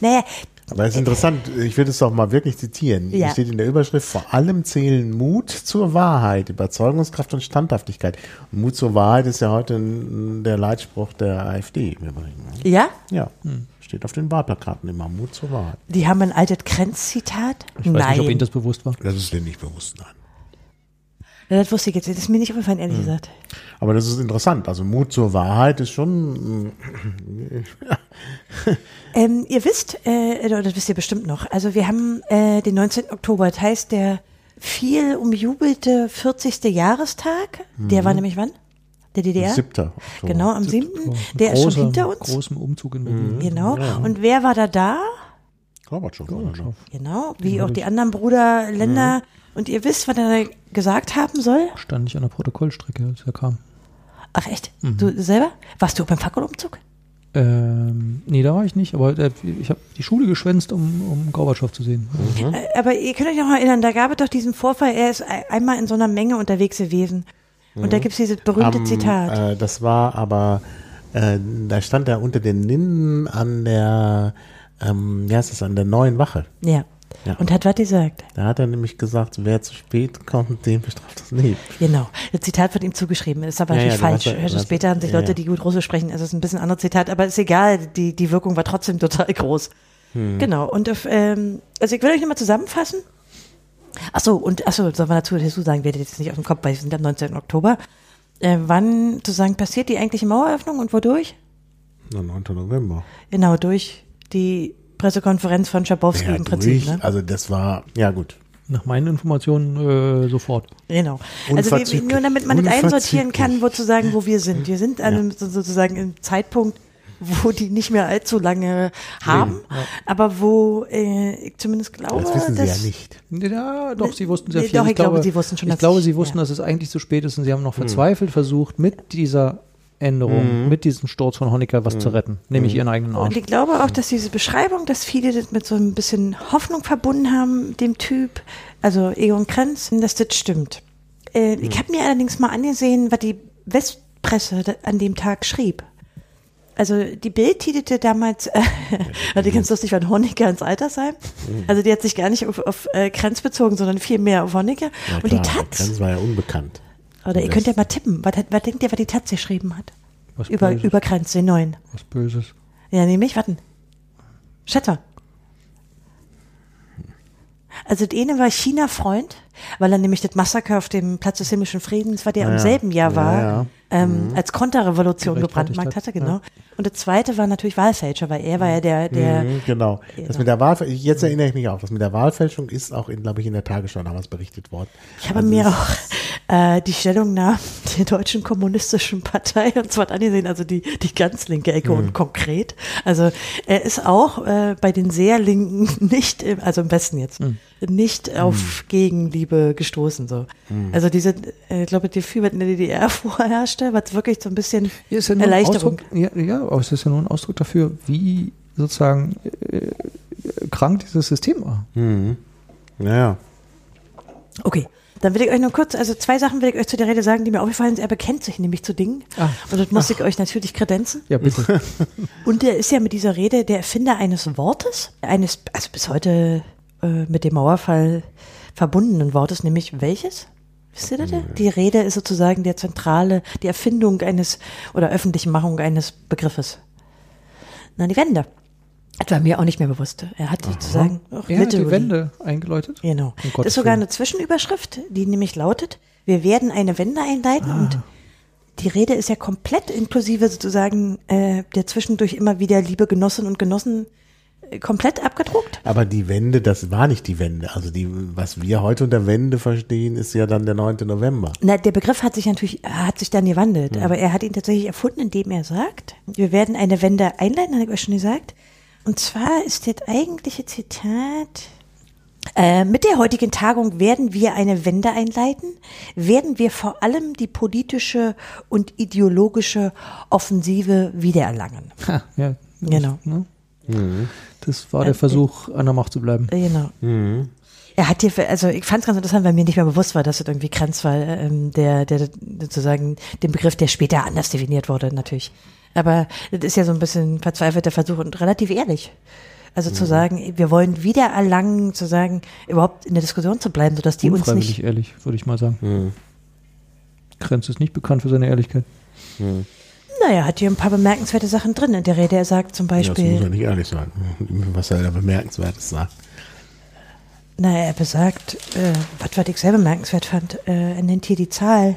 S1: Naja,
S3: Aber es ist interessant, ich würde es doch mal wirklich zitieren.
S1: Ja.
S3: Hier steht in der Überschrift, vor allem zählen Mut zur Wahrheit, Überzeugungskraft und Standhaftigkeit. Und Mut zur Wahrheit ist ja heute n- der Leitspruch der AfD im Übrigen. ne?
S1: ja,
S3: Ja,
S1: Hm.
S3: steht auf den Wahlplakaten immer, Mut zur Wahrheit.
S1: die haben ein altes Krenz-Zitat.
S2: Ich weiß
S1: Nein.
S2: nicht, ob Ihnen das bewusst war.
S3: Das ist dir nicht bewusst, nein.
S1: Na, das wusste ich jetzt. Das ist mir nicht aufgefallen, ehrlich
S2: Hm.
S1: gesagt.
S3: Aber das ist interessant. Also Mut zur Wahrheit ist schon hm,
S1: Ähm, ihr wisst, äh, oder das wisst ihr bestimmt noch, also wir haben äh, den 19. Oktober, das heißt der viel umjubelte 40. Jahrestag, der war nämlich wann? Der DDR?
S3: siebter. Mhm. Oktober.
S1: Genau, am 7. Der ist schon hinter uns.
S2: großem Umzug in Berlin.
S1: Genau. Und wer war da da?
S3: Gorbatschow. Gorbatschow.
S1: Genau, wie auch die anderen Bruderländer.
S3: Mhm.
S1: Und ihr wisst, was er da gesagt haben soll?
S2: Stand ich an der Protokollstrecke, als er kam.
S1: Ach echt?
S3: Mhm.
S1: Du selber? Warst du auch beim Fackelumzug?
S2: Ähm, nee, da war ich nicht, aber äh, ich habe die Schule geschwänzt, um, um Gorbatschow zu sehen.
S1: Mhm. e-, Äh, Aber ihr könnt euch noch erinnern, da gab es doch diesen Vorfall, er ist ei- einmal in so einer Menge unterwegs gewesen. Und da gibt es dieses berühmte
S3: Mhm. Am,
S1: Zitat.
S3: Äh, das war aber, äh, da stand er unter den Linden an der, ähm, wie heißt das, an der neuen Wache.
S1: ja.
S3: Ja.
S1: Und hat was gesagt.
S3: Da hat er nämlich gesagt, wer zu spät kommt, den bestraft das nicht.
S1: Genau. Das Zitat wird ihm zugeschrieben, ist aber
S3: Ja,
S1: natürlich
S3: ja, du
S1: falsch.
S3: hast ja-
S1: Hörst
S3: du
S1: du
S3: hast-
S1: später haben sich
S3: ja,
S1: Leute,
S3: ja.
S1: die gut Russisch sprechen. Also es ist ein bisschen ein anderes Zitat, aber ist egal. Die, die Wirkung war trotzdem total groß.
S3: Hm.
S1: Genau. Und auf, ähm, also ich will euch nochmal zusammenfassen. Ach so, und ach so, soll man dazu, dazu sagen, werdet jetzt nicht auf dem Kopf, weil wir sind am 19. Oktober. Äh, wann sozusagen passiert die eigentliche Maueröffnung und wodurch?
S3: Am 9. November.
S1: Genau, durch die Pressekonferenz von Schabowski
S3: Ja,
S1: im Prinzip.
S3: durch,
S1: Ne?
S3: also das war, ja gut.
S2: Nach meinen Informationen äh, sofort.
S1: Genau. Also wir,
S3: Unverzüglich.
S1: nur damit man das einsortieren
S3: Unverzüglich.
S1: kann, sozusagen, wo wir sind. Wir sind an einem, so- sozusagen im Zeitpunkt, wo die nicht mehr allzu lange haben, aber wo äh, ich zumindest glaube,
S3: Oh, Das wissen sie
S1: dass,
S3: ja nicht.
S2: Ja, doch, sie wussten sehr
S1: Nee,
S2: viel.
S1: doch, ich glaube, sie wussten schon,
S2: Ich
S1: dass
S2: glaube,
S1: ich-
S2: sie wussten,
S1: ja. Mhm.
S2: dass es eigentlich zu spät ist und sie haben noch verzweifelt versucht, mit dieser Änderung, mit diesem Sturz von Honecker was zu retten. Nämlich ihren eigenen Arsch.
S1: Mhm. Und ich glaube auch, dass diese Beschreibung, dass viele das mit so ein bisschen Hoffnung verbunden haben, dem Typ, also Egon Krenz, dass das stimmt. Äh, Ich habe mir allerdings mal angesehen, was die Westpresse da- an dem Tag schrieb. Also die Bild titelte damals, äh, die ganz lustig war, Honecker ins Altersheim. Also die hat sich gar nicht auf, auf äh, Krenz bezogen, sondern viel mehr auf Honecker.
S3: Ja,
S1: Und die
S3: klar,
S1: Taz,
S3: Das war ja unbekannt.
S1: oder ihr könnt ja mal tippen, was, hat- was denkt ihr, was die Taz geschrieben hat?
S2: Was
S1: Über,
S2: Böses.
S1: über Krenz, den neuen.
S2: was Böses.
S1: Ja, nee, mich warten. Schätze. Also der eine war China-Freund, weil er nämlich das Massaker auf dem Platz des himmlischen Friedens war, der im
S3: ja.
S1: selben Jahr
S3: Ja,
S1: war,
S3: ja. Mhm.
S1: Ähm, als Konterrevolution
S2: Recht
S1: gebrandmarkt
S2: hatte
S1: hatte,
S2: ich das,
S1: genau. Und das zweite war natürlich Wahlfälscher, weil er war ja der, der
S3: Mhm, genau. Das mit der Wahlfälschung, jetzt erinnere ich mich auch, das mit der Wahlfälschung ist auch, in, glaube ich, in der Tagesschau damals berichtet worden.
S1: Ich habe
S3: Also
S1: mir
S3: es-
S1: auch äh, die Stellungnahme der Deutschen Kommunistischen Partei und zwar angesehen, also die, die ganz linke Ecke und konkret. Also er ist auch äh, bei den sehr Linken nicht, im, also im Westen jetzt, nicht auf Gegenliebe gestoßen. so. Also diese, äh, ich glaube, die Gefühl, was in der DDR vorherrschte, was wirklich so ein bisschen
S2: Hier ist ja nur ein
S1: Erleichterung.
S2: Ausdruck, ja, ja, aber es ist ja nur ein Ausdruck dafür, wie sozusagen äh, krank dieses System war.
S3: Mhm. Naja.
S1: Okay. Dann will ich euch nur kurz, also zwei Sachen will ich euch zu der Rede sagen, die mir aufgefallen sind. Er bekennt sich nämlich zu Dingen.
S2: Ah.
S1: Und das muss ich euch natürlich kredenzen.
S2: Ja, bitte.
S1: Und er ist ja mit dieser Rede der Erfinder eines Wortes, eines, also bis heute äh, mit dem Mauerfall verbundenen Wortes, nämlich welches? Wisst ihr das?
S2: Äh,
S1: Die Rede ist sozusagen der zentrale, die Erfindung eines oder öffentlichen Machung eines Begriffes. Na, die Wende. Das war mir auch nicht mehr bewusst. Er hat sozusagen auch
S2: ja,
S1: literally-
S2: die Wände eingeläutet.
S1: Genau.
S2: Um
S1: Das
S2: Gottes
S1: ist sogar
S2: Willen.
S1: eine Zwischenüberschrift, die nämlich lautet, wir werden eine Wende
S2: Ah.
S1: einleiten und die Rede ist ja komplett inklusive sozusagen äh, der zwischendurch immer wieder liebe Genossinnen und Genossen äh, komplett abgedruckt.
S3: Aber die Wende, das war nicht die Wende. Also die, was wir heute unter Wende verstehen, ist ja dann der 9. November.
S1: Na, der Begriff hat sich natürlich, äh, hat sich dann gewandelt, aber er hat ihn tatsächlich erfunden, indem er sagt, wir werden eine Wende einleiten, habe ich euch schon gesagt. Und zwar ist das eigentliche Zitat, Äh, mit der heutigen Tagung werden wir eine Wende einleiten, werden wir vor allem die politische und ideologische Offensive wiedererlangen.
S2: Ha, ja,
S1: Genau.
S2: Das, ne? das war der Versuch, an der Macht zu bleiben.
S1: Äh, Genau.
S3: Mhm.
S1: Er hat hier, also ich fand es ganz interessant, weil mir nicht mehr bewusst war, dass das irgendwie Kranz war, ähm, der, der sozusagen den Begriff, der später anders definiert wurde, natürlich. Aber das ist ja so ein bisschen verzweifelter Versuch und relativ ehrlich. Also zu
S3: Mhm.
S1: sagen, wir wollen wiedererlangen, zu sagen, überhaupt in der Diskussion zu bleiben, sodass die uns
S2: Unfreiwillig
S1: nicht
S2: ehrlich, würde ich mal sagen. Krenz ist nicht bekannt für seine Ehrlichkeit.
S1: Naja, hat hier ein paar bemerkenswerte Sachen drin in der Rede. Er sagt zum
S3: Ja, das muss ja
S1: Beispiel,
S3: nicht ehrlich sein. Was er da bemerkenswertes sagt.
S1: naja, er besagt, äh, was, was ich sehr bemerkenswert fand, äh, er nennt hier die Zahl,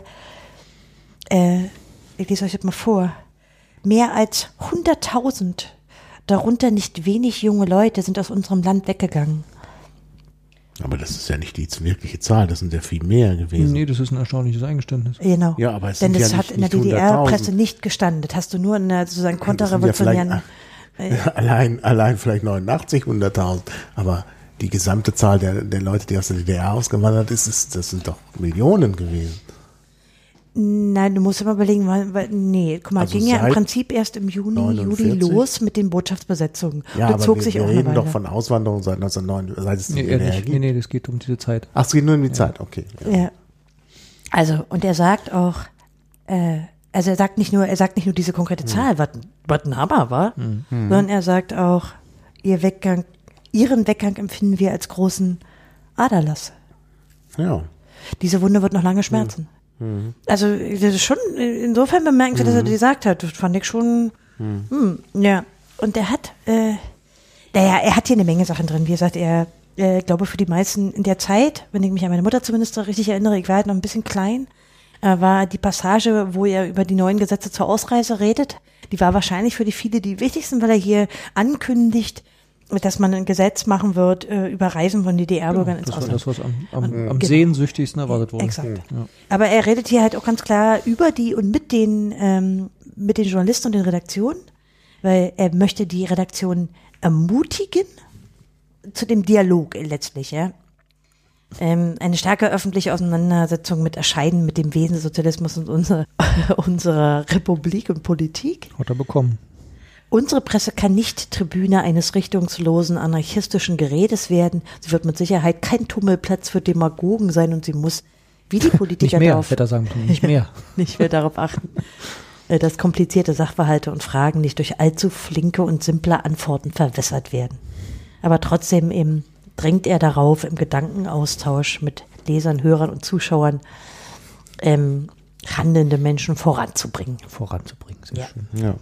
S1: äh, ich lese euch das mal vor, mehr als 100.000, darunter nicht wenig junge Leute, sind aus unserem Land weggegangen.
S3: Aber das ist ja nicht die wirkliche Zahl, das sind ja viel mehr gewesen.
S2: Nee, das ist ein erstaunliches Eingeständnis.
S1: Genau.
S3: Ja, aber es
S1: Denn
S3: sind
S1: das
S3: ja
S1: hat
S3: nicht-
S1: in der
S3: nicht 100.000.
S1: DDR-Presse nicht gestanden. Das hast du nur in der sozusagen
S3: Das sind ja
S1: konterrevolutionären...
S3: vielleicht- allein, allein vielleicht 89, 100.000. Aber die gesamte Zahl der, der Leute, die aus der DDR ausgewandert ist, ist, das sind doch Millionen gewesen.
S1: Nein, du musst aber überlegen, weil, weil nee, guck mal,
S3: Also
S1: ging ja im
S3: seit
S1: Prinzip erst im Juni,
S3: 49?
S1: Juli los mit den Botschaftsbesetzungen.
S3: Ja,
S1: das zog
S3: aber wir,
S1: sich
S3: wir
S1: auch eine
S3: reden
S1: Weile.
S3: doch von Auswanderung seit 1909, seit es die
S2: Nee,
S3: DDR
S2: ehrlich.
S3: gibt.
S2: Nee, nee, das geht um diese Zeit.
S3: Ach, es geht nur um die Zeit, okay. Ja.
S1: ja. Also, und er sagt auch, äh, also er sagt nicht nur, er sagt nicht nur diese konkrete Zahl, was was ein Hammer war, sondern er sagt auch, ihr Weggang, ihren Weggang empfinden wir als großen Aderlass.
S3: Ja.
S1: Diese Wunde wird noch lange schmerzen.
S2: Mhm.
S1: Also, das ist schon insofern bemerkenswert, dass er das gesagt hat. Das fand ich schon,
S2: Mhm.
S1: hm, ja. Und er hat, äh, naja, er hat hier eine Menge Sachen drin. Wie gesagt, er, äh, glaube für die meisten in der Zeit, wenn ich mich an meine Mutter zumindest so richtig erinnere, ich war halt noch ein bisschen klein, äh, war die Passage, wo er über die neuen Gesetze zur Ausreise redet, die war wahrscheinlich für die viele die wichtigsten, weil er hier ankündigt, dass man ein Gesetz machen wird äh, über Reisen von DDR-Bürgern ins
S2: Genau, Das war
S1: Ausland.
S2: das, was am, am, am
S1: genau.
S2: sehnsüchtigsten erwartet wurde.
S1: Exakt.
S2: Ja.
S1: Aber er redet hier halt auch ganz klar über die und mit den, ähm, mit den Journalisten und den Redaktionen, weil er möchte die Redaktion ermutigen zu dem Dialog letztlich, ja. Ähm, eine starke öffentliche Auseinandersetzung mit Erscheinen, mit dem Wesen des Sozialismus und unserer, unserer Republik und Politik.
S2: Hat er bekommen.
S1: Unsere Presse kann nicht Tribüne eines richtungslosen anarchistischen Geredes werden. Sie wird mit Sicherheit kein Tummelplatz für Demagogen sein und sie muss, wie die Politiker
S2: Nicht mehr,
S1: darauf,
S2: hätte er sagen können. Nicht mehr.
S1: nicht mehr darauf achten, äh, dass komplizierte Sachverhalte und Fragen nicht durch allzu flinke und simple Antworten verwässert werden. Aber trotzdem eben drängt er darauf, im Gedankenaustausch mit Lesern, Hörern und Zuschauern ähm, handelnde Menschen voranzubringen.
S2: Voranzubringen. Sehr schön.
S3: Ja.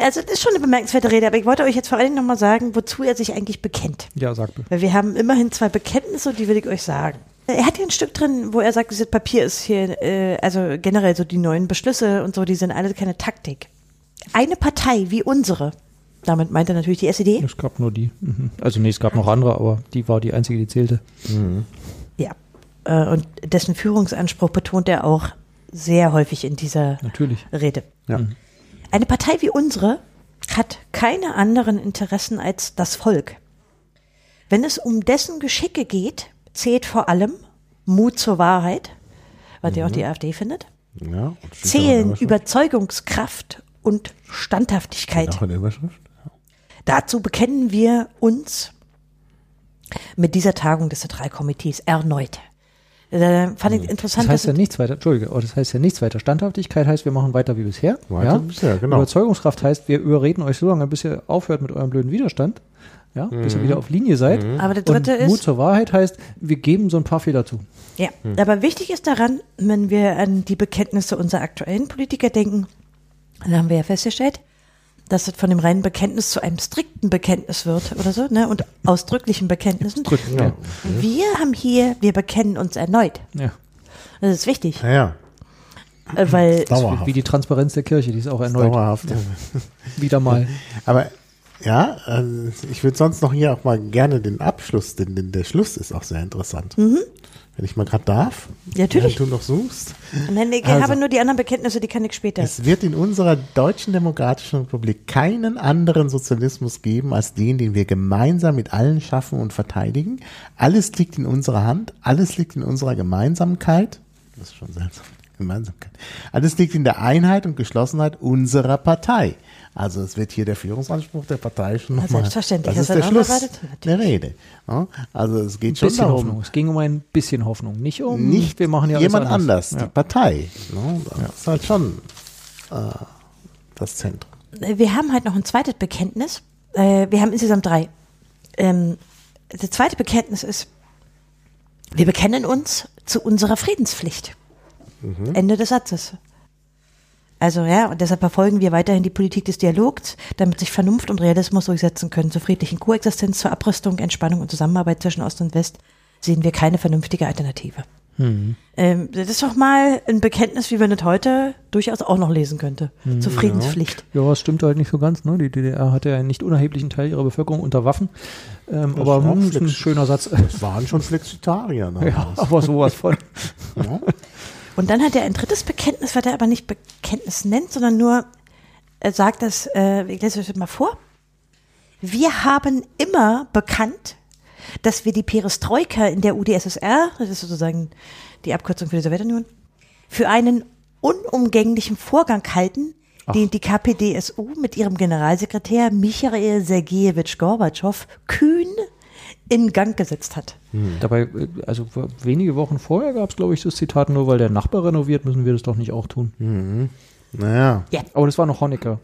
S1: Also das ist schon eine bemerkenswerte Rede, aber ich wollte euch jetzt vor allen Dingen nochmal sagen, wozu er sich eigentlich bekennt.
S2: Ja, sag bitte.
S1: Weil wir haben immerhin zwei Bekenntnisse und die will ich euch sagen. Er hat hier ein Stück drin, wo er sagt, dieses Papier ist hier, äh, also generell so die neuen Beschlüsse und so, die sind alle keine Taktik. Eine Partei wie unsere, damit meint er natürlich die SED,
S2: Es gab nur die. Mhm. Also nee, es gab noch andere, aber die war die einzige, die zählte.
S1: ja, äh, und dessen Führungsanspruch betont er auch sehr häufig in dieser
S2: Natürlich.
S1: Rede.
S3: Ja.
S2: Mhm.
S1: Eine Partei wie unsere hat keine anderen Interessen als das Volk. Wenn es um dessen Geschicke geht, zählt vor allem Mut zur Wahrheit, was ja auch
S2: Mhm.
S1: die AfD findet,
S3: ja. Und steht da
S1: Zählen,
S3: noch in der
S1: Überzeugungskraft und
S3: Überschrift?
S2: Genau.
S1: Standhaftigkeit.
S3: Noch in der Überschrift?
S1: Dazu bekennen wir uns mit dieser Tagung des Zentralkomitees erneut. Äh, fand ich interessant,
S2: Mhm. Das heißt ja
S1: dass
S2: nichts weiter, Entschuldige, aber das heißt ja nichts weiter. Standhaftigkeit heißt, wir machen weiter wie bisher.
S3: Weiter
S2: ja?
S3: wie bisher, genau.
S2: Überzeugungskraft heißt, wir überreden euch so lange, bis ihr aufhört mit eurem blöden Widerstand. Ja, bis
S3: Mhm.
S2: ihr wieder auf Linie seid.
S1: Aber der dritte
S2: Und Mut
S1: ist-
S2: zur Wahrheit heißt, wir geben so ein paar Fehler zu.
S1: Ja,
S3: Hm.
S1: aber wichtig ist daran, wenn wir an die Bekenntnisse unserer aktuellen Politiker denken, dann haben wir ja festgestellt, dass es von dem reinen Bekenntnis zu einem strikten Bekenntnis wird oder so, ne? Und ausdrücklichen Bekenntnissen.
S2: Drücken. Ja.
S3: hm.
S1: Wir haben hier, wir bekennen uns erneut.
S2: ja.
S1: Das ist wichtig,
S3: Ja, ja.
S1: äh, weil
S3: Dauerhaft.
S2: Wie die Transparenz der Kirche, die ist auch erneut
S3: Dauerhaft.
S2: wieder mal.
S3: Aber ja, also ich würde sonst noch hier auch mal gerne den Abschluss, denn, denn der Schluss ist auch sehr interessant. Wenn ich mal gerade darf,
S1: Mhm. Ja, natürlich.
S3: während du noch suchst.
S1: Nein, ich
S3: Also.
S1: habe nur die anderen Bekenntnisse, die kann ich später.
S3: Es wird in unserer deutschen demokratischen Republik keinen anderen Sozialismus geben als den, den wir gemeinsam mit allen schaffen und verteidigen. Alles liegt in unserer Hand, alles liegt in unserer Gemeinsamkeit. Das ist schon seltsam. Gemeinsamkeit. Alles liegt in der Einheit und Geschlossenheit unserer Partei. Also es wird hier der Führungsanspruch der Partei schon nochmal.
S1: selbstverständlich.
S3: Das ist
S1: Hast
S3: der
S1: du das
S3: Schluss
S1: auch erwartet?
S3: der Rede. Ja, Also es geht schon
S2: bisschen
S3: darum,
S2: Hoffnung. Es ging um ein bisschen Hoffnung. Nicht um
S3: nicht
S2: wir machen ja alles
S3: jemand
S2: anders.
S3: anders, die Partei. Ne? Das ist halt schon äh, das Zentrum.
S1: wir haben halt noch ein zweites Bekenntnis. Äh, wir haben insgesamt drei. Ähm, das zweite Bekenntnis ist, wir bekennen uns zu unserer Friedenspflicht. Ende des Satzes. Also ja, und deshalb verfolgen wir weiterhin die Politik des Dialogs, damit sich Vernunft und Realismus durchsetzen können. Zur friedlichen Koexistenz, zur Abrüstung, Entspannung und Zusammenarbeit zwischen Ost und West sehen wir keine vernünftige Alternative. Ähm, das ist doch mal ein Bekenntnis, wie man das heute durchaus auch noch lesen könnte. zur Friedenspflicht.
S2: Ja, es stimmt halt nicht so ganz. Ne? Die DDR hatte ja einen nicht unerheblichen Teil ihrer Bevölkerung unter Waffen. Ähm, aber
S3: war auch
S2: hm, ist ein
S3: flexibel.
S2: schöner Satz.
S3: Das waren schon Flexitarier. Ne?
S2: ja, aber sowas von.
S3: Ja.
S1: Und dann hat er ein drittes Bekenntnis, was er aber nicht Bekenntnis nennt, sondern nur äh, sagt das, äh, ich lese euch das mal vor. Wir haben immer bekannt, dass wir die Perestroika in der UdSSR, das ist sozusagen die Abkürzung für die Sowjetunion, für einen unumgänglichen Vorgang halten, den die KPDSU mit ihrem Generalsekretär Michael Sergejewitsch Gorbatschow kühn in Gang gesetzt hat.
S3: Hm.
S2: Dabei, äh, also vor- wenige Wochen vorher gab es, glaube ich, das Zitat, nur weil der Nachbar renoviert, müssen wir das doch nicht auch tun.
S3: Hm. Naja.
S2: Aber das war noch Honecker.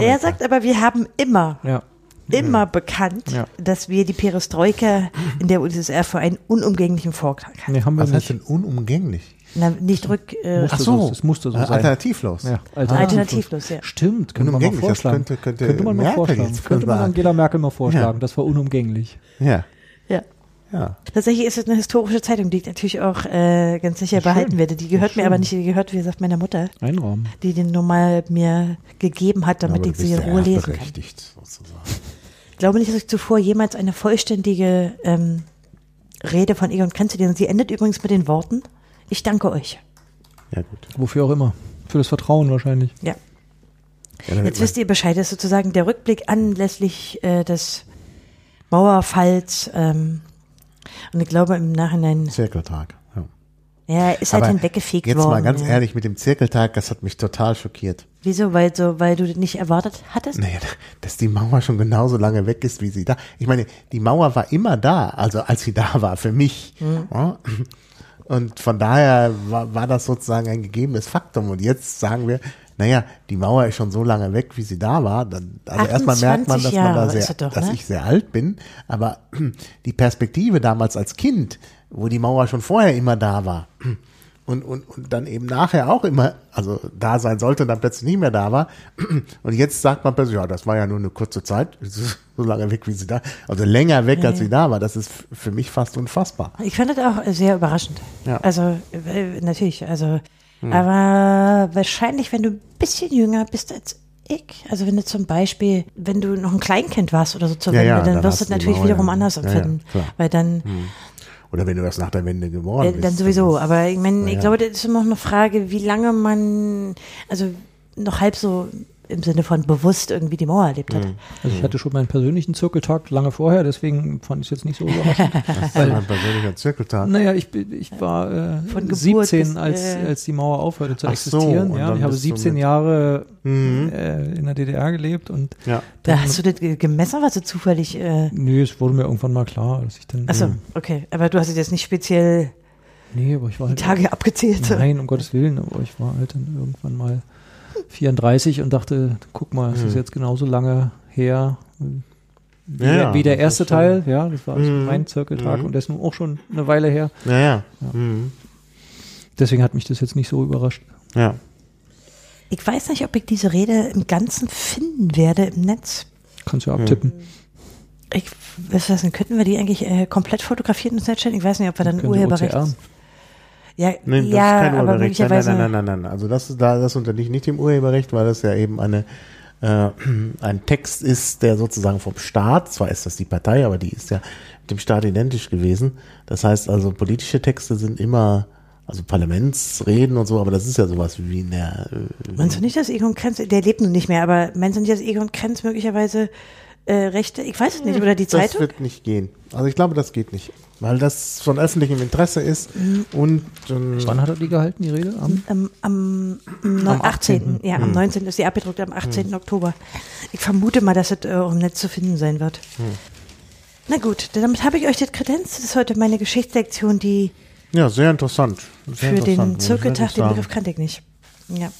S1: er sagt aber, wir haben immer,
S2: Ja.
S1: immer bekannt,
S2: Ja.
S1: dass wir die Perestroika in der UdSSR für einen unumgänglichen Vorteil haben.
S2: Nee, haben wir
S3: Was heißt
S2: nicht.
S3: denn unumgänglich?
S1: Na, nicht rück, äh,
S2: Musste
S3: Ach so.
S2: so, das musste so
S3: Äh,
S2: sein.
S3: Alternativlos.
S2: Ja,
S1: alternativlos, ja.
S2: Stimmt, könnte man mal
S3: Unumgänglich, das
S2: vorschlagen.
S3: könnte- könnte
S2: man mal
S3: Merkel
S2: vorschlagen.
S3: jetzt
S2: Könnte man
S3: sagen.
S2: Angela Merkel mal vorschlagen, das war unumgänglich.
S3: Ja.
S1: ja.
S3: Ja.
S1: Tatsächlich ist es eine historische Zeitung, die ich natürlich auch äh, ganz sicher behalten werde. Die gehört mir aber nicht, die gehört, wie gesagt, meiner Mutter,
S2: Ein Raum.
S1: die den nun mal mir gegeben hat, damit
S3: du
S1: ich sie in
S3: bist
S1: Ruhe lesen kann.
S3: erbberechtigt, sozusagen.
S1: Ich glaube nicht, dass ich zuvor jemals eine vollständige ähm, Rede von Egon Krenz gelesen habe. Sie endet übrigens mit den Worten, ich danke euch.
S3: Ja, gut.
S2: Wofür auch immer. Für das Vertrauen wahrscheinlich.
S1: Ja.
S3: Ja, damit
S1: Jetzt
S3: man-
S1: wisst ihr Bescheid, das ist sozusagen der Rückblick anlässlich äh, des Mauerfalls. Ähm, und ich glaube im Nachhinein,
S3: Zirkeltag. Ja.
S1: ja, ist halt
S3: Aber
S1: hinweggefegt
S3: Jetzt
S1: worden.
S3: mal ganz
S1: ja.
S3: ehrlich, mit dem Zirkeltag, das hat mich total schockiert.
S1: Wieso? Weil, so, weil du das nicht erwartet hattest?
S3: Naja, dass die Mauer schon genauso lange weg ist, wie sie da. Ich meine, die Mauer war immer da, also als sie da war, für mich.
S1: Mhm.
S3: Ja. Und von daher war, war das sozusagen ein gegebenes Faktum. Und jetzt sagen wir, naja, die Mauer ist schon so lange weg, wie sie da war. Dann, also erstmal merkt man,
S1: 28
S3: dass, man da
S1: Jahre
S3: sehr,
S1: ist es doch,
S3: dass
S1: ne?
S3: ich sehr alt bin. Aber die Perspektive damals als Kind, wo die Mauer schon vorher immer da war, und, und, und dann eben nachher auch immer, also da sein sollte und dann plötzlich nicht mehr da war. Und jetzt sagt man plötzlich, ja, das war ja nur eine kurze Zeit, Es ist so lange weg, wie sie da, also länger weg, als sie da war. Das ist f- für mich fast unfassbar.
S1: Ich fand das auch sehr überraschend.
S3: Ja. Hm.
S1: Also, äh, natürlich, also, aber wahrscheinlich, wenn du ein bisschen jünger bist als ich, also wenn du zum Beispiel, wenn du noch ein Kleinkind warst oder so zur
S3: Ja,
S1: Wende,
S3: ja,
S1: dann,
S3: dann
S1: wirst du
S3: hast
S1: es
S3: du die
S1: natürlich
S3: Mauer,
S1: wiederum
S3: ja.
S1: anders
S3: Ja, ja,
S1: empfinden.
S3: klar. Hm.
S1: weil dann,
S3: Oder wenn du erst nach der Wende geworden
S1: äh,
S3: bist.
S1: dann sowieso, aber ich meine, ich
S3: ja.
S1: glaube, das ist immer noch eine Frage, wie lange man, also noch halb so im Sinne von bewusst irgendwie die Mauer erlebt hat.
S3: Mhm.
S2: Also ich hatte schon meinen persönlichen Zirkeltag lange vorher, deswegen fand ich es jetzt nicht so überraschend.
S3: Das ist mein persönlicher Zirkeltag.
S2: naja, ich, bin- ich war äh,
S1: Von Geburt
S2: 17,
S1: bis,
S2: als,
S1: äh,
S2: als die Mauer aufhörte zu
S3: Ach so,
S2: existieren.
S3: und
S2: ja,
S3: dann
S2: ich habe
S3: bist du
S2: 17
S3: mit- Mhm.
S2: Jahre äh, in der DDR gelebt und
S3: Ja.
S1: Da hast du das ge- gemessen, was du zufällig, äh,
S2: nee, es wurde mir irgendwann mal klar, dass ich dann.
S1: achso,
S3: Mhm.
S1: okay, aber du hast es jetzt nicht speziell
S2: Nee, aber ich war
S1: die
S2: halt
S1: Tage abgezählt.
S3: Mhm.
S2: Nein, um Gottes Willen, aber ich war halt dann irgendwann mal 34 und dachte, guck mal, es ist jetzt genauso lange her wie,
S3: Mhm. Ja,
S2: der- wie der
S3: das
S2: erste
S3: ist schon- Mhm.
S2: Teil. Ja, das war also mein Zirkeltag und der ist nun auch schon eine Weile her.
S3: Naja. Mhm.
S2: Deswegen hat mich das jetzt nicht so überrascht.
S3: Ja.
S1: Ich weiß nicht, ob ich diese Rede im Ganzen finden werde im Netz.
S2: Kannst du ja
S1: Mhm.
S2: abtippen.
S1: Ich weiß was, denn, könnten wir die eigentlich äh, komplett fotografieren und Snapchat? Ich weiß nicht, ob wir dann
S2: Können Sie
S1: Urheberrecht.
S2: OCR.
S1: Ja,
S3: Nein,
S1: ja
S3: das ist kein
S1: aber
S3: Urheberrecht. Nein, nein,
S1: möglicherweise.
S3: nein, nein, nein, nein. Also das, ist da, das unterliegt nicht dem Urheberrecht, weil das ja eben eine, äh, ein Text ist, der sozusagen vom Staat, zwar ist das die Partei, aber die ist ja mit dem Staat identisch gewesen. Das heißt also, politische Texte sind immer, also Parlamentsreden und so, aber das ist ja sowas wie in der... Äh,
S1: Meinst du nicht, dass Egon Krenz, der lebt nun nicht mehr, aber meinst du nicht, dass Egon Krenz möglicherweise äh, Rechte, ich weiß es nicht, oder die
S3: Hm. das
S1: Zeitung?
S3: wird nicht gehen. Also ich glaube, das geht nicht. Weil das von öffentlichem Interesse ist
S1: Mhm.
S3: und... Ähm,
S2: Wann hat er die gehalten, die Rede? Am
S1: Am, am, neun- 18. Ja,
S3: Hm.
S1: am 19. ist sie abgedruckt, am 18. Oktober. Ich vermute mal, dass es äh, auch im Netz zu finden sein wird.
S3: Hm.
S1: Na gut, damit habe ich euch das Kredenz. Das ist heute meine Geschichtssektion, die
S3: ja, sehr interessant. Sehr
S1: für den
S3: interessant, muss ich wirklich
S1: Zirkeltag, den
S3: sagen.
S1: Begriff kannte ich nicht. Ja.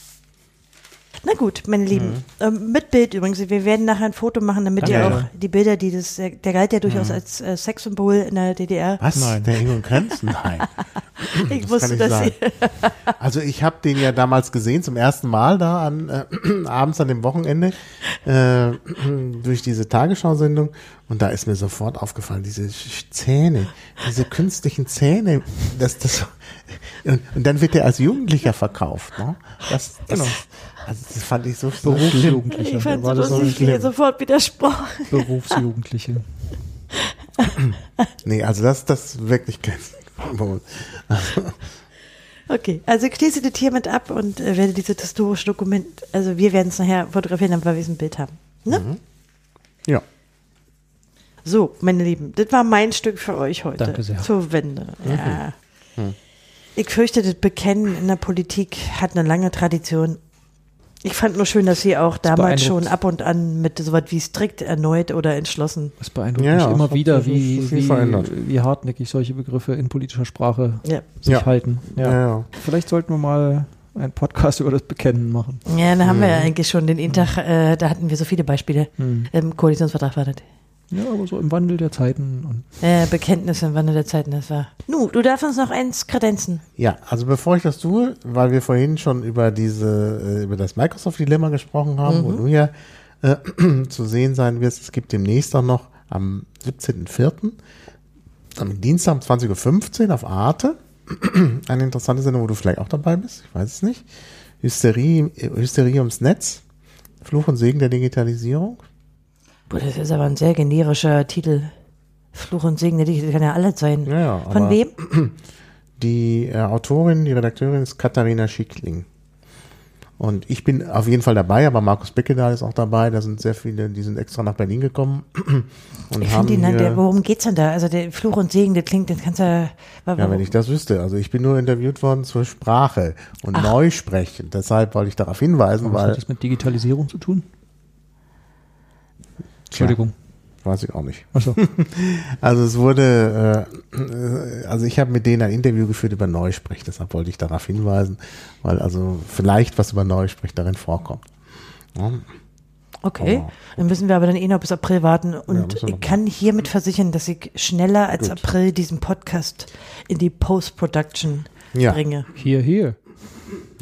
S1: Na gut, meine Lieben. Ähm, mit Bild übrigens. Wir werden nachher ein Foto machen, damit ihr
S3: Mhm. Danke.
S1: auch
S3: Mhm.
S1: die Bilder, die das, äh, der galt ja durchaus als äh, Sexsymbol in der DDR.
S3: Was? Nein. Der Egon Krenz? Nein.
S1: ich
S3: Das
S1: wusste,
S3: kann
S1: dass
S3: nicht
S1: ihr.
S3: sein. Also ich habe den ja damals gesehen, zum ersten Mal da an äh, abends an dem Wochenende äh, durch diese Tagesschau-Sendung und da ist mir sofort aufgefallen, diese Sch- Zähne, diese künstlichen Zähne, das, das und, und dann wird der als Jugendlicher verkauft, ne? Das, das, also das fand ich so, so schlimm.
S1: Ich
S2: Berufsjugendliche.
S1: fand es
S2: War das
S1: so
S2: so
S1: lustig, wie
S3: schlimm?
S1: ihr sofort widersprochen.
S2: Berufsjugendliche?
S3: Nee, also das, das wirklich kein.
S1: Okay, also ich schließe das hiermit ab und äh, werde dieses historische Dokument, also wir werden es nachher fotografieren, damit wir es ein Bild haben. Ne?
S3: Ja.
S1: So, meine Lieben, das war mein Stück für euch heute.
S2: Danke sehr.
S1: Zur Wende. Ja. Ich fürchte, das Bekennen in der Politik hat eine lange Tradition. Ich fand nur schön, dass sie auch
S2: Das
S1: damals
S2: beeindruckt.
S1: schon ab und an mit sowas wie strikt erneut oder entschlossen.
S2: Das beeindruckt
S3: Ja,
S2: mich
S3: ja, es
S2: immer
S3: hat
S2: wieder,
S3: sich so
S2: wie,
S3: viel
S2: wie,
S3: verändert.
S2: wie hartnäckig solche Begriffe in politischer Sprache
S1: Ja.
S2: sich
S3: Ja.
S2: halten. Ja.
S3: ja.
S2: Vielleicht sollten wir mal einen Podcast über das Bekennen machen.
S1: Ja, da haben wir ja eigentlich schon den Intag, äh, da hatten wir so viele Beispiele. Im Koalitionsvertrag war das.
S2: Ja, aber so im Wandel der Zeiten. Und
S1: Äh, Bekenntnisse im Wandel der Zeiten, das war. Nu, du darfst uns noch eins kredenzen.
S3: Ja, also bevor ich das tue, weil wir vorhin schon über diese, äh, über das Microsoft-Dilemma gesprochen haben, wo du ja äh, zu sehen sein wirst, es gibt demnächst dann noch am 17.04., am Dienstag um 20.15 Uhr auf Arte, eine interessante Sendung, wo du vielleicht auch dabei bist, ich weiß es nicht. Hysterie, äh, Hysterie ums Netz, Fluch und Segen der Digitalisierung.
S1: Boah, das ist aber ein sehr generischer Titel. Fluch und Segen der Dichter, das kann ja alles sein.
S3: Ja, ja,
S1: Von
S3: aber-
S1: wem?
S3: Die äh, Autorin, die Redakteurin ist Katharina Schickling. Und ich bin auf jeden Fall dabei, aber Markus Beckedahl ist auch dabei. Da sind sehr viele, die sind extra nach Berlin gekommen. Und
S1: Ich
S3: haben
S1: finde ihn, dann- der,
S3: hier,
S1: worum geht's denn da? Also der Fluch und Segen, das klingt, das kannst du ja.
S3: ja, wenn ich das wüsste. Also ich bin nur interviewt worden zur Sprache und Neusprechen. Deshalb wollte ich darauf
S2: was
S3: hinweisen, weil,
S2: hat das mit Digitalisierung zu tun? Entschuldigung.
S3: weiß ich auch nicht.
S2: Achso.
S3: Also es wurde, äh, äh, also ich habe mit denen ein Interview geführt über Neusprech, deshalb wollte ich darauf hinweisen, weil also vielleicht was über Neusprech darin vorkommt. Ja,
S1: Okay,
S3: Oh.
S1: dann müssen wir aber dann eh noch bis April warten. Und
S3: müssen wir noch
S1: ich kann hiermit versichern, dass ich schneller als April diesen Podcast in die Post-Production
S3: Ja.
S1: bringe.
S2: Hier, hier.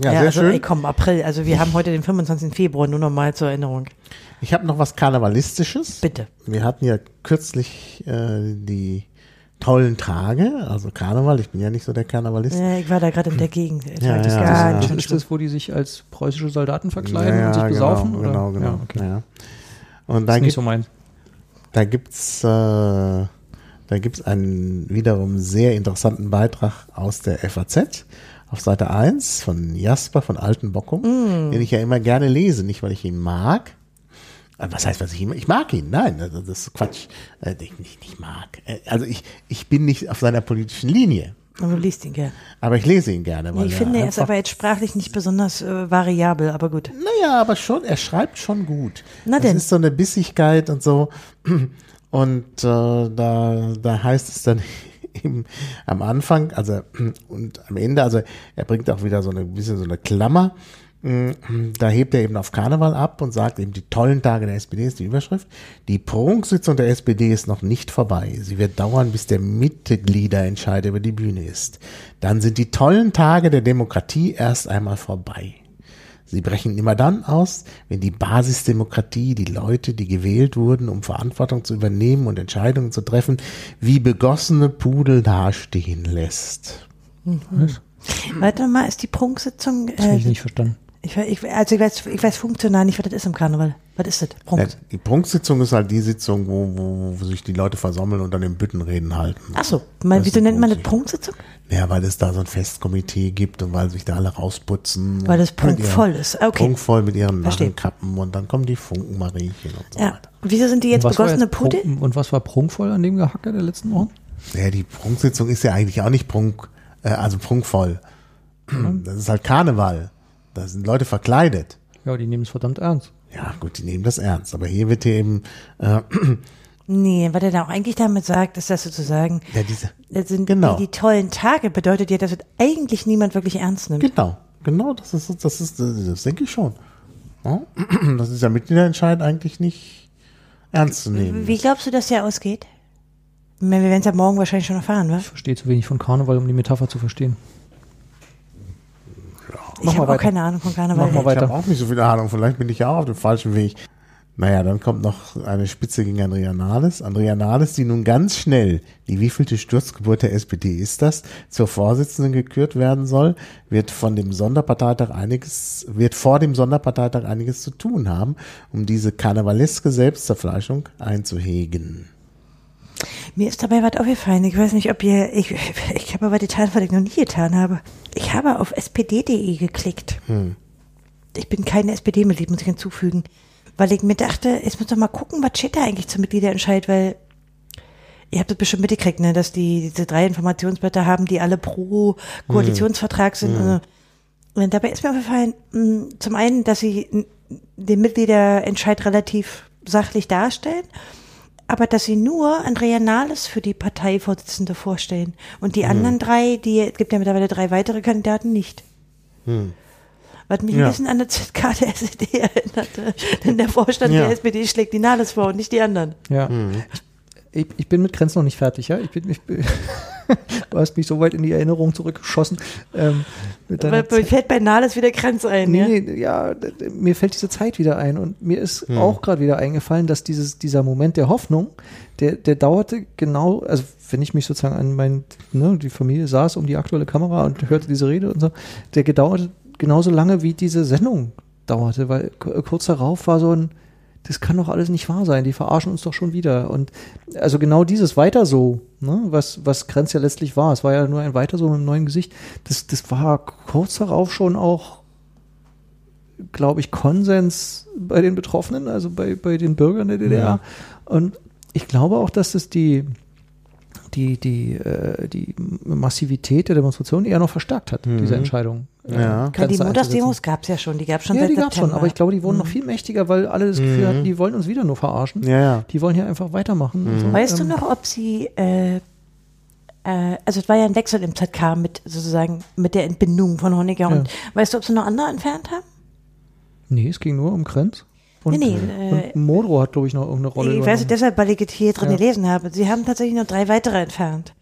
S3: ja, sehr
S1: also,
S3: schön.
S1: Ey, komm, April. Also wir haben heute den 25. Februar, nur nochmal zur Erinnerung.
S3: Ich habe noch was Karnevalistisches.
S1: Bitte.
S3: Wir hatten ja kürzlich äh, die tollen Tage, also Karneval. Ich bin ja nicht so der Karnevalist.
S1: Äh, ich war da gerade in der Gegend. Es war
S3: ja,
S1: das
S3: ja,
S1: ganz
S3: ja.
S1: schön
S2: Ist
S1: schlimm.
S2: das, wo die sich als preußische Soldaten verkleiden
S3: Ja,
S2: und sich
S3: ja,
S2: besaufen?
S3: Genau,
S2: oder?
S3: genau, genau.
S2: Ja, okay.
S3: ja.
S2: Das
S3: Und da
S2: ist nicht
S3: gibt,
S2: so mein.
S3: da gibt's, äh, da gibt's einen wiederum sehr interessanten Beitrag aus der FAZ auf Seite 1 von Jasper von Altenbockum,
S1: Mm.
S3: den ich ja immer gerne lese, nicht weil ich ihn mag, Äh, Was heißt, was ich, ich mag ihn? Nein, also das ist Quatsch, äh, den ich nicht, nicht mag. Äh, Also ich, ich bin nicht auf seiner politischen Linie,
S1: Und du liest ihn gern.
S3: aber ich lese ihn gerne.
S1: Ich finde, er ist aber jetzt sprachlich nicht besonders äh, variabel, aber gut.
S3: Naja, aber schon, er schreibt schon gut.
S1: Na
S3: das
S1: denn.
S3: ist so eine Bissigkeit und so. Und äh, da, da heißt es dann eben am Anfang, also und am Ende, also er bringt auch wieder so eine bisschen so eine Klammer. Da hebt er eben auf Karneval ab und sagt eben, die tollen Tage der SPD ist die Überschrift. Die Prunksitzung der SPD ist noch nicht vorbei. Sie wird dauern, bis der Mitgliederentscheid über die Bühne ist. Dann sind die tollen Tage der Demokratie erst einmal vorbei. Sie brechen immer dann aus, wenn die Basisdemokratie, die Leute, die gewählt wurden, um Verantwortung zu übernehmen und Entscheidungen zu treffen, wie begossene Pudel dastehen lässt.
S1: Warte mal, ist die Prunksitzung.
S2: Mhm. Das
S1: Äh,
S2: habe ich nicht verstanden.
S1: ich, ich, also ich weiß, ich weiß funktional nicht, was das ist im Karneval. Was ist das?
S3: Ja,
S1: Prunk.
S3: Also, Die Prunksitzung ist halt die Sitzung, wo, wo, wo sich die Leute versammeln und dann im Büttenreden halten.
S1: Ach so, mein,
S3: Das ist
S1: wieso nennt man das
S3: Prunksitzung.
S1: Prunksitzung?
S3: halt. Ja, weil es da so ein Festkomitee gibt und weil sich da alle rausputzen.
S1: Weil das
S3: und mit
S1: prunkvoll
S3: ihren-
S1: ist. Ah, Okay.
S3: Prunkvoll mit ihren
S1: Verstehe.
S3: Narrenkappen und dann kommen die Funkenmariechen und so
S1: Ja.
S3: weiter.
S1: Und wieso sind die jetzt
S2: Und was war
S1: begossene
S2: jetzt
S1: Pudel?
S2: prunken- Und was war prunkvoll an dem Gehacke der letzten Wochen?
S3: Ja, die Prunksitzung ist ja eigentlich auch nicht prunk, äh, also prunkvoll.
S1: Mhm.
S3: Das ist halt Karneval. Da sind Leute verkleidet.
S2: Ja, die nehmen es verdammt ernst.
S3: Ja, gut, die nehmen das ernst. Aber hier wird hier eben äh,
S1: Nee, was er da auch eigentlich damit sagt, ist das sozusagen,
S3: ja, diese.
S1: das sind
S3: Genau.
S1: die, die tollen Tage, bedeutet ja, dass es eigentlich niemand wirklich ernst nimmt.
S3: Genau, genau, das ist, das ist, das, das denke ich schon. Ja? Das ist ja Mitgliederentscheid eigentlich nicht ernst zu
S2: Genau.
S3: nehmen.
S1: Wie glaubst du, dass der ausgeht? Ich meine, Wir werden es ja morgen wahrscheinlich schon erfahren, wa?
S2: Ich verstehe zu wenig von Karneval, um die Metapher zu verstehen.
S1: Ich
S2: mal
S1: habe auch
S2: weiter.
S1: keine Ahnung von Karneval.
S2: Mach mal
S1: ey.
S2: weiter.
S3: Ich habe auch nicht so viel Ahnung, vielleicht bin ich ja auch auf dem falschen Weg. Naja, dann kommt noch eine Spitze gegen Andrea Nahles. Andrea Nahles, die nun ganz schnell, die wievielte Sturzgeburt der SPD ist das, zur Vorsitzenden gekürt werden soll, wird von dem Sonderparteitag einiges, wird vor dem Sonderparteitag einiges zu tun haben, um diese karnevaleske Selbstzerfleischung einzuhegen.
S1: Mir ist dabei was aufgefallen. Ich weiß nicht, ob ihr. Ich, ich habe aber getan, was ich noch nie getan habe. Ich habe auf spd.de E geklickt.
S2: Hm.
S1: Ich bin kein SPD-Mitglied, muss ich hinzufügen. Weil ich mir dachte, ich muss doch mal gucken, was steht da eigentlich zum Mitgliederentscheid, weil ihr habt das bestimmt mitgekriegt, ne,
S2: Hm.
S1: dass die diese drei Informationsblätter haben, die alle pro Koalitionsvertrag sind. Also, Und dabei ist mir aufgefallen, mh, zum einen, dass sie n- den Mitgliederentscheid relativ sachlich darstellen, aber dass sie nur Andrea Nahles für die Parteivorsitzende vorstellen und die
S2: Hm.
S1: anderen drei, die es gibt ja mittlerweile drei weitere Kandidaten nicht.
S2: Hm.
S1: Was mich
S3: Ja.
S1: ein bisschen an der ZK der SED erinnerte. Denn der Vorstand
S3: Ja.
S1: der SPD schlägt die Nahles vor und nicht die anderen.
S2: Ja. Ich, ich bin mit Grenzen noch nicht fertig, ja? Ich bin, ich bin du hast mich so weit in die Erinnerung zurückgeschossen. Ähm, mit deiner
S1: Weil mir fällt bei Nahles wieder Grenz ein. ja?
S2: Nee, nee, ja, d- d- mir fällt diese Zeit wieder ein und mir ist auch gerade wieder eingefallen, dass dieses, dieser Moment der Hoffnung, der, der dauerte genau, also wenn ich mich sozusagen an mein, ne, die Familie saß um die aktuelle Kamera und hörte diese Rede und so, der gedauerte genauso lange wie diese Sendung dauerte, weil k- kurz darauf war so ein, das kann doch alles nicht wahr sein, die verarschen uns doch schon wieder. Und also genau dieses Weiter so, ne, was, was Grenz ja letztlich war, es war ja nur ein Weiter so mit einem neuen Gesicht, das, das war kurz darauf schon auch glaube ich, Konsens bei den Betroffenen, also bei, bei den Bürgern der DDR.
S3: Ja.
S2: Und ich glaube auch, dass das die, die, die, äh, die Massivität der Demonstration eher noch verstärkt hat, diese Entscheidung. äh,
S3: Mhm. Ja.
S1: Na, die
S2: Grenze einzusetzen.
S1: Montagsdemos gab es ja schon, die gab es schon
S2: Ja,
S1: seit
S2: die gab schon,
S1: September.
S2: aber ich glaube, die wurden noch viel mächtiger, weil alle das Gefühl hatten, die wollen uns wieder nur verarschen.
S3: Mhm. Ja, Mhm. ja.
S2: Die wollen hier einfach weitermachen. und so.
S1: Weißt
S2: Ähm,
S1: du noch, ob sie, äh, äh, also es war ja ein Wechsel im ZK mit sozusagen mit der Entbindung von Honecker und weißt du, ob sie noch andere entfernt haben?
S2: Nee, es ging nur um Krenz. Und,
S1: Nee, nee, äh,
S2: und Modrow hat, glaube ich, noch irgendeine Rolle.
S1: ich weiß
S2: übernommen.
S1: es deshalb, weil ich es hier drin
S2: Ja.
S1: gelesen habe. Sie haben tatsächlich nur drei weitere entfernt.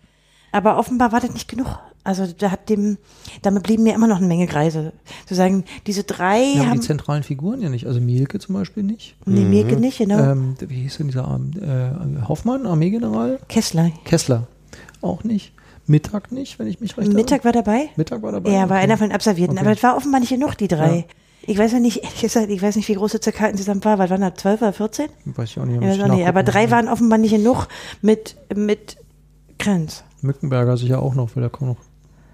S1: Aber offenbar war das nicht genug. Also da hat dem, damit blieben mir immer noch eine Menge Kreise. Sozusagen, diese drei
S2: ja, aber die
S1: haben,
S2: zentralen Figuren ja nicht. Also Mielke zum Beispiel nicht.
S1: nee, Mirke nicht, genau,
S2: Ähm, wie hieß denn dieser Abend? Äh, Hoffmann, Armeegeneral?
S1: Kessler.
S2: Kessler. Auch nicht. Mittag nicht, wenn ich mich recht erinnere.
S1: Mittag war dabei?
S2: Mittag war dabei.
S1: Ja, war
S2: Okay.
S1: einer von den Absolvierten.
S2: Okay.
S1: Aber das war offenbar nicht genug, die drei.
S2: Ja.
S1: Ich weiß ja nicht, ehrlich gesagt, ich weiß nicht, wie groß der Zirkel insgesamt war. Was waren da? 12 oder 14?
S2: Weiß ich auch nicht.
S1: Ich weiß
S2: muss ich
S1: auch nicht. Aber
S2: nachgucken.
S1: drei waren offenbar nicht genug mit, mit Kranz.
S2: Mückenberger sicher auch noch, weil er kaum noch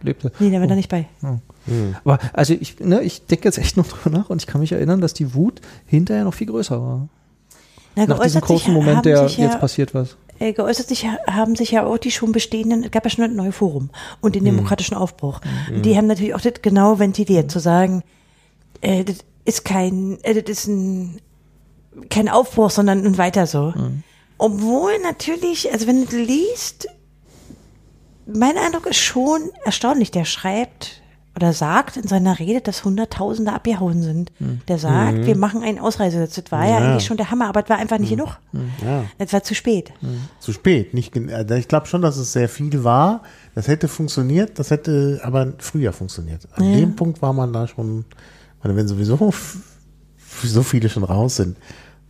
S2: lebte.
S1: Nee, der war
S2: Oh.
S1: da nicht bei.
S2: Aber also ich, ne, ich denke jetzt echt noch drüber nach und ich kann mich erinnern, dass die Wut hinterher noch viel größer war.
S1: Na,
S2: Nach diesem
S1: geäußert Also sich-
S2: kurzen Moment,
S1: haben
S2: der
S1: sich ja,
S2: jetzt passiert was.
S1: äh, Geäußert sich, ha- haben sich ja auch die schon bestehenden, es gab ja schon ein neues Forum und den demokratischen Aufbruch. Und Die haben natürlich auch das genau ventiliert, zu sagen, äh, das ist kein, äh, das ist ein, kein Aufbruch, sondern ein weiter so. Obwohl natürlich, also wenn du liest, mein Eindruck ist schon erstaunlich, der schreibt oder sagt in seiner Rede, dass Hunderttausende abgehauen sind. Der sagt, wir machen einen Ausreisegesetz. Das war ja.
S3: Ja.
S1: eigentlich schon der Hammer, aber das war einfach nicht genug.
S3: Ja.
S1: Es war zu spät.
S3: Zu spät. Nicht, gen- also ich glaube schon, dass es sehr viel war. Das hätte funktioniert, das hätte aber früher funktioniert. An dem Punkt war man da schon, ich meine, wenn sowieso f- so viele schon raus sind,
S1: Hm.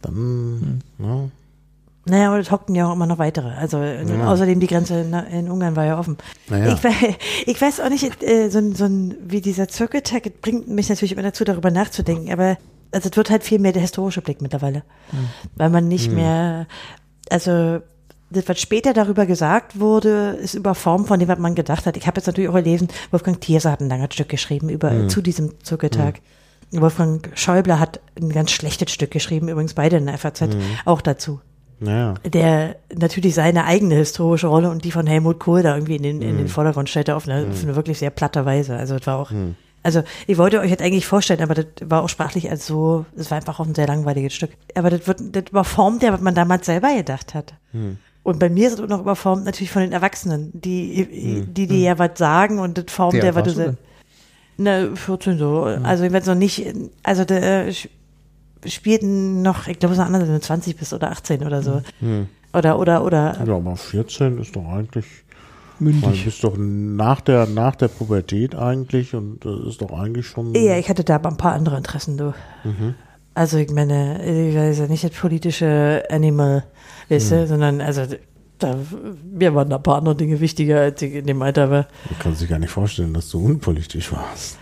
S3: dann ne?
S1: Naja, aber es hockten ja auch immer noch weitere. Also und außerdem die Grenze in, in Ungarn war ja offen.
S3: Naja.
S1: Ich, we- ich weiß auch nicht, äh, so, ein- so ein, wie dieser Zirkeltag das bringt mich natürlich immer dazu, darüber nachzudenken. Aber also es wird halt viel mehr der historische Blick mittlerweile, weil man nicht mehr, also das, was später darüber gesagt wurde, ist überformt von dem, was man gedacht hat. Ich habe jetzt natürlich auch gelesen, Wolfgang Thierse hat ein langes Stück geschrieben über zu diesem Zirkeltag. Wolfgang Schäuble hat ein ganz schlechtes Stück geschrieben, übrigens beide in der FAZ, auch dazu
S3: naja.
S1: der natürlich seine eigene historische Rolle und die von Helmut Kohl da irgendwie in den, in den Vordergrund stellte auf eine, auf eine wirklich sehr platte Weise. Also das war auch, also ich wollte euch jetzt eigentlich vorstellen, aber das war auch sprachlich als so, es war einfach auch ein sehr langweiliges Stück. Aber das wird, das überformt ja, was man damals selber gedacht hat. Und bei mir ist es auch noch überformt natürlich von den Erwachsenen, die, die dir ja was sagen und das formt
S2: Wie
S1: ja,
S2: alt
S1: was du
S2: warst du
S1: selbst. Ne, 14 so. Also ich werde noch nicht, in- also der äh, sch- spielten noch, ich glaube, es war anders, wenn du 20 bist oder 18 oder so. Oder, oder, oder.
S3: Ja, aber 14 ist doch eigentlich, man
S2: Mündig.
S3: ist doch nach der, nach der Pubertät eigentlich und das ist doch eigentlich schon.
S1: Ja, ich hatte da aber ein paar andere Interessen, du. Also ich meine, ich weiß ja nicht das politische Animal, weißt du, sondern also da, mir waren da ein paar andere Dinge wichtiger, als ich in dem Alter war.
S3: Man kann sich gar nicht vorstellen, dass du unpolitisch warst.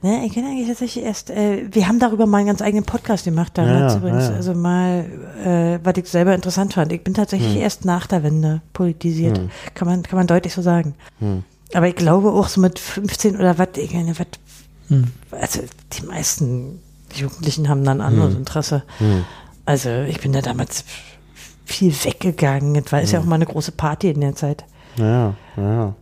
S1: Ne, ich kenne eigentlich tatsächlich erst, äh, wir haben darüber mal einen ganz eigenen Podcast gemacht damals
S3: Ja, ja,
S1: übrigens.
S3: ja, ja.
S1: Also mal, äh, was ich selber interessant fand. Ich bin tatsächlich
S3: Hm.
S1: erst nach der Wende politisiert. Kann man, kann man deutlich so sagen.
S3: Hm.
S1: Aber ich glaube auch so mit 15 oder was, ich meine, was,
S2: Hm.
S1: also die meisten Jugendlichen haben dann anderes
S3: Hm.
S1: Interesse. Also ich bin da damals viel
S3: Hm.
S1: weggegangen. Es war ist ja auch mal eine große Party in der Zeit.
S3: Ja, ja.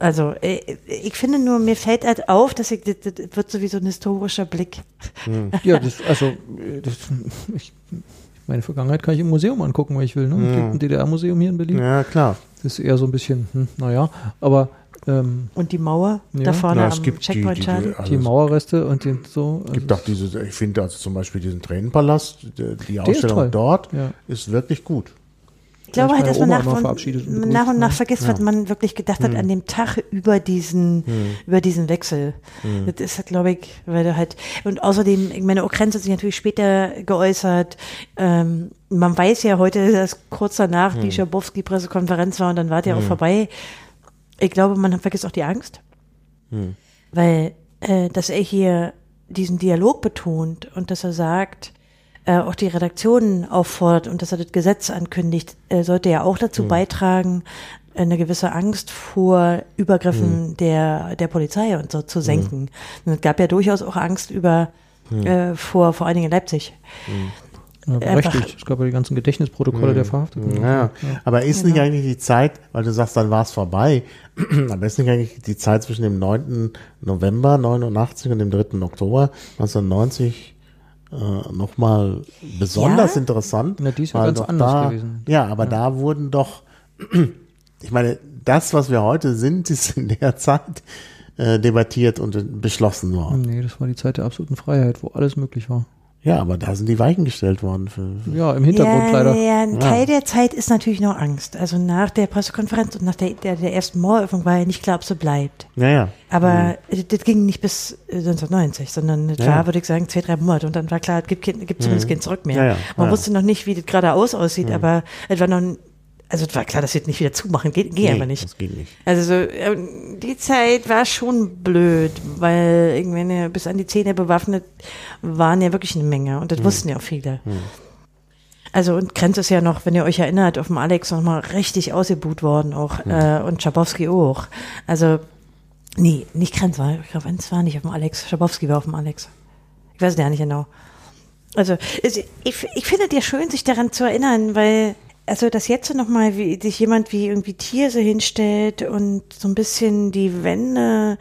S1: Also äh, ich finde nur, mir fällt halt auf, dass ich, das, das wird sowieso ein historischer Blick.
S2: Ja, das, also, äh, das, ich, meine Vergangenheit kann ich im Museum angucken, wenn ich will. Ne? Es gibt ein DDR-Museum hier in Berlin.
S3: Ja, klar.
S2: Das ist eher so ein bisschen, hm, naja, aber ähm,
S1: Und die Mauer
S2: Ja.
S1: da vorne
S3: Na,
S1: am
S3: es gibt die, die,
S1: Checkpoint
S3: die,
S1: Charlie.
S3: also
S2: die
S3: es
S2: Mauerreste und den so. also
S3: gibt auch dieses, ich finde also zum Beispiel diesen Tränenpalast, der- die Ausstellung
S2: toll.
S3: dort
S2: Ja.
S3: ist wirklich gut.
S1: Ich glaube
S2: Vielleicht
S1: halt, dass man
S2: meine
S1: nach
S2: Oma immer verabschiedet und Hm.
S1: und,
S2: begrüßt,
S1: nach und nach
S2: ne?
S1: vergisst, was man wirklich gedacht hat an dem Tag über diesen,
S2: Hm.
S1: über diesen Wechsel. Das ist halt, glaube ich, weil du halt, und außerdem, ich meine, Okrenz hat sich natürlich später geäußert. Ähm, man weiß ja heute, dass kurz danach
S2: Hm.
S1: die Schabowski-Pressekonferenz war und dann war die auch vorbei. Ich glaube, man vergisst auch die Angst. Weil, äh, dass er hier diesen Dialog betont und dass er sagt, äh, auch die Redaktionen auffordert und dass er das Gesetz ankündigt, äh, sollte ja auch
S2: Mhm.
S1: dazu beitragen, eine gewisse Angst vor
S2: Mhm.
S1: Übergriffen der, der Polizei und so zu senken. Und es gab ja durchaus auch Angst über, äh, vor, vor allen Dingen in Leipzig.
S2: Ja,
S1: einfach-
S2: berechtigt. Es gab ja die ganzen
S3: Mhm.
S2: Gedächtnisprotokolle der Verhafteten.
S3: Ja, aber ist
S2: genau.
S3: nicht eigentlich die Zeit, weil du sagst, dann war es vorbei, aber ist nicht eigentlich die Zeit zwischen dem 9. November 89 und dem 3. Oktober 1990 äh, nochmal besonders
S1: Ja?
S3: interessant?
S2: Na, die ist ja
S3: weil
S2: ganz
S3: doch
S2: anders
S3: da,
S2: gewesen.
S3: Ja, aber da wurden doch, ich meine, das, was wir heute sind, ist in der Zeit äh, debattiert und beschlossen worden.
S2: Nee, das war die Zeit der absoluten Freiheit, wo alles möglich war.
S3: Ja, aber da sind die Weichen gestellt worden für, für
S2: Ja, im Hintergrund
S1: ja,
S2: leider. Ah.
S1: Ja, ein Teil der Zeit ist natürlich noch Angst. Also nach der Pressekonferenz und nach der, der, der ersten Maueröffnung war ja nicht klar, ob sie bleibt.
S3: ja, ja.
S1: Aber äh, das ging nicht bis äh, 1990, sondern das
S3: Mhm. Ja, ja. Mhm.
S1: war, würde ich sagen, zwei, drei Monate. Und dann war klar, es gibt, kein- gibt zumindest kein Zurück mehr.
S3: Ja, ja,
S1: Man
S3: ja. Mhm.
S1: wusste noch nicht, wie das geradeaus aussieht, aber es war noch, ein- also es war klar, dass sie das nicht wieder zumachen. Geht, geht
S3: Nee,
S1: aber nicht.
S3: Das geht nicht.
S1: Also so, ähm, die Zeit war schon blöd, weil irgendwann ja bis an die Zähne bewaffnet waren ja wirklich eine Menge und das wussten ja auch viele. Also und Krenz ist ja noch, wenn ihr euch erinnert, auf dem Alex nochmal richtig ausgebuht worden auch äh, und Schabowski auch. Also nee, nicht Krenz war, ich glaube, Enz war nicht auf dem Alex, Schabowski war auf dem Alex. Ich weiß es ja nicht genau. Also es- ich, ich finde es ja schön, sich daran zu erinnern, weil also dass jetzt nochmal wie sich jemand wie irgendwie Thierse hinstellt und so ein bisschen die Wände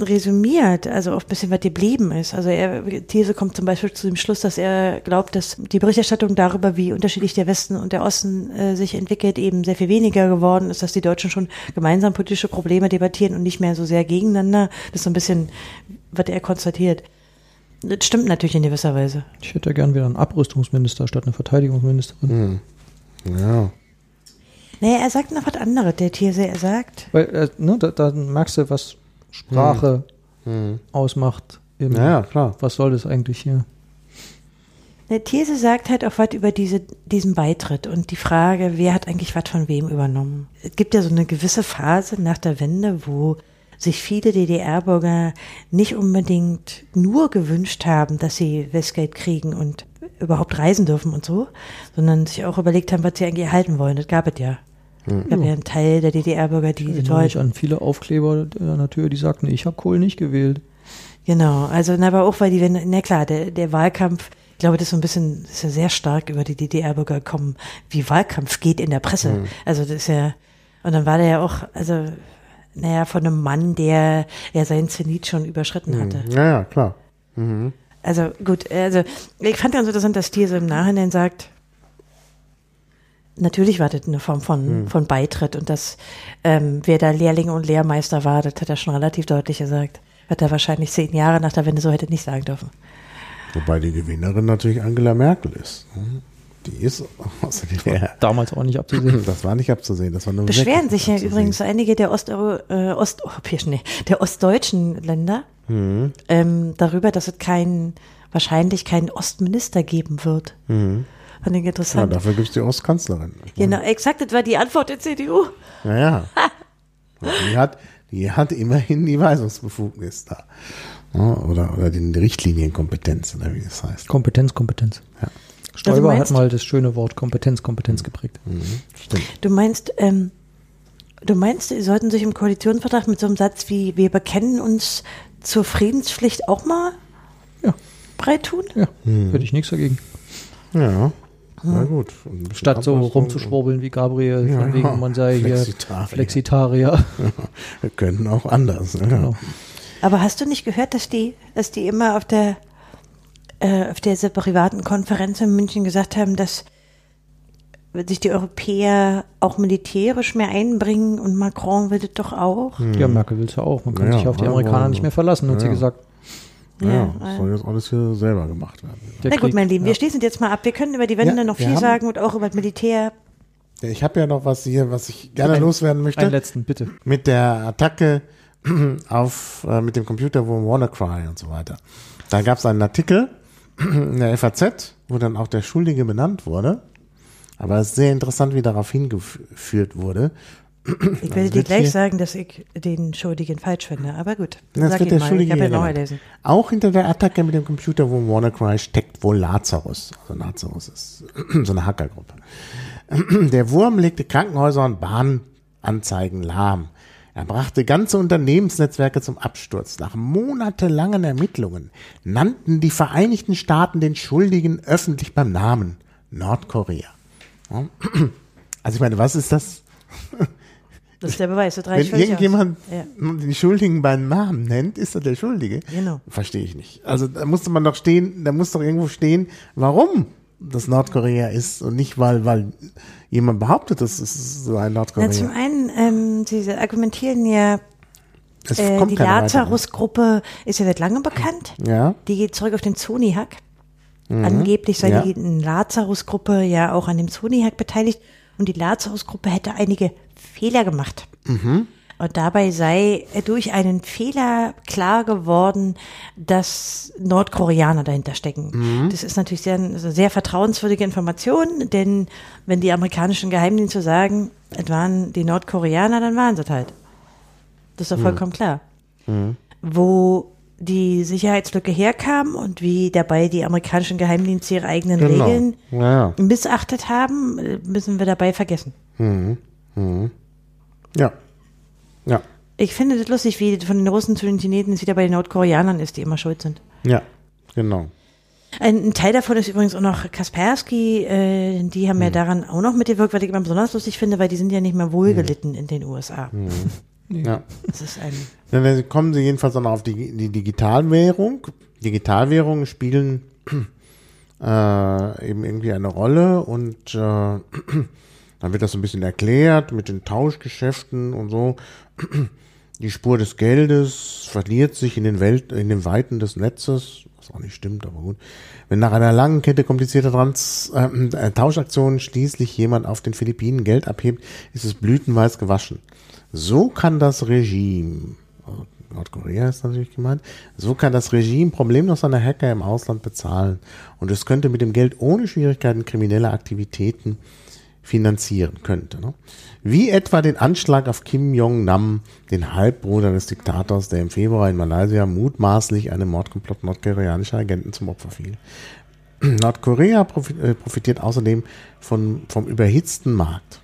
S1: resümiert, also auch ein bisschen was geblieben ist. Also er, These kommt zum Beispiel zu dem Schluss, dass er glaubt, dass die Berichterstattung darüber, wie unterschiedlich der Westen und der Osten äh, sich entwickelt, eben sehr viel weniger geworden ist, dass die Deutschen schon gemeinsam politische Probleme debattieren und nicht mehr so sehr gegeneinander. Das ist so ein bisschen, was er konstatiert. Das stimmt natürlich in gewisser Weise.
S2: Ich hätte ja gern wieder einen Abrüstungsminister statt einer Verteidigungsministerin.
S3: Mhm. Ja.
S1: Naja, er sagt noch was anderes, der Thierse. Er sagt,
S2: Weil äh, ne, da, da merkst du, was Sprache ausmacht. Im,
S3: Mhm. Ja, ja, klar.
S2: Was soll das eigentlich hier?
S1: der Thierse sagt halt auch was über diese, diesen Beitritt und die Frage, wer hat eigentlich was von wem übernommen. Es gibt ja so eine gewisse Phase nach der Wende, wo sich viele DDR-Bürger nicht unbedingt nur gewünscht haben, dass sie Westgeld kriegen und überhaupt reisen dürfen und so, sondern sich auch überlegt haben, was sie eigentlich erhalten wollen. Das gab es ja. Es gab ja einen Teil der DDR-Bürger, die
S2: Ich erinnere
S1: Deutsch
S2: mich an viele Aufkleber an der Tür, die sagten, ich habe Kohl nicht gewählt.
S1: Genau, also na, aber auch weil die, wenn- na klar, der, der Wahlkampf, ich glaube, das ist so ein bisschen, ist ja sehr stark über die DDR-Bürger gekommen, wie Wahlkampf geht in der Presse. Also das ist ja, und dann war der ja auch, also, naja, von einem Mann, der ja seinen Zenit schon überschritten hatte.
S3: ja, ja, klar.
S1: Also gut, also ich fand ganz interessant, dass Thiel so im Nachhinein sagt, natürlich war das eine Form von, von Beitritt und dass ähm, wer da Lehrling und Lehrmeister war, das hat er schon relativ deutlich gesagt. Hat er wahrscheinlich zehn Jahre nach der Wende so hätte nicht sagen dürfen.
S3: Wobei die Gewinnerin natürlich Angela Merkel ist. ne? Die ist aus der DDR.
S2: Damals auch nicht abzusehen.
S3: Das war nicht abzusehen. Das war nur
S1: Beschweren
S3: wirklich
S1: sich ja
S3: abzusehen.
S1: übrigens einige der Osteuro, äh, osteuropäischen, nee, der ostdeutschen Länder ähm, darüber, dass es keinen, wahrscheinlich keinen Ostminister geben wird. Fand ich
S3: Ja,
S1: interessant.
S3: dafür gibt es die Ostkanzlerin.
S1: genau, exakt, das war die Antwort der CDU.
S3: Ja, ja. Die hat, die hat immerhin die Weisungsbefugnis da. Ja, Oder, oder die Richtlinienkompetenz, oder wie das heißt.
S2: Kompetenz, Kompetenz.
S3: Ja.
S1: Also
S2: Stoiber hat
S1: meinst
S2: mal das schöne Wort Kompetenz, Kompetenz geprägt.
S3: Mhm. Stimmt.
S1: Du meinst, ähm, du meinst, sie sollten sich im Koalitionsvertrag mit so einem Satz wie wir bekennen uns zur Friedenspflicht auch mal
S2: Ja,
S1: breit tun?
S3: Mhm.
S2: ja. Hätte ich nichts dagegen.
S3: Ja. Na gut. ein bisschen
S2: Statt so
S3: anpassen.
S2: rumzuschwurbeln wie Gabriel,
S3: Ja,
S2: von wegen man sei hier
S3: Flexitarier.
S2: Flexitarier.
S3: Wir können auch anders. Ja.
S1: Aber hast du nicht gehört, dass die, dass die immer auf der, äh, auf dieser privaten Konferenz in München gesagt haben, dass sich die Europäer auch militärisch mehr einbringen und Macron will das doch auch?
S3: Hm.
S2: Ja, Merkel will es ja auch. Man kann
S3: Mhm. Ja,
S2: sich auf die
S3: aber-
S2: Amerikaner nicht mehr verlassen, hat sie
S3: Ja.
S2: gesagt.
S3: Ja,
S1: Ja,
S3: das
S1: äh.
S3: soll jetzt alles hier selber gemacht werden.
S2: Der
S1: Na gut,
S2: Krieg-
S1: mein Lieben,
S2: ja.
S1: wir schließen jetzt mal ab. Wir können über die Wende
S3: Ja,
S1: noch
S3: wir
S1: viel
S3: haben-
S1: sagen und auch über das Militär.
S3: Ja, Ich habe ja noch was hier, was ich gerne loswerden
S2: Einen
S3: möchte.
S2: letzten, bitte.
S3: Mit der Attacke auf, äh, mit dem Computer, wo WannaCry und so weiter. Da gab es einen Artikel in der FAZ, wo dann auch der Schuldige benannt wurde. Aber es ist sehr interessant, wie darauf hingeführt wurde.
S1: Ich werde dir
S3: wird
S1: gleich
S3: hier-
S1: sagen, dass ich den Schuldigen falsch finde, aber gut.
S3: Das
S1: Sag
S3: wird
S1: ihn
S3: der
S1: mal.
S3: Schuldige
S1: Ich habe ja
S3: hier
S1: noch
S3: genannt.
S1: gelesen.
S3: Auch hinter der Attacke mit dem Computer, wo WannaCry steckt wohl Lazarus. Also Lazarus ist so eine Hackergruppe. Der Wurm legte Krankenhäuser und Bahnanzeigen lahm. Er brachte ganze Unternehmensnetzwerke zum Absturz. Nach monatelangen Ermittlungen nannten die Vereinigten Staaten den Schuldigen öffentlich beim Namen Nordkorea. Ja. Also ich meine, was ist das
S1: Das ist der Beweis, das reicht
S3: wenn
S1: völlig
S3: irgendjemand
S1: aus. Ja.
S3: den Schuldigen beim Namen nennt, ist er der Schuldige.
S1: Genau.
S3: Verstehe ich nicht. Also da musste man doch stehen, da muss doch irgendwo stehen, warum das Nordkorea ist und nicht, weil, weil jemand behauptet, das ist so ein
S1: Na, zum
S3: Nordkorea.
S1: einen, ähm, diese argumentieren ja
S3: Es
S1: Äh, die
S3: keiner weiter,
S1: Lazarus-Gruppe ist ja seit langem bekannt.
S3: ne? Ja.
S1: Die geht zurück auf den Zonihack. Angeblich sei
S3: Mhm. Ja.
S1: die Lazarus-Gruppe ja auch an dem Zonihack beteiligt und die Lazarus-Gruppe hätte einige Fehler gemacht.
S3: Mhm.
S1: Und dabei sei durch einen Fehler klar geworden, dass Nordkoreaner dahinter stecken.
S3: Mhm.
S1: Das ist natürlich sehr, also sehr vertrauenswürdige Information, denn wenn die amerikanischen Geheimdienste sagen, es waren die Nordkoreaner, dann waren sie es halt. Das ist doch vollkommen klar. Wo die Sicherheitslücke herkam und wie dabei die amerikanischen Geheimdienste ihre eigenen
S3: Genau.
S1: Regeln
S3: Ja.
S1: missachtet haben, äh, müssen wir dabei vergessen.
S3: Ja. Ja.
S1: Ich finde das lustig, wie von den Russen zu den Chinesen es wieder bei den Nordkoreanern ist, die immer schuld sind.
S3: Ja. Genau.
S1: Ein, ein Teil davon ist übrigens auch noch Kaspersky, äh, die haben ja daran auch noch mitgewirkt, was ich immer besonders lustig finde, weil die sind ja nicht mehr wohlgelitten in den USA.
S3: Ja.
S1: Das ist ein
S3: Ja, Dann kommen sie jedenfalls dann auf die, die Digitalwährung. Digitalwährungen spielen äh, eben irgendwie eine Rolle und äh, dann wird das so ein bisschen erklärt mit den Tauschgeschäften und so. Die Spur des Geldes verliert sich in den, Welt, in den Weiten des Netzes, was auch nicht stimmt, aber gut. Wenn nach einer langen Kette komplizierter Trans äh, äh, Tauschaktionen schließlich jemand auf den Philippinen Geld abhebt, ist es blütenweiß gewaschen. So kann das Regime, also Nordkorea ist natürlich gemeint, so kann das Regime problemlos seine Hacker im Ausland bezahlen und es könnte mit dem Geld ohne Schwierigkeiten kriminelle Aktivitäten finanzieren könnte. Ne? Wie etwa den Anschlag auf Kim Jong-nam, den Halbbruder des Diktators, der im Februar in Malaysia mutmaßlich einem Mordkomplott nordkoreanischer Agenten zum Opfer fiel. Nordkorea profi- äh, profitiert außerdem von, vom überhitzten Markt.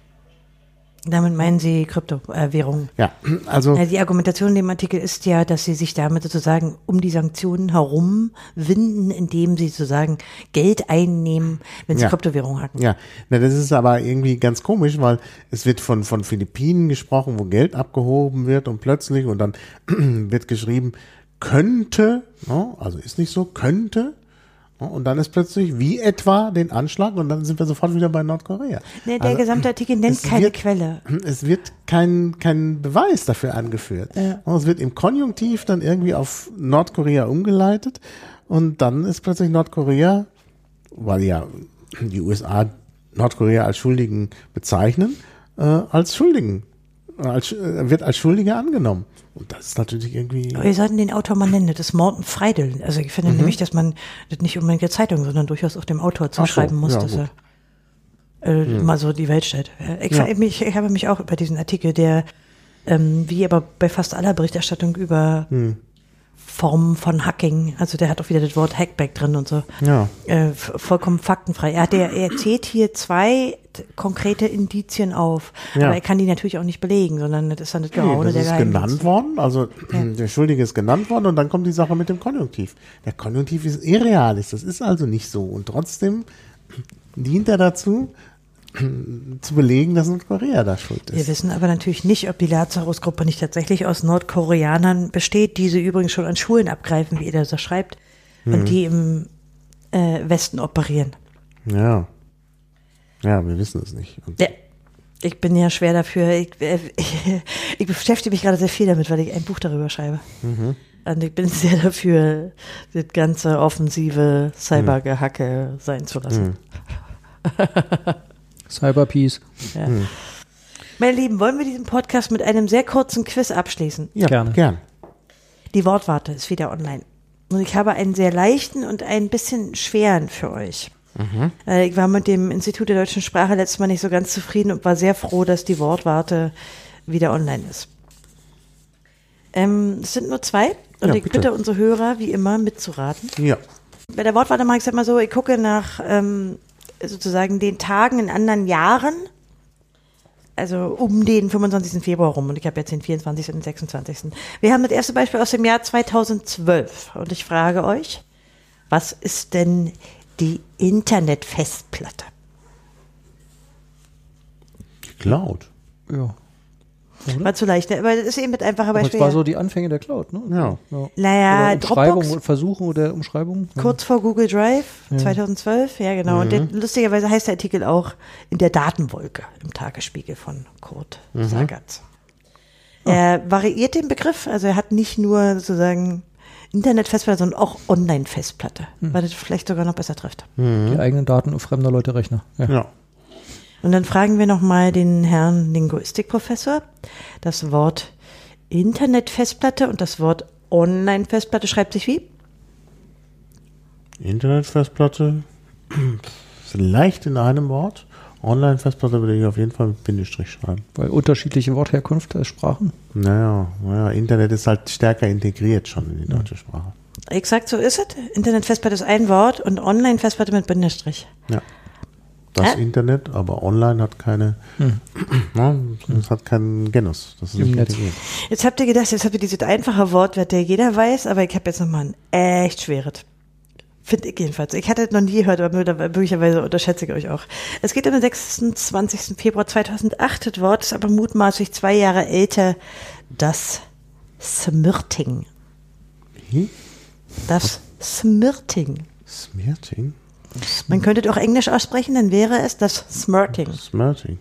S1: damit meinen sie Kryptowährungen.
S3: Ja, also
S1: Ja, die Argumentation in dem Artikel ist ja, dass sie sich damit sozusagen um die Sanktionen herumwinden, indem sie sozusagen Geld einnehmen, wenn sie
S3: Ja.
S1: Kryptowährungen hacken.
S3: Ja, na, das ist aber irgendwie ganz komisch, weil es wird von, von Philippinen gesprochen, wo Geld abgehoben wird und plötzlich und dann wird geschrieben, könnte, ne, also ist nicht so, könnte. ne, Und dann ist plötzlich wie etwa den Anschlag und dann sind wir sofort wieder bei Nordkorea.
S1: Nee, Ne, der
S3: Also,
S1: gesamte Artikel nennt
S3: es
S1: keine
S3: wird-
S1: Quelle.
S3: Es wird kein, kein Beweis dafür angeführt. Und Es wird im Konjunktiv dann irgendwie auf Nordkorea umgeleitet und dann ist plötzlich Nordkorea, weil ja die USA Nordkorea als Schuldigen bezeichnen, äh, als Schuldigen, als, äh, wird als Schuldige angenommen. Und das ist natürlich irgendwie.
S1: Äh, Wir sollten den Autor mal nennen, das ist Morten Freidel. Also ich
S3: Mhm.
S1: finde nämlich, dass man das nicht unbedingt der Zeitung, sondern durchaus auch dem Autor
S3: so,
S1: zuschreiben muss,
S3: ja,
S1: dass
S3: gut. Hm.
S1: er äh, mal so die Welt stellt. Ja, Ich, ver- mich, ich habe mich auch über diesen Artikel, der ähm, wie aber bei fast aller Berichterstattung über
S3: Hm.
S1: Formen von Hacking, also der hat auch wieder das Wort Hackback drin und so.
S3: Ja.
S1: Äh, v- vollkommen faktenfrei. Er, hat, er, er zählt hier zwei t- konkrete Indizien auf,
S3: Ja.
S1: aber er kann die natürlich auch nicht belegen, sondern das ist dann das Gehaune
S3: Nee, das
S1: der
S3: ist
S1: Geheimdienste.
S3: genannt worden, also der Schuldige ist genannt worden und dann kommt die Sache mit dem Konjunktiv. Der Konjunktiv ist irreal, ist das ist also nicht so und trotzdem dient er dazu, hm, zu belegen, dass Nordkorea da schuld
S1: Wir
S3: ist.
S1: wissen aber natürlich nicht, ob die Lazarus-Gruppe nicht tatsächlich aus Nordkoreanern besteht, die sie übrigens schon an Schulen abgreifen, wie ihr das so schreibt, und die im äh, Westen operieren.
S3: Ja. Ja, wir wissen es nicht. Und
S1: Ja. Ich bin ja schwer dafür. Ich, äh, ich, ich beschäftige mich gerade sehr viel damit, weil ich ein Buch darüber schreibe. Und ich bin sehr dafür, das ganze offensive Cybergehacke sein zu lassen.
S2: Cyberpeace.
S1: Ja. Meine Lieben, wollen wir diesen Podcast mit einem sehr kurzen Quiz abschließen?
S3: ja,
S2: Gerne.
S3: Gern.
S1: Die Wortwarte ist wieder online. Und ich habe einen sehr leichten und ein bisschen schweren für euch. Äh, Ich war mit dem Institut der deutschen Sprache letztes Mal nicht so ganz zufrieden und war sehr froh, dass die Wortwarte wieder online ist. Ähm, es sind nur zwei und
S3: Ja,
S1: ich
S3: bitte.
S1: bitte unsere Hörer wie immer mitzuraten.
S3: Ja.
S1: Bei der Wortwarte mache ich es halt immer so, ich gucke nach ähm, sozusagen den Tagen in anderen Jahren, also um den 25. Februar rum und ich habe jetzt den 24. und den 26. Wir haben das erste Beispiel aus dem Jahr 2012 und ich frage euch, was ist denn die Internetfestplatte?
S3: Die Cloud.
S2: Ja.
S1: War zu leicht, ne? aber das ist eben mit einfacher
S2: Mhm. Aber es
S1: Beispiel.
S2: war so die Anfänge der Cloud, ne?
S3: Ja.
S1: naja,
S2: oder Umschreibung,
S1: Dropbox,
S2: und Versuchen oder Umschreibung. Ja.
S1: kurz vor Google Drive 2012, ja genau. Und der, lustigerweise heißt der Artikel auch in der Datenwolke im Tagesspiegel von Kurt Sagatz. Er variiert den Begriff, also er hat nicht nur sozusagen Internetfestplatte, sondern auch Online-Festplatte, weil das vielleicht sogar noch besser trifft.
S2: Mhm. Die eigenen Daten auf fremder Leute Rechner. Ja.
S3: Mhm. Ja.
S1: Und dann fragen wir nochmal den Herrn Linguistikprofessor. Das Wort Internetfestplatte und das Wort Online-Festplatte schreibt sich wie?
S3: Internetfestplatte. Vielleicht in einem Wort. Online-Festplatte würde ich auf jeden Fall mit Bindestrich schreiben.
S2: Weil unterschiedliche Wortherkunft als Sprachen.
S3: Naja, naja, Internet ist halt stärker integriert schon in die deutsche Sprache.
S1: Exakt so ist es. Internetfestplatte ist ein Wort und Online-Festplatte mit Bindestrich.
S3: Ja. Das
S1: Hä?
S3: Internet, aber online hat keine, ne, es hat keinen Genus. Das ist
S2: Im
S3: nicht
S2: Netz.
S3: integriert.
S1: Jetzt habt ihr gedacht, jetzt habt ihr dieses einfache Wortwert, der jeder weiß, aber ich habe jetzt nochmal ein echt schweres. Finde ich jedenfalls. Ich hatte es noch nie gehört, aber möglicher- möglicherweise unterschätze ich euch auch. Es geht um den 26. Februar 2008. Das Wort ist aber mutmaßlich zwei Jahre älter. Das Smirting.
S3: Wie?
S1: Das Smirting.
S3: Smirting?
S1: Man könnte es auch Englisch aussprechen, dann wäre es das Smirting.
S3: Smirting.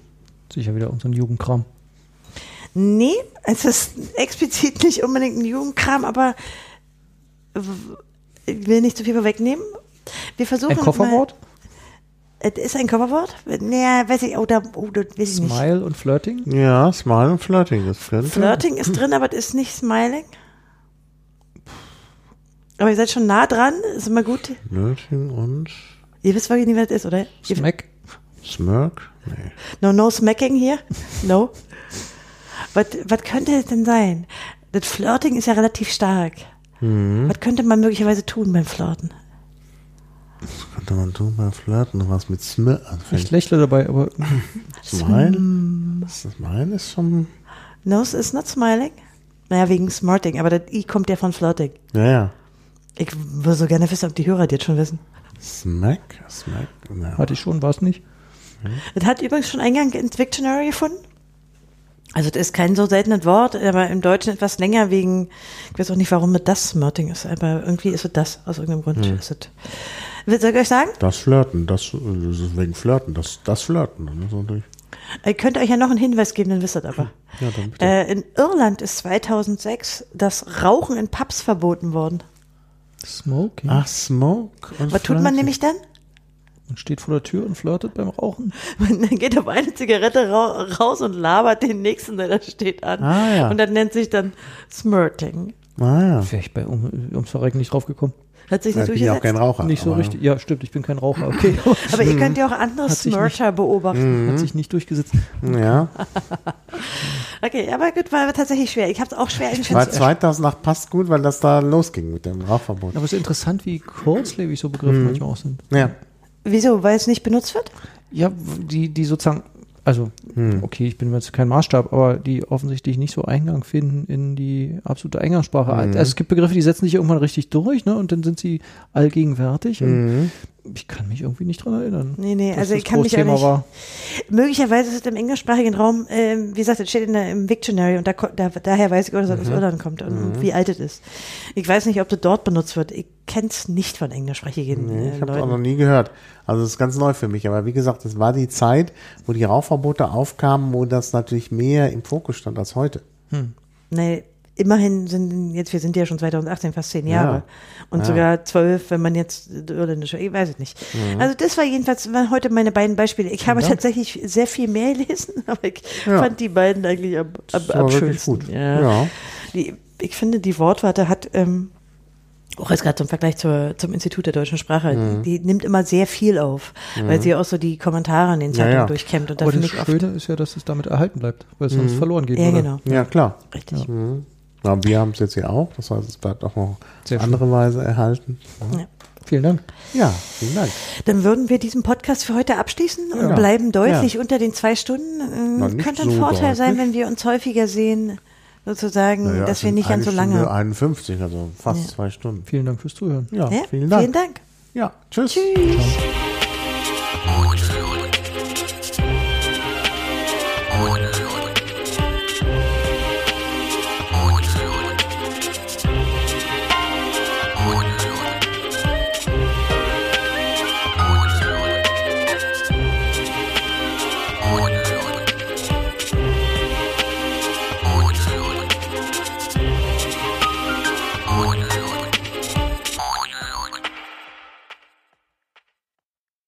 S2: Sicher wieder unseren Jugendkram.
S1: Nee, es ist explizit nicht unbedingt ein Jugendkram, aber w- ich will nicht zu viel vorwegnehmen. Wir versuchen
S2: Ein Kofferwort?
S1: Mal, es ist ein Kofferwort? Naja, weiß ich, oder, oh, das weiß ich nicht.
S2: Smile und Flirting?
S3: Ja, Smile und Flirting. Das könnte.
S1: Flirting ist drin, aber es ist nicht Smiling. Aber ihr seid schon nah dran, ist immer gut.
S3: Flirting und
S1: Ihr wisst wirklich nicht, wer das ist, oder? Ihr-
S2: Smack?
S3: Smirk? Nee.
S1: No, no smacking hier? No. was, was könnte es denn sein? Das Flirting ist ja relativ stark.
S2: Mhm.
S1: Was könnte man möglicherweise tun beim Flirten?
S3: Was könnte man tun beim Flirten? Was mit Smir
S2: Ich
S3: anfängt?
S2: lächle dabei, aber
S3: Smile? Smile ist schon.
S1: No, es ist not smiling. Naja, wegen Smarting, aber das I kommt ja von Flirting.
S3: Ja, ja.
S1: Ich würde so gerne wissen, ob die Hörer das jetzt schon wissen.
S3: Smack? Smack? Ja.
S2: hatte ich schon, war es nicht.
S1: Das hat übrigens schon Eingang ins Dictionary gefunden. Also das ist kein so seltenes Wort, aber im Deutschen etwas länger wegen, ich weiß auch nicht, warum mit das Smarting ist, aber irgendwie ist es das, aus irgendeinem Grund
S3: Hm.
S1: ist es. Soll ich euch sagen?
S3: Das Flirten, das, äh, das ist wegen Flirten, das, das Flirten. ne, Das ist natürlich,
S1: Ich könnte euch ja noch einen Hinweis geben, dann wisst ihr aber.
S3: ja, dann bitte.
S1: Äh, in Irland ist 2006 das Rauchen in Pubs verboten worden.
S2: Smoking?
S3: Ach, Smoke und
S1: Was tut man
S3: Flirting.
S1: nämlich dann?
S2: Man steht vor der Tür Ah. und flirtet beim Rauchen.
S1: Man geht auf eine Zigarette ra raus und labert den nächsten, der da steht, an.
S3: Ah, ja.
S1: Und das nennt sich dann Smirting.
S3: Ah, ja.
S2: Wäre ich bei um, ums Verrecken nicht draufgekommen.
S1: Hat sich
S3: Ja,
S1: nicht
S3: Ich bin ja auch
S1: durchgesetzt.
S3: kein Raucher.
S2: Nicht so
S3: aber-
S2: richtig. Ah, Ja, stimmt, ich bin kein Raucher. Okay, aber
S1: aber ihr könnt ja auch andere
S2: Hat sich
S1: Smircher
S3: Hm.
S1: beobachten.
S2: hat sich nicht durchgesetzt.
S3: Ja.
S1: Okay, aber gut, war tatsächlich schwer. Ich habe es auch schwer
S3: Weil
S1: eingeschätzt.
S3: 2008 passt gut, weil das da losging mit dem Rauchverbot.
S2: Aber es ist interessant, wie kurzlebig so Begriffe manchmal auch sind.
S3: Ja.
S1: Wieso? Weil es nicht benutzt wird?
S2: Ja, die, die sozusagen, also, okay, ich bin jetzt kein Maßstab, aber die offensichtlich nicht so Eingang finden in die absolute Eingangssprache. Also es gibt Begriffe, die setzen sich irgendwann richtig durch, ne? Und dann sind sie allgegenwärtig. Und Ich kann mich irgendwie nicht dran erinnern.
S1: Nee, nee,
S2: dass
S1: also
S2: das
S1: ich kann mich
S2: Großthema
S1: auch nicht-
S2: war.
S1: Möglicherweise ist es im englischsprachigen Raum, ähm, wie gesagt, es steht in der, im Dictionary und da, ko- da, daher weiß ich, dass es aus
S3: Mhm.
S1: Irland kommt und wie alt es ist. Ich weiß nicht, ob das dort benutzt wird. Ich kenn's nicht von englischsprachigen
S3: Nee,
S1: äh,
S3: ich habe auch noch
S1: Leuten.
S3: nie gehört. Also das ist ganz neu für mich. Aber wie gesagt, das war die Zeit, wo die Rauchverbote aufkamen, wo das natürlich mehr im Fokus stand als heute.
S1: Nee, immerhin sind jetzt, wir sind ja schon 2018, fast zehn Jahre.
S3: Ja.
S1: Und
S3: Ja.
S1: sogar zwölf, wenn man jetzt äh, irländische, ich weiß es nicht.
S3: Mhm.
S1: Also das war jedenfalls mal heute meine beiden Beispiele. Ich habe tatsächlich sehr viel mehr gelesen, aber ich
S3: Ja.
S1: fand die beiden eigentlich am, am,
S3: Das
S1: am
S3: war wirklich
S1: schönsten.
S3: gut. Ja.
S1: Die, ich finde, die Wortwarte hat, ähm, auch jetzt gerade zum Vergleich zur, zum Institut der deutschen Sprache,
S3: Mhm.
S1: die, die nimmt immer sehr viel auf, weil sie auch so die Kommentare in den Zeitungen
S3: ja.
S1: durchkämmt. Und da
S2: Aber
S1: finde
S2: das
S1: ich oft,
S2: Schöne ist ja, dass es damit erhalten bleibt, weil es sonst verloren geht.
S1: ja genau,
S3: Ja, klar.
S1: richtig.
S3: Ja, wir haben es jetzt hier auch. Das heißt, es bleibt auch noch
S2: Sehr
S3: auf andere Weise erhalten.
S1: Ja.
S2: Vielen Dank.
S3: Ja, vielen Dank.
S1: Dann würden wir diesen Podcast für heute abschließen und
S3: Ja.
S1: bleiben deutlich unter den zwei Stunden.
S3: Na,
S1: Ähm,
S3: nicht
S1: könnte ein
S3: so
S1: Vorteil
S3: deutlich.
S1: sein, wenn wir uns häufiger sehen, sozusagen,
S3: Naja, es
S1: dass wir
S3: sind
S1: nicht ganz so
S3: eine
S1: lange.
S3: Stunde 51, also fast zwei Stunden.
S2: Vielen Dank fürs Zuhören.
S3: Ja,
S1: Ja?
S3: vielen Dank.
S1: Vielen Dank.
S3: Ja, tschüss.
S1: Tschüss.